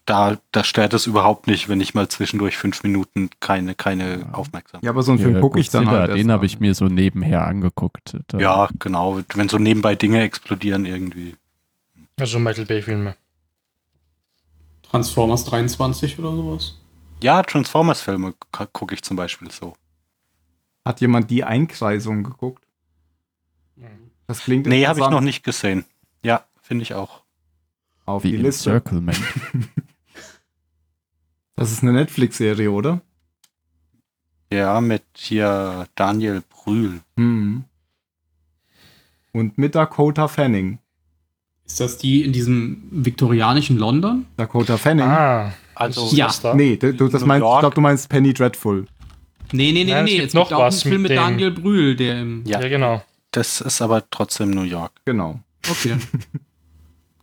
S1: da, da stört es überhaupt nicht, wenn ich mal zwischendurch fünf Minuten keine, keine Aufmerksamkeit.
S2: Ja, aber so einen Film gucke ich dann
S4: Godzilla,
S2: halt. erst
S4: Den
S2: mal.
S4: habe ich mir so nebenher angeguckt. äh, Da-
S1: Ja, genau. Wenn so nebenbei Dinge explodieren irgendwie.
S3: Also Michael Bay-Filme.
S7: Transformers 23 oder sowas.
S1: Ja, Transformers-Filme gu- gucke ich zum Beispiel so.
S2: Hat jemand die Einkreisung geguckt? Das klingt
S1: Nee, habe ich noch
S2: interessant.
S1: nicht gesehen. Ja, finde ich auch.
S2: auf
S4: Wie
S2: die
S4: in
S2: Liste. <laughs>
S4: Circle Man.
S2: Das ist eine Netflix-Serie, oder?
S1: Ja, mit hier Daniel Brühl.
S2: Hm. Und mit Dakota Fanning.
S5: Ist das die in diesem viktorianischen London?
S2: Dakota Fanning?
S3: Ah,
S1: Also,
S3: ist
S5: Ja.
S3: das da?
S2: nee, du, du, das
S1: New
S2: meinst, ich
S1: York.
S2: glaube, du meinst Penny Dreadful.
S5: Nee, nee, nee,
S3: Nein, es
S5: nee.
S3: gibt
S5: Es
S3: noch
S5: gibt auch einen
S3: was
S5: Film
S3: mit
S5: mit
S3: dem-
S5: Daniel Brühl, der im.
S1: Ja.
S3: Ja, genau.
S1: das ist aber trotzdem New York.
S2: Genau.
S3: <laughs>
S5: Okay, dann.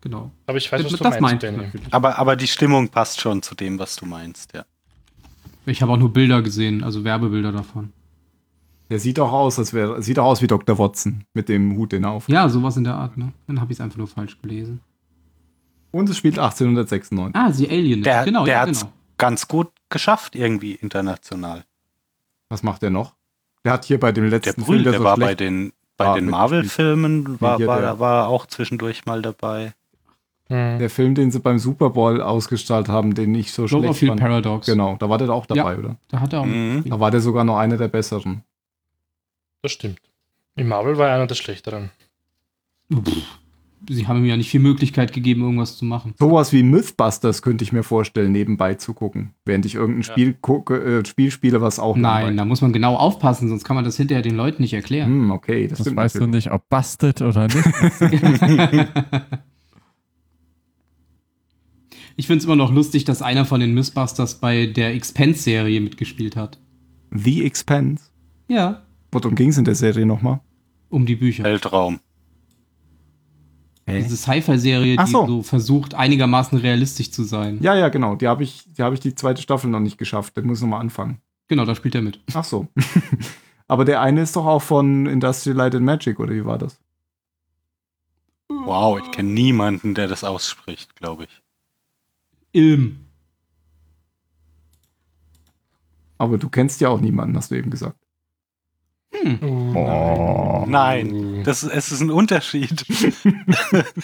S5: genau.
S3: Aber ich weiß, was du
S5: das
S3: meinst,
S5: meinte ich
S3: Danny.
S5: natürlich.
S1: Aber, aber die Stimmung passt schon zu dem, was du meinst, ja.
S5: Ich habe auch nur Bilder gesehen, also Werbebilder davon.
S2: Der sieht auch aus, als wäre, sieht auch aus wie Dr. Watson mit dem Hut, den er auf.
S5: Ja, sowas in der Art, ne? Dann habe ich es einfach nur falsch gelesen.
S2: Und es spielt 1896.
S5: Ah, The Alien.
S1: Der,
S5: genau,
S1: der
S5: ja,
S1: hat's
S5: genau.
S1: ganz gut geschafft, irgendwie international.
S2: Was macht der noch? Der hat hier bei dem
S1: Der
S2: letzten
S1: Brühl, der,
S2: so
S1: war bei
S2: schlecht-
S1: den, bei
S2: war,
S1: den
S2: mit-
S1: Marvel-Filmen, war,
S2: hier
S1: war,
S2: der-
S1: war er auch zwischendurch mal dabei.
S3: Hm.
S2: der Film, den sie beim Super Bowl ausgestrahlt haben, den ich so schlecht
S5: Cloverfield
S2: fand.
S5: Paradox.
S2: Genau, da war der auch dabei, oder?
S5: Da hat er auch.
S1: Mhm.
S2: Da war der sogar noch einer der besseren.
S3: Das stimmt. Im Marvel war er einer der schlechteren.
S5: Pff, sie haben ihm ja nicht viel Möglichkeit gegeben, irgendwas zu machen.
S2: Sowas wie Mythbusters könnte ich mir vorstellen, nebenbei zu gucken, während ich irgendein Spiel, gucke, äh, Spiel spiele, was auch
S5: Nein,
S2: langweilig-
S5: da muss man genau aufpassen, sonst kann man das hinterher den Leuten nicht erklären.
S2: Hm, okay, das,
S4: Das
S2: stimmt
S4: weißt du
S2: natürlich.
S4: nicht, ob Busted
S2: <laughs>
S4: oder nicht.
S5: ich finde es immer noch lustig, dass einer von den Mythbusters bei der Expense-Serie mitgespielt hat.
S2: The Expanse.
S5: Ja,
S2: Worum ging es in der Serie nochmal?
S5: um die
S2: Äh,
S5: Bücher.
S1: Weltraum.
S5: Diese Sci-Fi-Serie,
S2: Ach
S5: die
S2: so.
S5: so. versucht, einigermaßen realistisch zu sein.
S2: Ja, ja, genau. Die habe ich, die habe ich die zweite Staffel noch nicht geschafft. Da muss ich nochmal anfangen.
S5: Genau, da spielt er mit.
S2: Ach so. <laughs> Aber der eine ist doch auch von Industrial Light and Magic, oder wie war das?
S1: Wow, ich kenne niemanden, der das ausspricht, glaube ich.
S5: Ilm.
S2: Aber du kennst ja auch niemanden, hast du eben gesagt.
S1: <laughs>
S4: Oh.
S1: Nein, das, es ist ein Unterschied,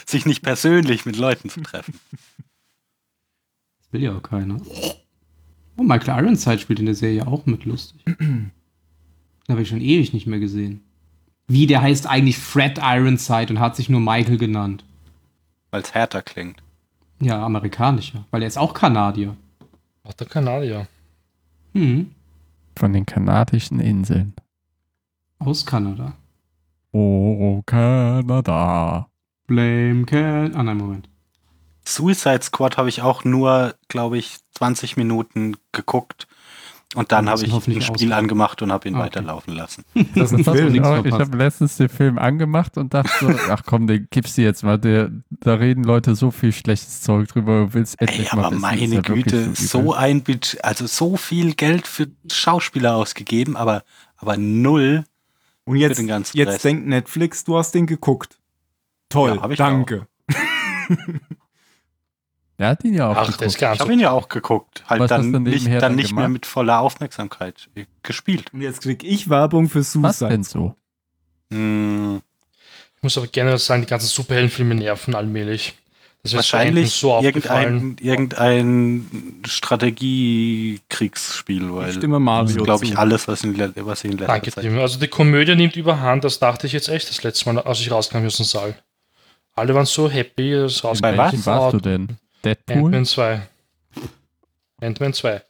S1: sich nicht persönlich mit Leuten zu treffen.
S5: Das will ja auch keiner. Oh, Michael Ironside spielt in der Serie auch mit, lustig.
S3: <clears throat>
S5: Den habe ich schon ewig nicht mehr gesehen. Wie, der heißt eigentlich Fred Ironside und hat sich nur Michael genannt.
S1: Weil es härter klingt.
S5: Ja, amerikanischer, weil er ist auch Kanadier.
S3: Ach, der Kanadier.
S5: Hm,
S4: Von den kanadischen Inseln.
S5: aus Kanada.
S4: Oh, Kanada.
S5: Blame Can. Ah, nein, Moment.
S1: Suicide Squad habe ich auch nur, glaube ich, 20 Minuten geguckt. Und dann
S5: Dann
S1: habe ich
S5: ist
S1: ein Spiel
S5: hoffentlich ausgegangen.
S1: angemacht und habe ihn
S5: Ah, okay.
S1: weiterlaufen lassen.
S2: Das ist
S4: Das
S2: ein
S4: ist
S2: Film.
S5: nichts
S4: genau, ich
S5: verpasst.
S4: habe letztens den Film angemacht und dachte,
S2: <laughs>
S4: so, ach komm, den gibst du jetzt mal. Der, da reden Leute so viel schlechtes Zeug drüber. Du willst endlich
S1: Ey,
S4: mal
S1: aber
S4: wissen, ist
S1: meine
S4: er wirklich
S1: Güte,
S4: übel?
S1: so ein Budget, also so viel Geld für Schauspieler ausgegeben, aber, aber null.
S2: Und jetzt,
S1: Für den ganzen
S2: jetzt
S1: Rest.
S2: denkt Netflix, du hast den geguckt. Toll,
S1: Ja, hab ich
S2: danke.
S4: Der hat ihn ja auch.
S3: Ach, der ist
S4: geguckt.
S3: gar
S1: Ich habe ihn ja auch geguckt. Halt
S4: Was hast
S1: dann
S4: du
S1: nicht,
S4: nebenher
S1: dann
S4: dann
S1: nicht mehr
S4: gemacht?
S1: mit voller Aufmerksamkeit äh, gespielt.
S2: Und jetzt krieg ich Werbung für
S4: Was
S2: Suicide.
S4: denn so?
S1: Hm,
S3: Ich muss aber generell sagen, die ganzen Superheldenfilme nerven allmählich. Das ist mir zu Enten
S1: wahrscheinlich
S3: so aufgefallen.
S1: irgendein, irgendein Strategiekriegsspiel, weil
S2: Ich stimme Mario
S1: das ist, glaube ich,
S2: zu.
S1: alles, was in, le- was ich in letzter
S3: Danke,
S1: Zeit
S3: Tim. Also die Komödie nimmt überhand, das dachte ich jetzt echt das letzte Mal, als ich rauskam aus dem Saal. Alle waren so happy, dass es rauskam.
S1: Bei was?
S4: Welchen warst du denn? Deadpool?
S3: Ant-Man 2. Ant-Man 2.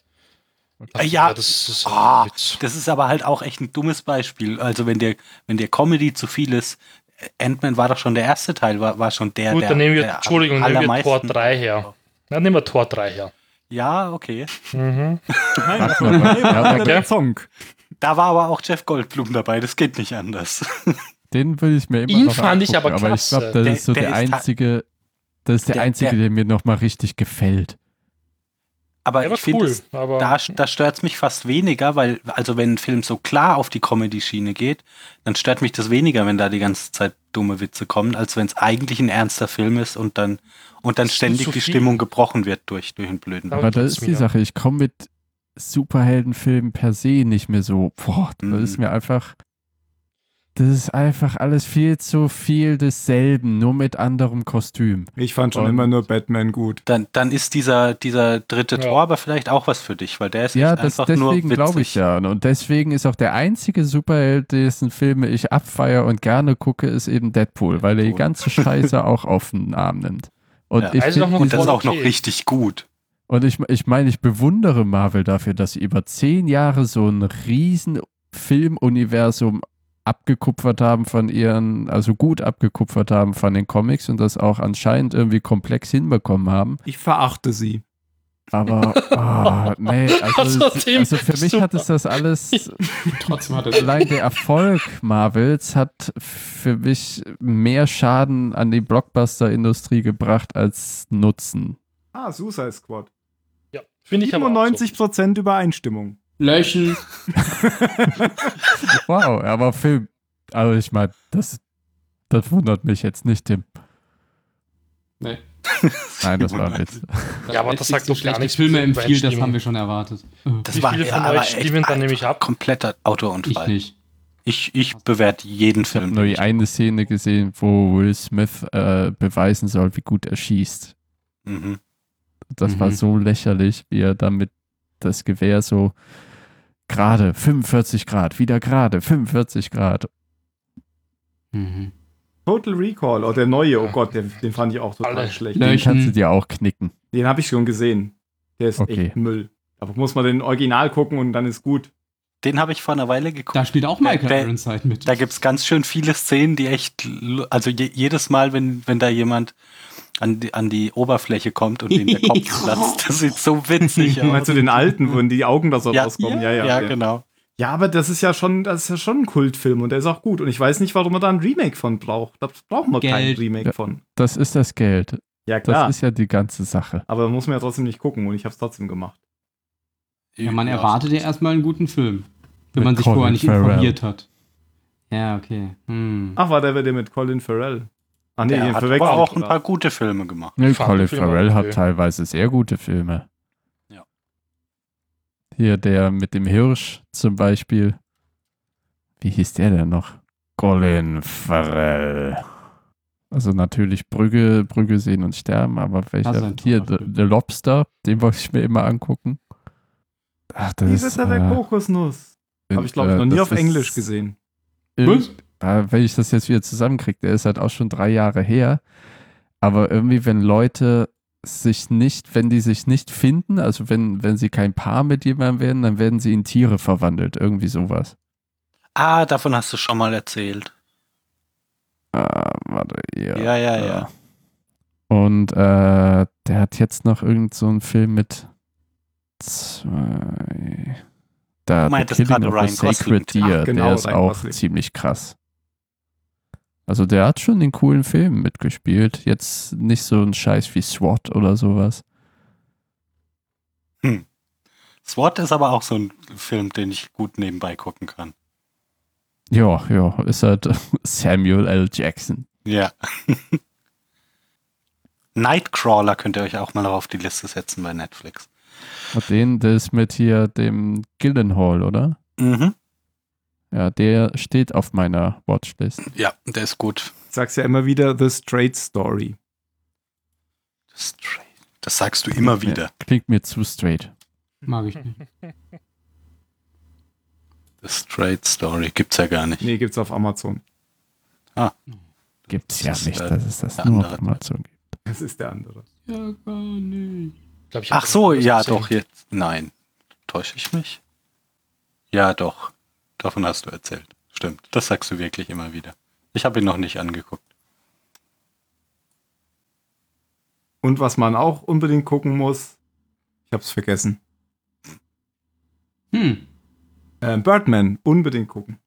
S1: Ah, ja.
S3: das ist
S1: Ah.
S3: ein Witz.
S1: Das ist aber halt auch echt ein dummes Beispiel. Also wenn der, wenn der Comedy zu viel ist, äh, Ant-Man war doch schon der erste Teil, war, war schon der,
S3: Gut,
S1: der
S3: dann nehmen wir,
S1: der
S3: Entschuldigung,
S1: am
S3: nehmen wir Tor
S1: allermeisten-
S3: 3 her. Dann nehmen wir Tor 3 her.
S1: Ja, okay.
S2: Nein,
S3: Mhm.
S4: Ach, aber- ja, aber
S2: der Song.
S1: Da war aber auch Jeff Goldblum dabei, das geht nicht anders. <laughs>
S4: Den würde ich mir immer
S3: Ihn
S4: noch
S3: fand ich aber
S4: angucken,
S3: klasse.
S4: Aber ich glaube,
S1: Der-
S4: das ist so
S1: der
S4: der,
S1: ist ta-
S4: einzige, das ist der,
S1: Der-
S4: einzige,
S1: der-
S4: der, mir nochmal richtig gefällt.
S1: Aber
S3: Der
S1: ich
S3: war
S1: finde,
S3: cool,
S1: es-
S3: aber
S1: da, da stört es mich fast weniger, weil, also wenn ein Film so klar auf die Comedy-Schiene geht, dann stört mich das weniger, wenn da die ganze Zeit dumme Witze kommen, als wenn es eigentlich ein ernster Film ist und dann, und dann
S3: Das ist
S1: ständig
S3: zu
S1: die
S3: viel.
S1: Stimmung gebrochen wird durch, durch einen blöden
S3: Aber
S4: Aber das
S3: tut's
S4: ist
S3: mir
S4: die
S3: ja.
S4: Sache. Ich komme mit Superheldenfilmen per se nicht mehr so. Boah, das
S1: Mhm.
S4: ist mir einfach. Das ist einfach alles viel zu viel desselben, nur mit anderem Kostüm.
S2: Ich fand schon
S4: Und-
S2: immer nur Batman gut.
S1: dann, dann ist dieser, dieser dritte
S3: Ja.
S1: Tor aber vielleicht auch was für dich, weil der ist
S4: Ja,
S1: echt
S4: das,
S1: einfach nur
S4: deswegen
S1: witzig.
S4: glaube ich ja. Und deswegen ist auch der einzige Superheld, dessen Filme ich abfeier und gerne gucke, ist eben Deadpool, weil er die
S1: Deadpool.
S4: ganze
S1: <laughs>
S4: Scheiße auch auf den Arm nimmt. Und
S1: Ja.
S4: ich
S3: Also doch
S4: find
S3: noch
S1: Und das ist
S3: Voll
S1: auch noch
S3: okay.
S1: richtig gut.
S4: Und ich, ich meine, ich bewundere Marvel dafür, dass sie über zehn Jahre so ein riesen Filmuniversum abgekupfert haben von ihren, also gut abgekupfert haben von den Comics und das auch anscheinend irgendwie komplex hinbekommen haben.
S2: Ich verachte sie.
S1: <laughs>
S4: Aber ah, nee, also,
S3: Also, Tim,
S4: also für mich hat
S3: super.
S4: es das alles
S7: Trotzdem hat er
S4: allein der Erfolg Marvels hat für mich mehr Schaden an die Blockbuster-Industrie gebracht als Nutzen.
S2: Ah, Suicide Squad.
S3: Ja, finde ich aber auch so.
S2: 97% Übereinstimmung.
S7: löschen.
S4: Wow, aber Film. Also ich meine, das, das wundert mich jetzt nicht, Tim.
S7: Nee.
S4: <laughs> Nein, das war ein Witz.
S3: Ja, aber das sagt doch gar
S5: schlechte
S3: nichts.
S5: Filme
S3: mit
S5: empfiehlt, das
S3: Übereinstimmung.
S5: haben wir schon erwartet.
S1: Das
S3: Wie
S1: war
S3: viele
S1: ja,
S3: von
S1: aber
S3: euch stimmen
S1: echt
S3: dann nämlich ab?
S1: Kompletter
S5: Ich
S1: Autounfall.
S5: nicht.
S1: Ich, ich, bewerte jeden
S4: Ich habe
S1: Film.
S4: nur die eine Szene gesehen, wo Will Smith äh, beweisen soll, wie gut er schießt.
S1: Mhm.
S4: Das war
S5: Mhm.
S4: so lächerlich, wie er damit das Gewehr so gerade 45 Grad, wieder gerade 45 Grad.
S5: Mhm.
S2: Total Recall, oh der neue, oh Gott, den, den fand ich auch total
S3: Alle.
S2: schlecht.
S4: Den
S5: Löschen.
S4: kannst du dir auch knicken.
S2: Den habe ich schon gesehen. Der ist
S4: Okay.
S2: echt Müll. Aber muss man den Original gucken und dann ist gut.
S1: Den habe ich vor einer Weile geguckt.
S5: Da spielt auch Michael
S1: Wer-
S5: Ironside mit.
S1: Da gibt es ganz schön viele Szenen, die echt, l- also je, jedes Mal, wenn, wenn da jemand an die, an die Oberfläche kommt und ihm der
S4: <laughs>
S1: Kopf platzt, das sieht so witzig
S2: Mal
S1: aus.
S2: zu den alten, wo die Augen da so
S1: Ja,
S2: rauskommen. Ja, ja.
S1: ja,
S2: ja.
S1: genau.
S2: Ja, aber das ist ja schon, das ist ja schon ein Kultfilm und der ist auch gut. Und ich weiß nicht, warum man da ein Remake von braucht. Da braucht man kein
S5: Geld.
S2: Remake
S4: Ja.
S2: von.
S4: Das ist das Geld.
S2: Ja,
S4: Das
S2: klar.
S4: ist ja die ganze Sache.
S2: aber muss man ja trotzdem nicht gucken und ich hab's trotzdem gemacht.
S5: Ja, man erwartet ja erstmal einen guten Film, wenn
S4: Mit
S5: man sich
S4: Colin
S5: vorher nicht
S4: Farrell.
S5: informiert hat. Ja, okay. Hm.
S2: Ach, war der bei dem mit Colin Farrell? Ach nee,
S1: Der
S2: den
S1: hat
S2: verwechselt.
S1: aber auch ein
S2: oder?
S1: paar gute Filme gemacht.
S4: Nee,
S3: Fand
S4: Ne, Colin
S3: die Filme
S4: Farrell hat
S3: okay.
S4: teilweise sehr gute Filme.
S1: Ja.
S4: Hier der mit dem Hirsch zum Beispiel. Wie hieß der denn noch? Colin Farrell. Also natürlich Brügge, Brügge sehen und sterben, aber
S5: Das ist
S4: welcher?
S5: ein
S4: Hier,
S5: toller
S4: The,
S5: Film.
S4: The Lobster, den wollte ich mir immer angucken. Ach, das
S2: Wie ist
S4: äh,
S2: er weg, Kokosnuss? Habe ich, glaube ich,
S4: äh,
S2: noch nie
S4: das
S2: auf
S4: ist-
S2: Englisch gesehen.
S4: Irgend- Ah, wenn ich das jetzt wieder zusammenkriege, der ist halt auch schon drei Jahre her. Aber irgendwie, wenn Leute sich nicht, wenn die sich nicht finden, also wenn, wenn sie kein Paar mit jemandem werden, dann werden sie in Tiere verwandelt. Irgendwie sowas.
S1: Ah, davon hast du schon mal erzählt.
S4: Ah, warte, ja.
S1: Ja,
S2: Ah,
S1: ja, ja.
S4: Und äh, der hat jetzt noch irgendeinen so einen Film mit zwei. Da,
S1: Du meintest gerade
S4: a
S1: Ryan Gosling.
S4: Sacred Deer,
S2: Ach, genau,
S4: der ist
S2: Ryan
S4: auch
S2: Gosling.
S4: ziemlich krass. Also der hat schon den coolen Film mitgespielt. Jetzt nicht so ein Scheiß wie SWAT oder sowas.
S1: SWAT ist aber auch so ein Film, den ich gut nebenbei gucken kann.
S4: Ja, ja, ist halt <laughs> Samuel L. Jackson.
S1: Ja. <laughs> Nightcrawler könnt ihr euch auch mal auf die Liste setzen bei Netflix.
S4: Und den, der ist mit hier dem Gildenhall, oder?
S1: Mhm.
S4: Ja, der steht auf meiner Watchlist.
S1: Ja, der ist gut.
S2: Ich sag's ja immer wieder, The Straight Story.
S1: Straight. Das sagst du immer wieder.
S4: Klingt mir zu straight.
S5: Mag ich nicht.
S1: The Straight Story gibt's ja gar nicht.
S2: Nee, gibt's auf Amazon.
S4: Gibt's ja
S1: Das ist,
S4: nicht,
S1: äh,
S4: dass es das
S1: eine
S4: nur auf
S1: andere
S4: Amazon gibt.
S2: Das ist der andere.
S5: Ja, gar nicht.
S3: Glaub, ich hab
S1: Ach so,
S3: das
S1: ja
S3: gesehen.
S1: doch, jetzt. Nein. Täusche ich mich? Ja, doch. Davon hast du erzählt. Stimmt. Das sagst du wirklich immer wieder. Ich habe ihn noch nicht angeguckt.
S2: Und was man auch unbedingt gucken muss, ich hab's vergessen.
S5: Hm.
S2: Ähm, Birdman, unbedingt gucken.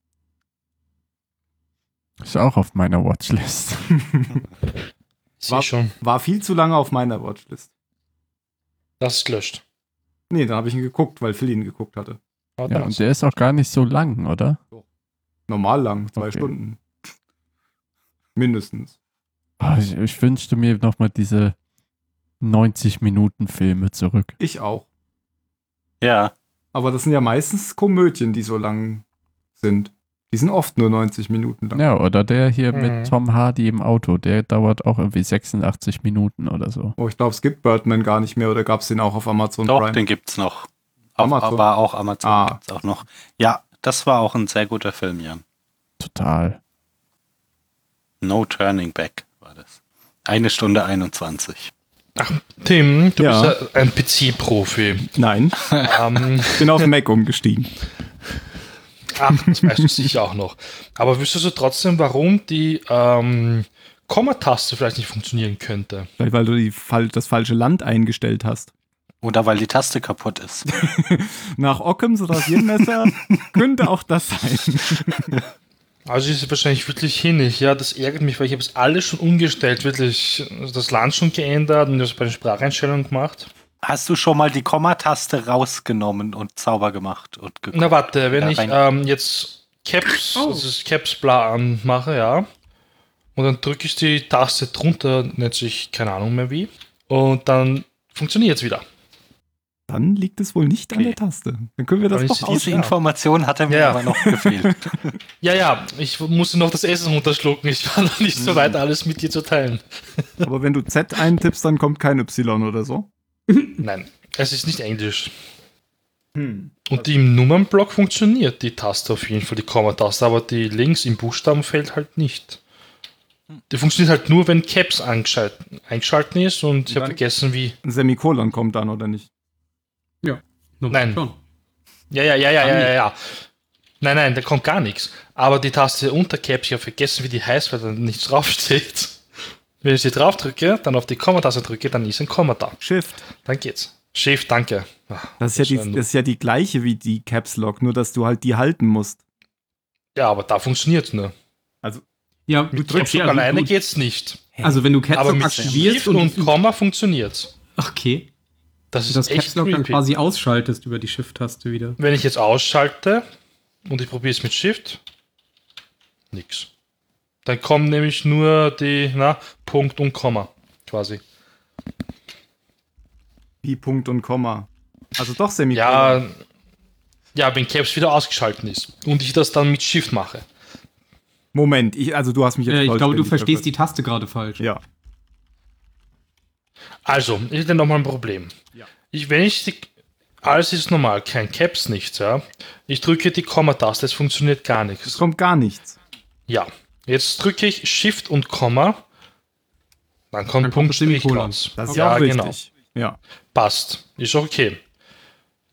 S2: <laughs>
S4: Ist auch auf meiner Watchlist.
S3: Ich
S2: War-
S3: sehe schon.
S2: War viel zu lange auf meiner Watchlist.
S3: Das ist gelöscht.
S2: Nee, dann habe ich ihn geguckt, weil Phil ihn geguckt hatte.
S3: Aber
S4: Ja,
S3: dann-
S4: und der ist auch gar nicht so lang, oder?
S2: Normal lang, zwei
S4: Okay.
S2: Stunden. Mindestens.
S4: Ah, ich, ich wünschte mir nochmal diese 90-Minuten-Filme zurück.
S2: Ich auch.
S1: Ja,
S2: Aber das sind ja meistens Komödien, die so lang sind. Die sind oft nur 90 Minuten lang.
S4: Ja, oder der hier
S3: Mhm.
S4: mit Tom Hardy im Auto, der dauert auch irgendwie 86 Minuten oder so.
S2: Oh, ich glaube, es gibt Birdman gar nicht mehr oder gab es den auch auf Amazon
S1: doch,
S2: Prime?
S1: den gibt's noch. Auf,
S2: Amazon.
S1: Aber auch Amazon
S2: Ah.
S1: gibt's auch noch. Ja, das war auch ein sehr guter Film, Jan.
S4: Total.
S1: No Turning Back war das. Eine Stunde 21.
S3: Tim, du
S2: Ja.
S3: bist ja ein PC-Profi.
S2: Nein,
S3: ähm,
S2: ich bin auf Mac umgestiegen.
S3: ach, das weißt du sicher auch noch. Aber wüsstest du trotzdem, warum die ähm, Komma-Taste vielleicht nicht funktionieren könnte?
S2: Vielleicht, weil du die, fal- das falsche Land eingestellt hast.
S1: Oder weil die Taste kaputt ist.
S2: Nach Ockhams Rasiermesser <laughs> könnte auch das sein.
S3: Also ist es wahrscheinlich wirklich hinnig. Ja, das ärgert mich, weil ich habe es alles schon umgestellt, wirklich Also das Land schon geändert und das bei den Spracheinstellungen gemacht.
S1: Hast du schon mal die Kommataste rausgenommen und sauber gemacht? Und geguckt?
S3: Na warte, wenn
S1: Da
S3: ich
S1: rein-
S3: ähm, jetzt Caps, also das Caps bla anmache, ja, und dann drücke ich die Taste drunter, nennt sich keine Ahnung mehr wie, und dann funktioniert es wieder.
S2: Dann liegt es wohl nicht an der Taste. Dann können wir das
S3: Aber
S2: doch
S3: ich-
S2: aus.
S1: Diese Information hat er mir
S3: Ja.
S1: aber noch gefehlt.
S3: Ja, ja, ich musste noch das Essen runterschlucken, ich war <laughs> noch nicht so weit, alles mit dir zu teilen.
S2: Aber wenn du Z eintippst, dann kommt kein Y oder so.
S3: Nein, es ist nicht Englisch.
S2: Hm.
S3: Und im Nummernblock funktioniert die Taste auf jeden Fall, die Komma-Taste, aber die links im Buchstabenfeld halt nicht. Die funktioniert halt nur, wenn Caps eingeschalten, eingeschalten ist und ich habe
S2: Dann-
S3: vergessen, wie.
S2: Ein Semikolon kommt dann, oder nicht?
S3: Nein. Ja, ja, ja, ja, ja, ja, ja. Nein, nein, da kommt gar nichts. Aber die Taste unter Caps, ich habe vergessen, wie die heißt, weil da nichts <laughs> draufsteht. Wenn ich sie draufdrücke, dann auf die Kommataste drücke, dann ist ein Komma da.
S2: Shift.
S3: Dann geht's. Chef, danke.
S2: Das ist, ja die, das ist ja die gleiche wie die Caps Lock, nur dass du halt die halten musst.
S3: Ja, aber da funktioniert ne.
S5: Ja,
S3: Mit
S5: drückst
S3: Drückdruck
S5: ja,
S3: alleine
S5: gut.
S3: geht's nicht.
S5: Also wenn du Caps
S3: Aber
S5: Lock
S3: mit
S5: aktivierst
S3: Stift
S5: und,
S3: und Komma funktioniert's.
S5: okay,
S3: Das
S5: das,
S3: ist
S5: das
S3: echt
S5: Caps Lock dann
S3: creepy.
S5: quasi ausschaltest über die Shift-Taste wieder.
S3: Wenn ich jetzt ausschalte und ich probiere es mit Shift, nix. Dann kommen nämlich nur die na, Punkt und Komma quasi.
S2: Pi, Punkt und Komma. Also doch Semikolon.
S3: Ja, ja, wenn Caps wieder ausgeschalten ist und ich das dann mit Shift mache.
S2: Moment, ich, also du hast mich jetzt
S5: Äh, ich glaube, du
S2: vollständig
S5: verstehst die Taste gerade falsch.
S2: Ja.
S3: Also, ich hätte nochmal ein Problem. Ich, wenn ich die, alles ist normal, kein Caps, nichts, ja. Ich drücke die Komma-Taste, es funktioniert gar nichts.
S2: Es kommt gar nichts.
S3: Ja, jetzt drücke ich Shift und Komma. Dann kommt
S5: Dann kommt
S3: Punkt
S5: das Semikolon.
S3: Strich raus.
S2: Das ist
S3: ja,
S2: ja auch
S3: genau.
S2: richtig. Ja.
S3: Passt. Ist okay.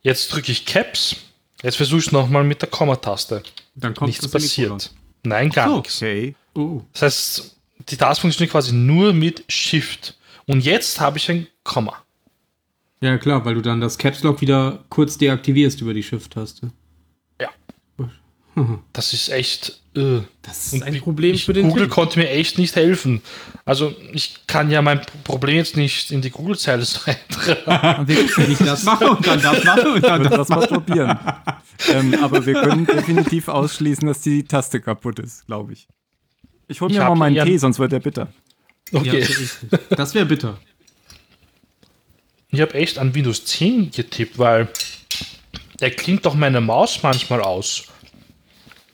S3: Jetzt drücke ich Caps. Jetzt versuche ich nochmal mit der Komma-Taste.
S5: Dann kommt
S3: Nichts
S5: das Semikolon.
S3: passiert. Nein, gar
S5: so.
S3: nichts.
S2: Okay.
S5: Oh,
S3: Das heißt, die Taste funktioniert quasi nur mit Shift. Und jetzt habe ich ein Komma.
S5: ja klar, weil du dann das Caps Lock wieder kurz deaktivierst über die <laughs> Shift-Taste.
S3: Das ist echt. Äh.
S5: Das
S3: Und wie- ich, Google konnte mir echt nicht helfen. Also ich kann ja mein Problem jetzt nicht in die Google-Zeile <laughs> reintragen.
S5: Wenn ich das mache und dann das mache und
S2: <laughs>
S5: dann
S2: Wird
S5: das.
S2: das mal probieren. ähm, aber wir
S3: <laughs>
S2: können definitiv ausschließen, dass die Taste kaputt ist, glaube ich. Ich hole
S3: Ich
S2: mir mal
S3: hab
S2: meinen
S3: ihren-
S2: Tee, sonst wird er bitter.
S3: Okay.
S5: Ja, so ist es. das wäre bitter.
S3: Ich habe echt an Windows 10 getippt, weil er klingt doch meine Maus manchmal aus.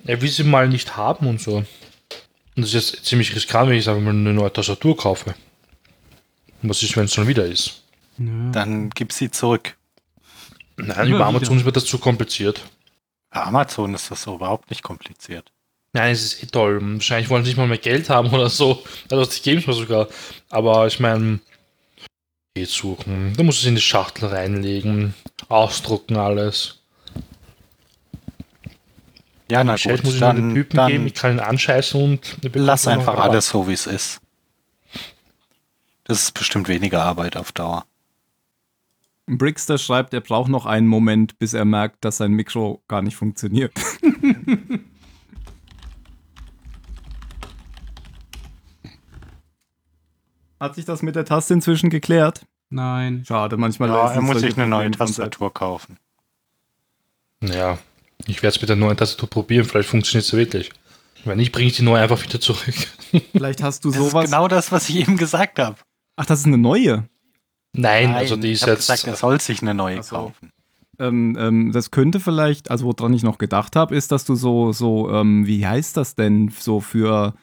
S3: Er will sie mal nicht haben und so. Und das ist jetzt ziemlich riskant, wenn ich sage, mal eine neue Tastatur kaufe. Was ist, wenn es schon wieder ist?
S1: <laughs> Dann gib sie zurück.
S3: Nein,
S5: Immer
S3: über
S5: wieder.
S3: Amazon ist mir das zu kompliziert.
S1: Bei Amazon ist das so überhaupt nicht kompliziert.
S3: Nein, es ist eh toll. Wahrscheinlich wollen sie nicht mal mehr Geld haben oder so. Also das geben sie mir sogar. Aber ich meine, geht suchen. Da muss es in die Schachtel reinlegen, ausdrucken alles.
S1: Ja, na
S3: Geld muss
S1: gut,
S3: ich nur den
S1: dann,
S3: Typen geben,
S1: dann
S3: ich kann ihn anscheißen und er bekommt
S1: lass
S3: dann noch
S1: einfach
S3: Rabatt.
S1: alles so, wie es ist. Das ist bestimmt weniger Arbeit auf Dauer.
S2: Brickster schreibt, er braucht noch einen Moment, bis er merkt, dass sein Mikro gar nicht funktioniert. <laughs> Hat sich das mit der Taste inzwischen geklärt?
S5: Nein.
S2: Schade, manchmal
S1: Ja,
S2: lösen
S1: er muss
S2: solche
S1: sich eine neue
S2: Probleme von selbst.
S1: Tastatur kaufen.
S3: Ja, ich werde es mit der neuen Tastatur probieren, vielleicht funktioniert es wirklich. Wenn nicht, bringe ich die neue einfach wieder zurück. <laughs>
S2: Vielleicht hast du
S1: Das ist
S2: sowas.
S1: genau das, was ich eben gesagt habe.
S2: Ach, das ist eine neue.
S3: Nein, also die
S1: ich
S3: ist
S1: habe
S3: jetzt.
S1: gesagt, er soll sich eine neue
S2: Ach so.
S1: kaufen.
S2: Ähm, ähm, das könnte vielleicht, also woran ich noch gedacht habe, ist, dass du so, so, ähm, wie heißt das denn, so für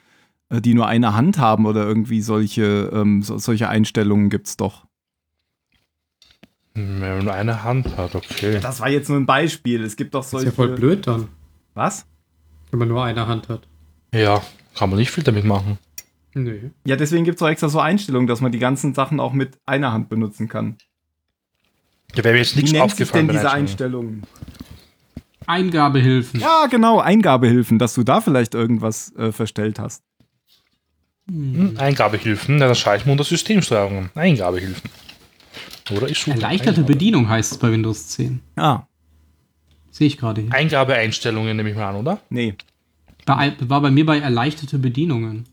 S2: äh, die nur eine Hand haben oder irgendwie solche, ähm, so, solche Einstellungen gibt es doch.
S3: Wenn man nur eine Hand hat, okay.
S2: Das war jetzt nur ein Beispiel. Es gibt doch
S5: Das ist
S2: solche.
S5: ja voll blöd dann,
S2: Was?
S5: wenn man nur eine Hand hat.
S3: Ja, kann man nicht viel damit machen.
S5: Nö.
S2: Ja, deswegen gibt es auch extra so Einstellungen, dass man die ganzen Sachen auch mit einer Hand benutzen kann.
S3: Da wäre mir jetzt nichts
S2: wie nennt sich denn
S3: aufgefallen. bei
S2: diese
S3: der Einstellung.
S2: Einstellungen?
S5: Eingabehilfen.
S2: Ja, genau, Eingabehilfen, dass du da vielleicht irgendwas äh, verstellt hast.
S3: Hm, Eingabehilfen, na, dann schaue ich mal unter Systemsteuerung. Eingabehilfen. Oder ich suche.
S5: Erleichterte
S3: Eingabe.
S5: Bedienung heißt es bei Windows 10.
S2: Ah,
S5: Sehe ich gerade hier.
S3: Eingabeeinstellungen nehme ich mal an, oder?
S2: nee.
S5: Bei, war bei mir bei erleichterte Bedienungen.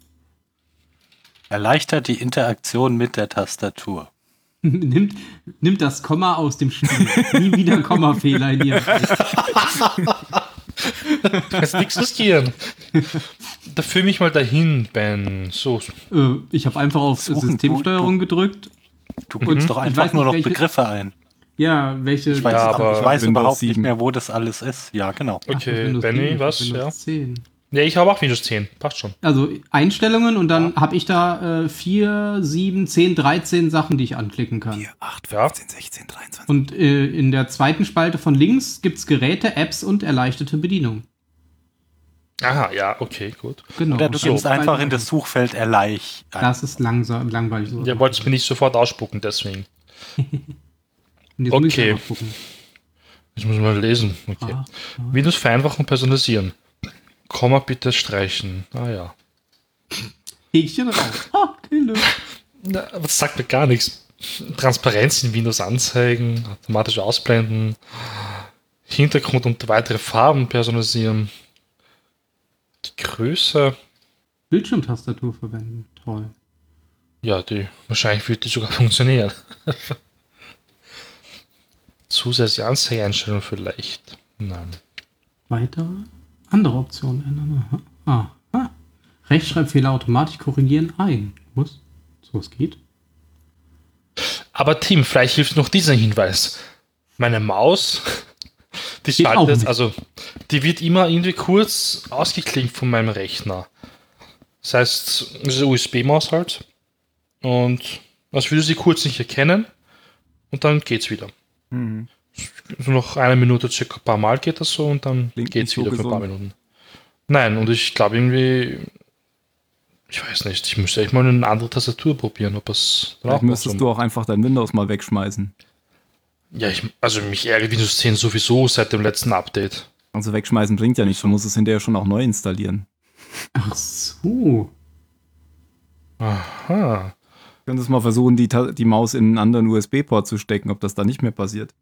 S5: <laughs>
S1: Erleichtert die Interaktion mit der Tastatur.
S5: nimmt, nimmt das Komma aus dem Spiel. Nie wieder Kommafehler in
S1: <laughs>
S5: ihrem Text.
S3: Kannst nichts riskieren.
S2: <laughs>
S3: da führe mich mal dahin, Ben. So,
S5: äh, Ich habe einfach auf
S1: Suchen,
S5: Systemsteuerung gedrückt.
S1: Du gibst doch
S5: Ich weiß
S1: einfach
S5: nicht,
S1: nur noch
S5: welche-
S1: Begriffe ein.
S5: Ja, welche.
S1: Ich weiß,
S3: Mhm. Ja,
S1: es auch-
S3: aber
S1: ich weiß
S2: Windows
S1: überhaupt
S2: 7.
S1: nicht mehr, wo das alles ist. Ja, genau.
S3: okay,
S5: Windows 10,
S3: Benny, was?
S5: Windows
S3: Ja.
S5: 10.
S3: Ja, ich habe auch Windows 10. Passt schon.
S5: Also Einstellungen und dann habe ich da äh, 4, 7, 10, 13 Sachen, die ich anklicken kann.
S2: 8,
S3: Ja.
S2: 15, 16, 23.
S5: Und äh, in der zweiten Spalte von links gibt es Geräte, Apps und erleichterte Bedienung.
S3: Aha, ja, okay, gut.
S5: Genau.
S1: Oder du
S3: so.
S1: gibst einfach in das Suchfeld erleicht. ein.
S5: Das ist langsam, langweilig. So.
S3: Ihr wollt es mir nicht sofort ausspucken, deswegen.
S5: Und jetzt muss ich
S3: okay.
S5: mal gucken.
S3: Ich muss mal lesen. Okay.
S5: Ah,
S3: Windows vereinfachen und personalisieren. Komma bitte streichen. Ah ja.
S5: Häkchen raus. Ha, Kille.
S3: Na, aber das sagt mir gar nichts. Transparenz in Windows anzeigen, automatisch ausblenden, Hintergrund und weitere Farben personalisieren, die Größe.
S5: Bildschirmtastatur verwenden. Toll.
S3: Ja, die wahrscheinlich wird die sogar <laughs> funktionieren. Zusätzliche Anzeigeeinstellung vielleicht. Nein.
S5: Weitere andere Optionen ändern. Aha. Ah. Ah. Rechtschreibfehler automatisch korrigieren ein. Was? So was geht?
S3: Aber Tim, vielleicht hilft noch dieser Hinweis. Meine Maus, <laughs> die
S5: Geht auch
S3: schaltet,
S5: nicht.
S3: also die wird immer irgendwie kurz ausgeklinkt von meinem Rechner. Das heißt, es ist eine USB-Maus halt. Und als würde sie kurz nicht erkennen. Und dann geht's wieder.
S2: Mhm.
S3: So noch eine Minute circa ein paar Mal geht das so und dann
S2: Klingt nicht
S3: geht's
S2: so
S3: wieder für ein paar
S2: gesund.
S3: Minuten. Nein, und ich glaube irgendwie, ich weiß nicht, ich müsste echt mal eine andere Tastatur probieren, ob es dann
S2: Vielleicht
S3: mal
S2: müsstest
S3: so-
S2: du auch einfach dein Windows mal wegschmeißen.
S3: ja, ich, also mich ärgert Windows 10 sowieso seit dem letzten Update.
S2: Also wegschmeißen bringt ja nichts, man muss es hinterher schon auch neu installieren.
S5: Ach so.
S3: Aha.
S2: Du könntest mal versuchen, die, Ta- die Maus in einen anderen USB-Port zu stecken, ob das da nicht mehr passiert.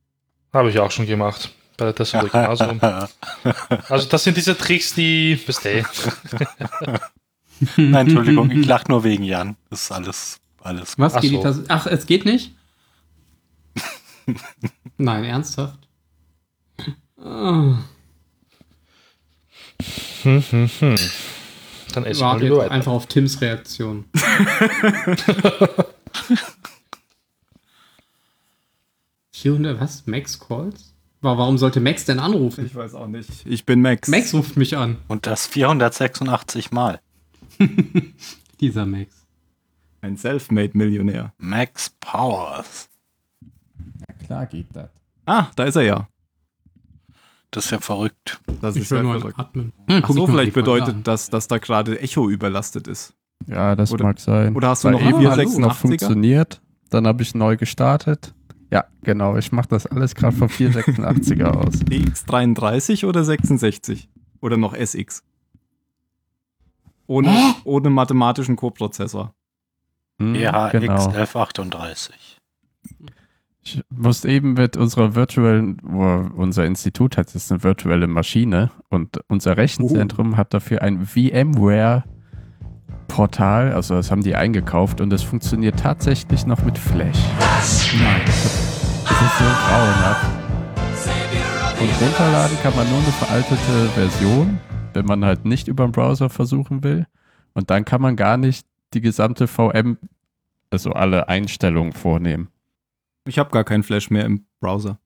S3: Habe ich auch schon gemacht. Bei der
S2: <laughs>
S3: Tastatur genauso. Also das sind diese Tricks, die... Bist du,
S1: <laughs> Nein, Entschuldigung, ich lache nur wegen Jan. Das ist alles, alles.
S5: Was
S3: Ach
S5: geht
S3: so.
S5: die Tasse? Ach, es
S3: <laughs>
S5: geht nicht? Nein, ernsthaft? Ah,
S3: hm, hm, hm. Dann essen wir
S5: warte
S3: lieber
S5: jetzt
S3: weiter.
S5: einfach auf
S2: <laughs>
S5: Tims Reaktion. ...400, was? Max Calls? Wa- Warum sollte Max denn anrufen?
S2: weiß auch nicht. Ich bin Max.
S5: Max ruft mich an.
S1: Und das 486 Mal.
S5: Dieser Max.
S2: Ein Selfmade-Millionär.
S1: Max Powers.
S4: Klar geht das.
S2: Ah, da ist er ja.
S1: Das ist ja verrückt.
S2: Das
S5: Ich
S2: ist
S5: will
S2: ja
S5: nur
S2: verrückt. Hm,
S5: atmen.
S2: Ach so, vielleicht bedeutet das, dass da gerade Echo überlastet ist.
S4: Ja, das
S2: Oder-
S4: mag sein.
S2: Oder hast du
S4: Weil
S2: noch
S5: Ah, hallo,
S4: E486 noch
S2: 486er?
S4: funktioniert. Dann habe ich neu gestartet. Ja, genau. Ich mache das alles gerade vom 486er aus.
S2: X33 oder 66? Oder noch SX? Ohne, ohne mathematischen Co-Prozessor. Mhm,
S4: Hm,
S1: EHX
S4: genau.
S1: 1138.
S4: Ich musste eben mit unserer virtuellen, wo unser Institut hat jetzt eine virtuelle Maschine und unser Rechenzentrum hat dafür ein VMware-Portal. Also das haben die eingekauft und das funktioniert tatsächlich noch mit Flash. Nein. Das ist so grauenhaft. Und runterladen kann man nur eine veraltete Version, wenn man halt nicht über den Browser versuchen will. Und dann kann man gar nicht die gesamte VM, also alle Einstellungen vornehmen.
S2: Ich habe gar keinen Flash mehr im Browser.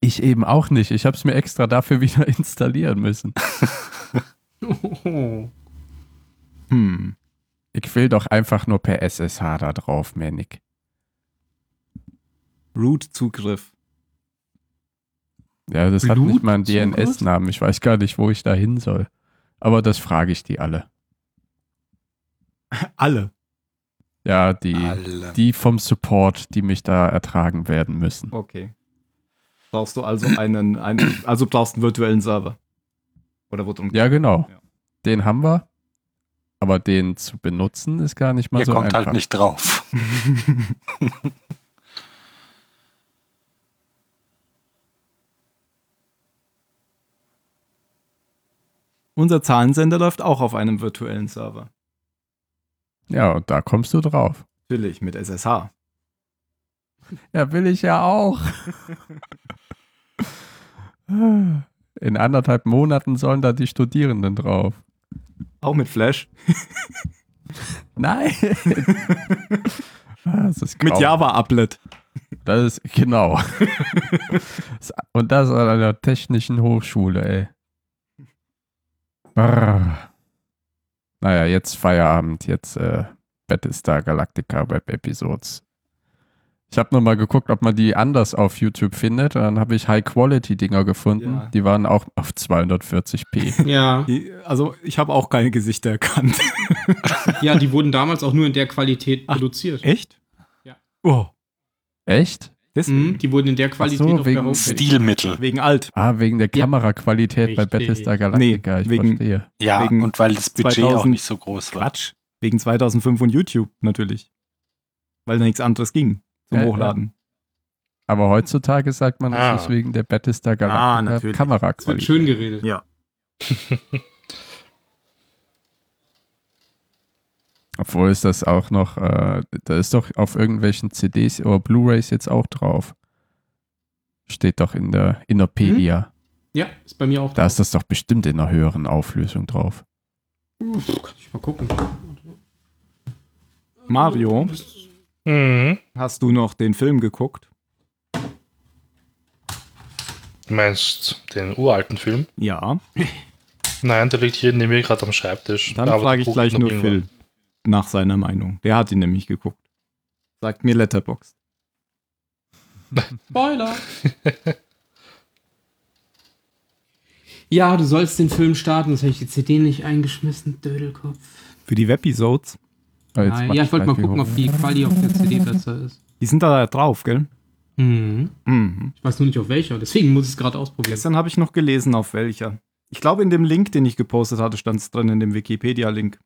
S4: Ich eben auch nicht. Ich habe es mir extra dafür <laughs> wieder installieren müssen.
S2: <laughs>
S5: Oh.
S2: Hm.
S4: Ich will doch einfach nur per SSH da drauf, mehr nicht.
S2: Root-Zugriff.
S4: Ja, das hat
S5: Blut
S4: nicht mal einen
S5: zum
S4: DNS-Namen. Ich weiß gar nicht, wo ich da hin soll. Aber das frage ich die alle.
S2: Alle.
S4: Ja, die,
S1: Alle.
S4: die vom Support, die mich da ertragen werden müssen.
S2: Okay. Brauchst du also einen, einen also brauchst einen virtuellen Server. Oder worum?
S4: Ja, genau.
S2: Ja.
S4: Den haben wir. Aber den zu benutzen ist gar nicht mal
S1: Ihr
S2: Also
S4: so
S1: kommt
S4: einfach.
S1: halt nicht
S2: <laughs>
S1: drauf.
S2: Unser Zahlensender läuft auch auf einem virtuellen Server.
S4: Ja, und da kommst du drauf.
S2: Natürlich, mit SSH.
S4: Ja, will ich ja auch. <laughs> In anderthalb Monaten sollen da die Studierenden drauf.
S2: Auch mit Flash.
S4: Nein. Ah, <laughs> das ist
S2: Mit
S4: grau.
S2: Java-Applet.
S4: Das ist
S2: <laughs>
S4: genau. Und das an einer technischen Hochschule, ey. Brr. Naja, jetzt Feierabend, jetzt äh, Battlestar Galactica Web Episodes. Ich habe nochmal geguckt, ob man die anders auf YouTube findet. Und dann habe ich High-Quality-Dinger gefunden.
S2: Ja.
S4: Die waren auch auf
S2: <laughs>
S4: 240p.
S5: Ja.
S2: Die- Also, ich habe auch keine Gesichter erkannt.
S5: ja, die wurden damals auch nur in der Qualität produziert.
S2: Echt?
S5: Ja.
S2: Oh.
S4: Echt?
S2: Deswegen.
S5: Mhm, die wurden in der Qualität
S4: so,
S5: auf der
S4: wegen
S5: Homepage.
S1: Stilmittel.
S2: Wegen alt.
S4: Ah, wegen der Kameraqualität bei
S5: Richtig.
S4: Battlestar Galactica.
S2: Nee,
S4: ich
S2: wegen-
S4: verstehe.
S1: Ja,
S2: Wegen
S1: und weil das Budget
S2: 2000
S1: auch nicht so groß war.
S2: Quatsch. Wegen 2005 und YouTube natürlich. Weil da nichts anderes ging. zum
S4: Ja, ja.
S2: Hochladen.
S4: Aber heutzutage sagt man,
S3: Ah.
S4: das ist wegen der Battlestar
S2: Ah,
S4: Galactica
S2: natürlich.
S7: Es wird
S4: Kameraqualität.
S7: schön geredet.
S2: Ja.
S4: Obwohl ist das auch noch, äh, da ist doch auf irgendwelchen CDs oder Blu-rays jetzt auch drauf. Steht doch in der Innopedia.
S7: Hm? Ja, ist bei mir auch
S4: Da ist das doch bestimmt in einer höheren Auflösung drauf.
S7: Uff, kann ich mal gucken.
S2: Mario,
S4: Äh,
S3: Mhm.
S2: hast du noch den Film geguckt?
S3: Du meinst den uralten Film?
S2: Ja.
S3: Nein, der liegt hier neben mir gerade am Schreibtisch.
S2: Dann
S3: Aber
S2: frage ich
S3: guckt
S2: gleich
S3: noch
S2: nur
S3: irgendwann.
S2: Phil nach seiner Meinung. Der hat ihn nämlich geguckt. Sagt mir Letterboxd.
S7: Spoiler! ja, du sollst den Film starten, sonst hätte ich die CD nicht eingeschmissen, Dödelkopf.
S2: Für die Webisodes.
S4: Ah, jetzt
S7: Nein,
S4: mach
S7: ja,
S4: ich
S7: ich wollte mal
S4: gleich
S7: gucken,
S4: hoch.
S7: ob die Quali auf der CD besser ist.
S2: Die sind da drauf, gell?
S7: Mhm.
S2: Mhm.
S7: Ich weiß nur nicht auf welcher, deswegen muss ich es gerade ausprobieren.
S2: Gestern habe ich noch gelesen, auf welcher. Ich glaube, in dem Link, den ich gepostet hatte, stand es drin, in dem Wikipedia-Link.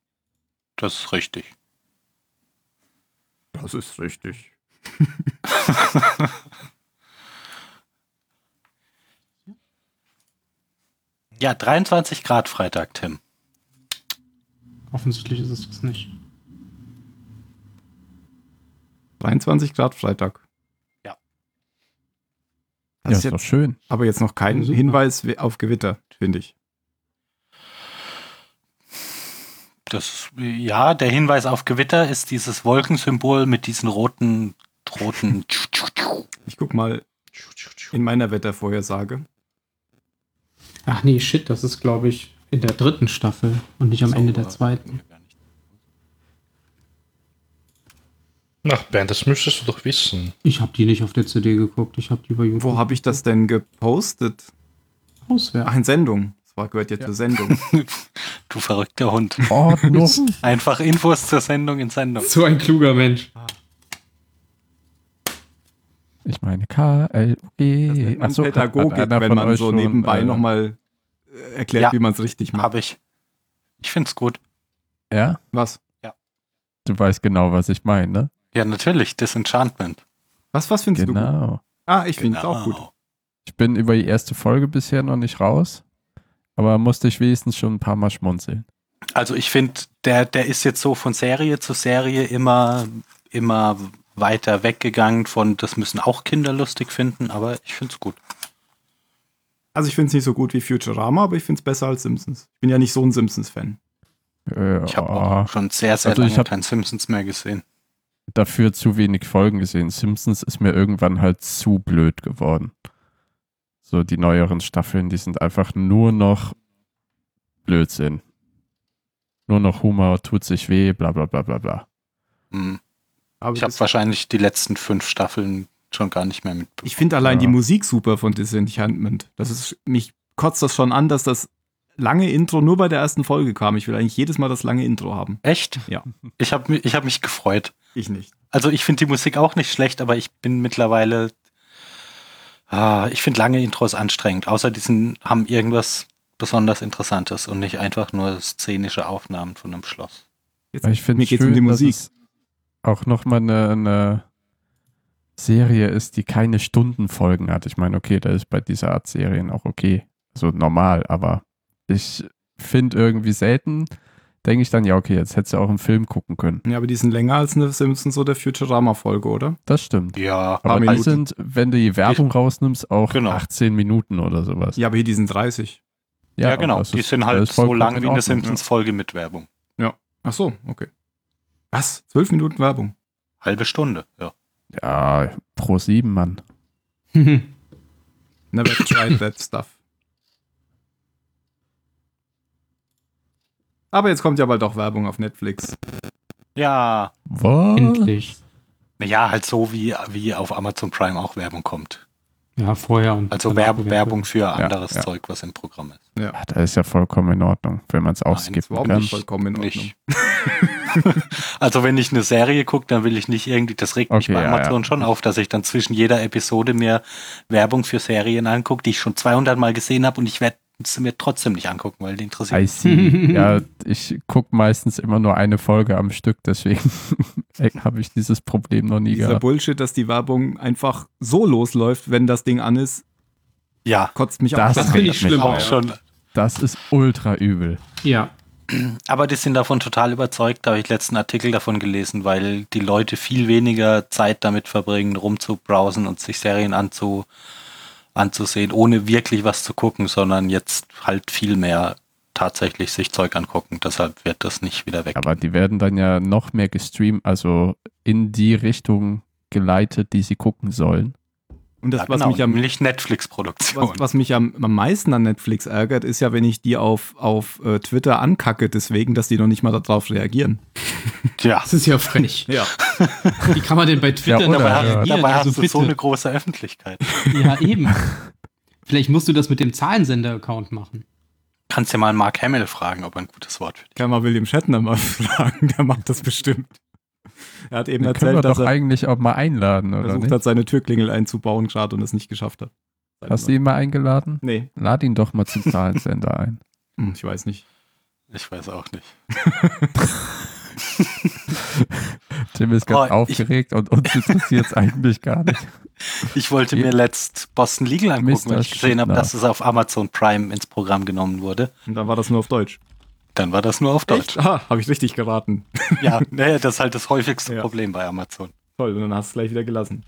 S1: Das ist richtig.
S2: Das ist richtig.
S1: Ja, 23 Grad Freitag, Tim.
S7: Offensichtlich ist es das nicht.
S2: 23 Grad Freitag.
S1: Ja.
S4: Ja,
S2: Das ist
S4: ist doch
S2: jetzt <laughs>
S4: schön.
S2: aber jetzt noch kein
S7: Super.
S2: Hinweis we- auf Gewitter, finde ich.
S1: Das, ja, der Hinweis auf Gewitter ist dieses Wolkensymbol mit diesen roten, roten. <laughs>
S2: Ich guck mal in meiner Wettervorhersage.
S7: Ach nee, shit, das ist, glaube ich, in der dritten Staffel und nicht am Ende der zweiten.
S3: Ach, Bernd, das müsstest du doch wissen.
S7: Ich habe die nicht auf der CD geguckt, ich habe die über YouTube
S2: Wo habe ich das denn gepostet? Ach,
S7: auswärts.
S2: in Sendung. Das war, gehört ja, zur Sendung.
S1: Du verrückter Hund.
S4: Ordnung.
S1: Einfach Infos zur Sendung in Sendung.
S7: <laughs> So ein kluger Mensch. <laughs>
S4: Ich meine K-L-E.
S2: Man Pädagogik, wenn man so nebenbei
S4: äh,
S2: nochmal äh, erklärt,
S1: Ja.
S2: wie man es richtig macht.
S1: Habe ich. Ich find's gut.
S4: Ja,
S2: Was?
S4: du weißt genau, was ich meine, ne?
S1: Ja, natürlich. Disenchantment. Genau.
S2: Was, was findest du gut?
S4: Genau.
S2: Ah, ich finde es auch gut.
S4: Ich bin über die erste Folge bisher noch nicht raus, aber musste ich wenigstens schon ein paar Mal schmunzeln.
S1: Also ich finde, der, der ist jetzt so von Serie zu Serie immer, immer weiter weggegangen von, das müssen auch Kinder lustig finden, aber ich find's gut.
S2: Also ich finde es nicht so gut wie Futurama, aber ich finde es besser als Simpsons. Ich bin ja nicht so ein Simpsons-Fan.
S4: Äh,
S1: Ich habe auch schon sehr, sehr
S4: Also ich
S1: lange
S4: hab-
S1: kein Simpsons mehr gesehen.
S4: dafür zu wenig Folgen gesehen. Simpsons ist mir irgendwann halt zu blöd geworden. So die neueren Staffeln, die sind einfach nur noch Blödsinn. Nur noch Humor, tut sich weh, bla bla bla bla bla.
S1: Hm.
S2: Aber
S1: Ich habe
S2: das-
S1: wahrscheinlich die letzten fünf Staffeln schon gar nicht mehr mitbekommen.
S2: ich finde allein
S4: Ja.
S2: die Musik super von Disenchantment. Das ist, mich kotzt das schon an, dass das lange Intro nur bei der ersten Folge kam. Ich will eigentlich jedes Mal das lange Intro haben.
S1: Echt?
S2: Ja.
S1: Ich habe ich hab mich gefreut.
S2: Ich nicht.
S1: Also ich finde die Musik auch nicht schlecht, aber ich bin mittlerweile. Ah, ich finde lange Intros anstrengend. Außer diesen haben irgendwas besonders Interessantes und nicht einfach nur szenische Aufnahmen von einem Schloss.
S2: Jetzt,
S4: Aber ich finde
S2: mir
S4: es
S2: geht's um
S4: schön,
S2: die
S4: dass
S2: Musik.
S4: es auch nochmal eine, eine Serie ist, die keine Stundenfolgen hat. Ich meine, okay, das ist bei dieser Art Serien auch okay. So normal, aber ich finde irgendwie selten, denke ich dann, ja, okay, jetzt hättest du auch einen Film gucken können.
S2: Ja, aber die sind länger als eine Simpsons oder Futurama-Folge, oder?
S4: Das stimmt.
S1: Ja,
S2: Paar
S4: Aber die
S2: Minuten.
S4: sind, wenn du die Werbung rausnimmst, auch
S1: Genau.
S4: 18 Minuten oder sowas.
S2: Ja, aber hier die sind 30.
S1: ja, genau.
S4: das
S1: Die
S4: ist-
S1: sind halt
S4: das ist
S1: so
S4: vollkommen
S1: lang
S4: in
S1: wie eine
S4: Ordnung,
S1: Simpsons-Folge mit Werbung.
S2: Ach so, okay. Was? Zwölf Minuten Werbung.
S1: Halbe Stunde, ja.
S4: Ja, Ja, pro sieben, Mann.
S2: Never tried that stuff. Aber jetzt kommt ja bald auch Werbung auf Netflix.
S1: Ja.
S4: Was?
S7: Endlich.
S1: Ja, halt so wie, wie auf Amazon Prime auch Werbung kommt.
S7: Ja, vorher und
S1: Also
S4: Genau,
S7: danach
S1: Werb,
S7: eventuell.
S1: Werbung für anderes
S4: ja.
S1: Zeug, was im Programm ist.
S4: Ach, Das Ah, ist ja vollkommen in Ordnung, wenn man es auch
S1: Nein,
S4: skippen
S2: überhaupt
S4: kann.
S2: nicht. vollkommen in Ordnung.
S1: Nicht. <laughs> also wenn ich eine Serie gucke, dann will ich nicht irgendwie, das regt mich
S4: Okay,
S1: bei
S4: ja,
S1: Amazon
S4: ja.
S1: schon auf, dass ich dann zwischen jeder Episode mir Werbung für Serien angucke, die ich schon 200 Mal gesehen habe und ich werde kannst du mir trotzdem nicht angucken, weil die interessiert
S4: I see. ja, ich gucke meistens immer nur eine Folge am Stück, deswegen <laughs> habe ich dieses Problem noch nie
S2: Dieser
S4: gehabt.
S2: Bullshit, dass die Werbung einfach so losläuft, wenn das Ding an ist,
S1: Ja,
S2: kotzt mich
S4: Das
S2: auch.
S4: ist
S2: an.
S4: richtig.
S5: Finde ich schlimm.
S1: auch schon.
S4: Das ist ultra übel.
S7: Ja.
S1: Aber die sind davon total überzeugt, da habe ich letzten Artikel davon gelesen, weil die Leute viel weniger Zeit damit verbringen, rumzubrowsen und sich Serien anzu, anzusehen, ohne wirklich was zu gucken, sondern jetzt halt viel mehr tatsächlich sich Zeug angucken. Deshalb wird das nicht wieder weg.
S4: Aber die werden dann ja noch mehr gestreamt, also in die Richtung geleitet, die sie gucken sollen.
S2: Und das,
S1: Ja,
S2: was
S1: genau,
S2: mich am
S1: nämlich Netflix-Produktion.
S2: was, was mich am, am meisten an Netflix ärgert, ist ja, wenn ich die auf, auf äh, Twitter ankacke, deswegen, dass die noch nicht mal darauf reagieren.
S1: Tja,
S7: Das ist ja frech.
S2: Ja.
S7: Wie kann man denn bei Twitter
S4: Ja, oder?
S1: dabei,
S4: Ja.
S1: hast, dabei
S7: Also
S1: hast du so
S7: bitte.
S1: eine große Öffentlichkeit.
S7: Ja, eben. Vielleicht musst du das mit dem Zahlensender-Account machen.
S1: Kannst ja mal Mark Hamill fragen, ob er ein gutes Wort für dich
S2: Kann mal William Shatner mal <laughs> fragen, der macht das bestimmt. Er hat eben
S4: Den können wir
S2: erzählt, dass
S4: doch
S2: er
S4: eigentlich auch mal einladen, oder
S2: versucht
S4: nicht?
S2: hat, seine Türklingel einzubauen gerade und es nicht geschafft hat.
S4: Hast du ihn mal eingeladen?
S2: Nee,
S4: Lad ihn doch mal zum Zahlensender ein.
S2: Hm, ich weiß nicht.
S1: Ich weiß auch nicht.
S4: Tim ist ganz
S1: Oh, ich-
S4: aufgeregt und uns <laughs> interessiert es eigentlich gar nicht.
S1: Ich wollte mir letzt Boston Legal angucken,
S4: Mr.
S1: weil ich gesehen habe,
S4: Schiffner.
S1: dass es auf Amazon Prime ins Programm genommen wurde.
S2: Und dann war das nur auf Deutsch.
S1: Dann war das nur auf Deutsch.
S2: Ah, habe ich richtig geraten.
S1: Ja, naja, das ist halt das häufigste
S2: Ja.
S1: Problem bei Amazon.
S2: Toll, und dann hast du es gleich wieder gelassen.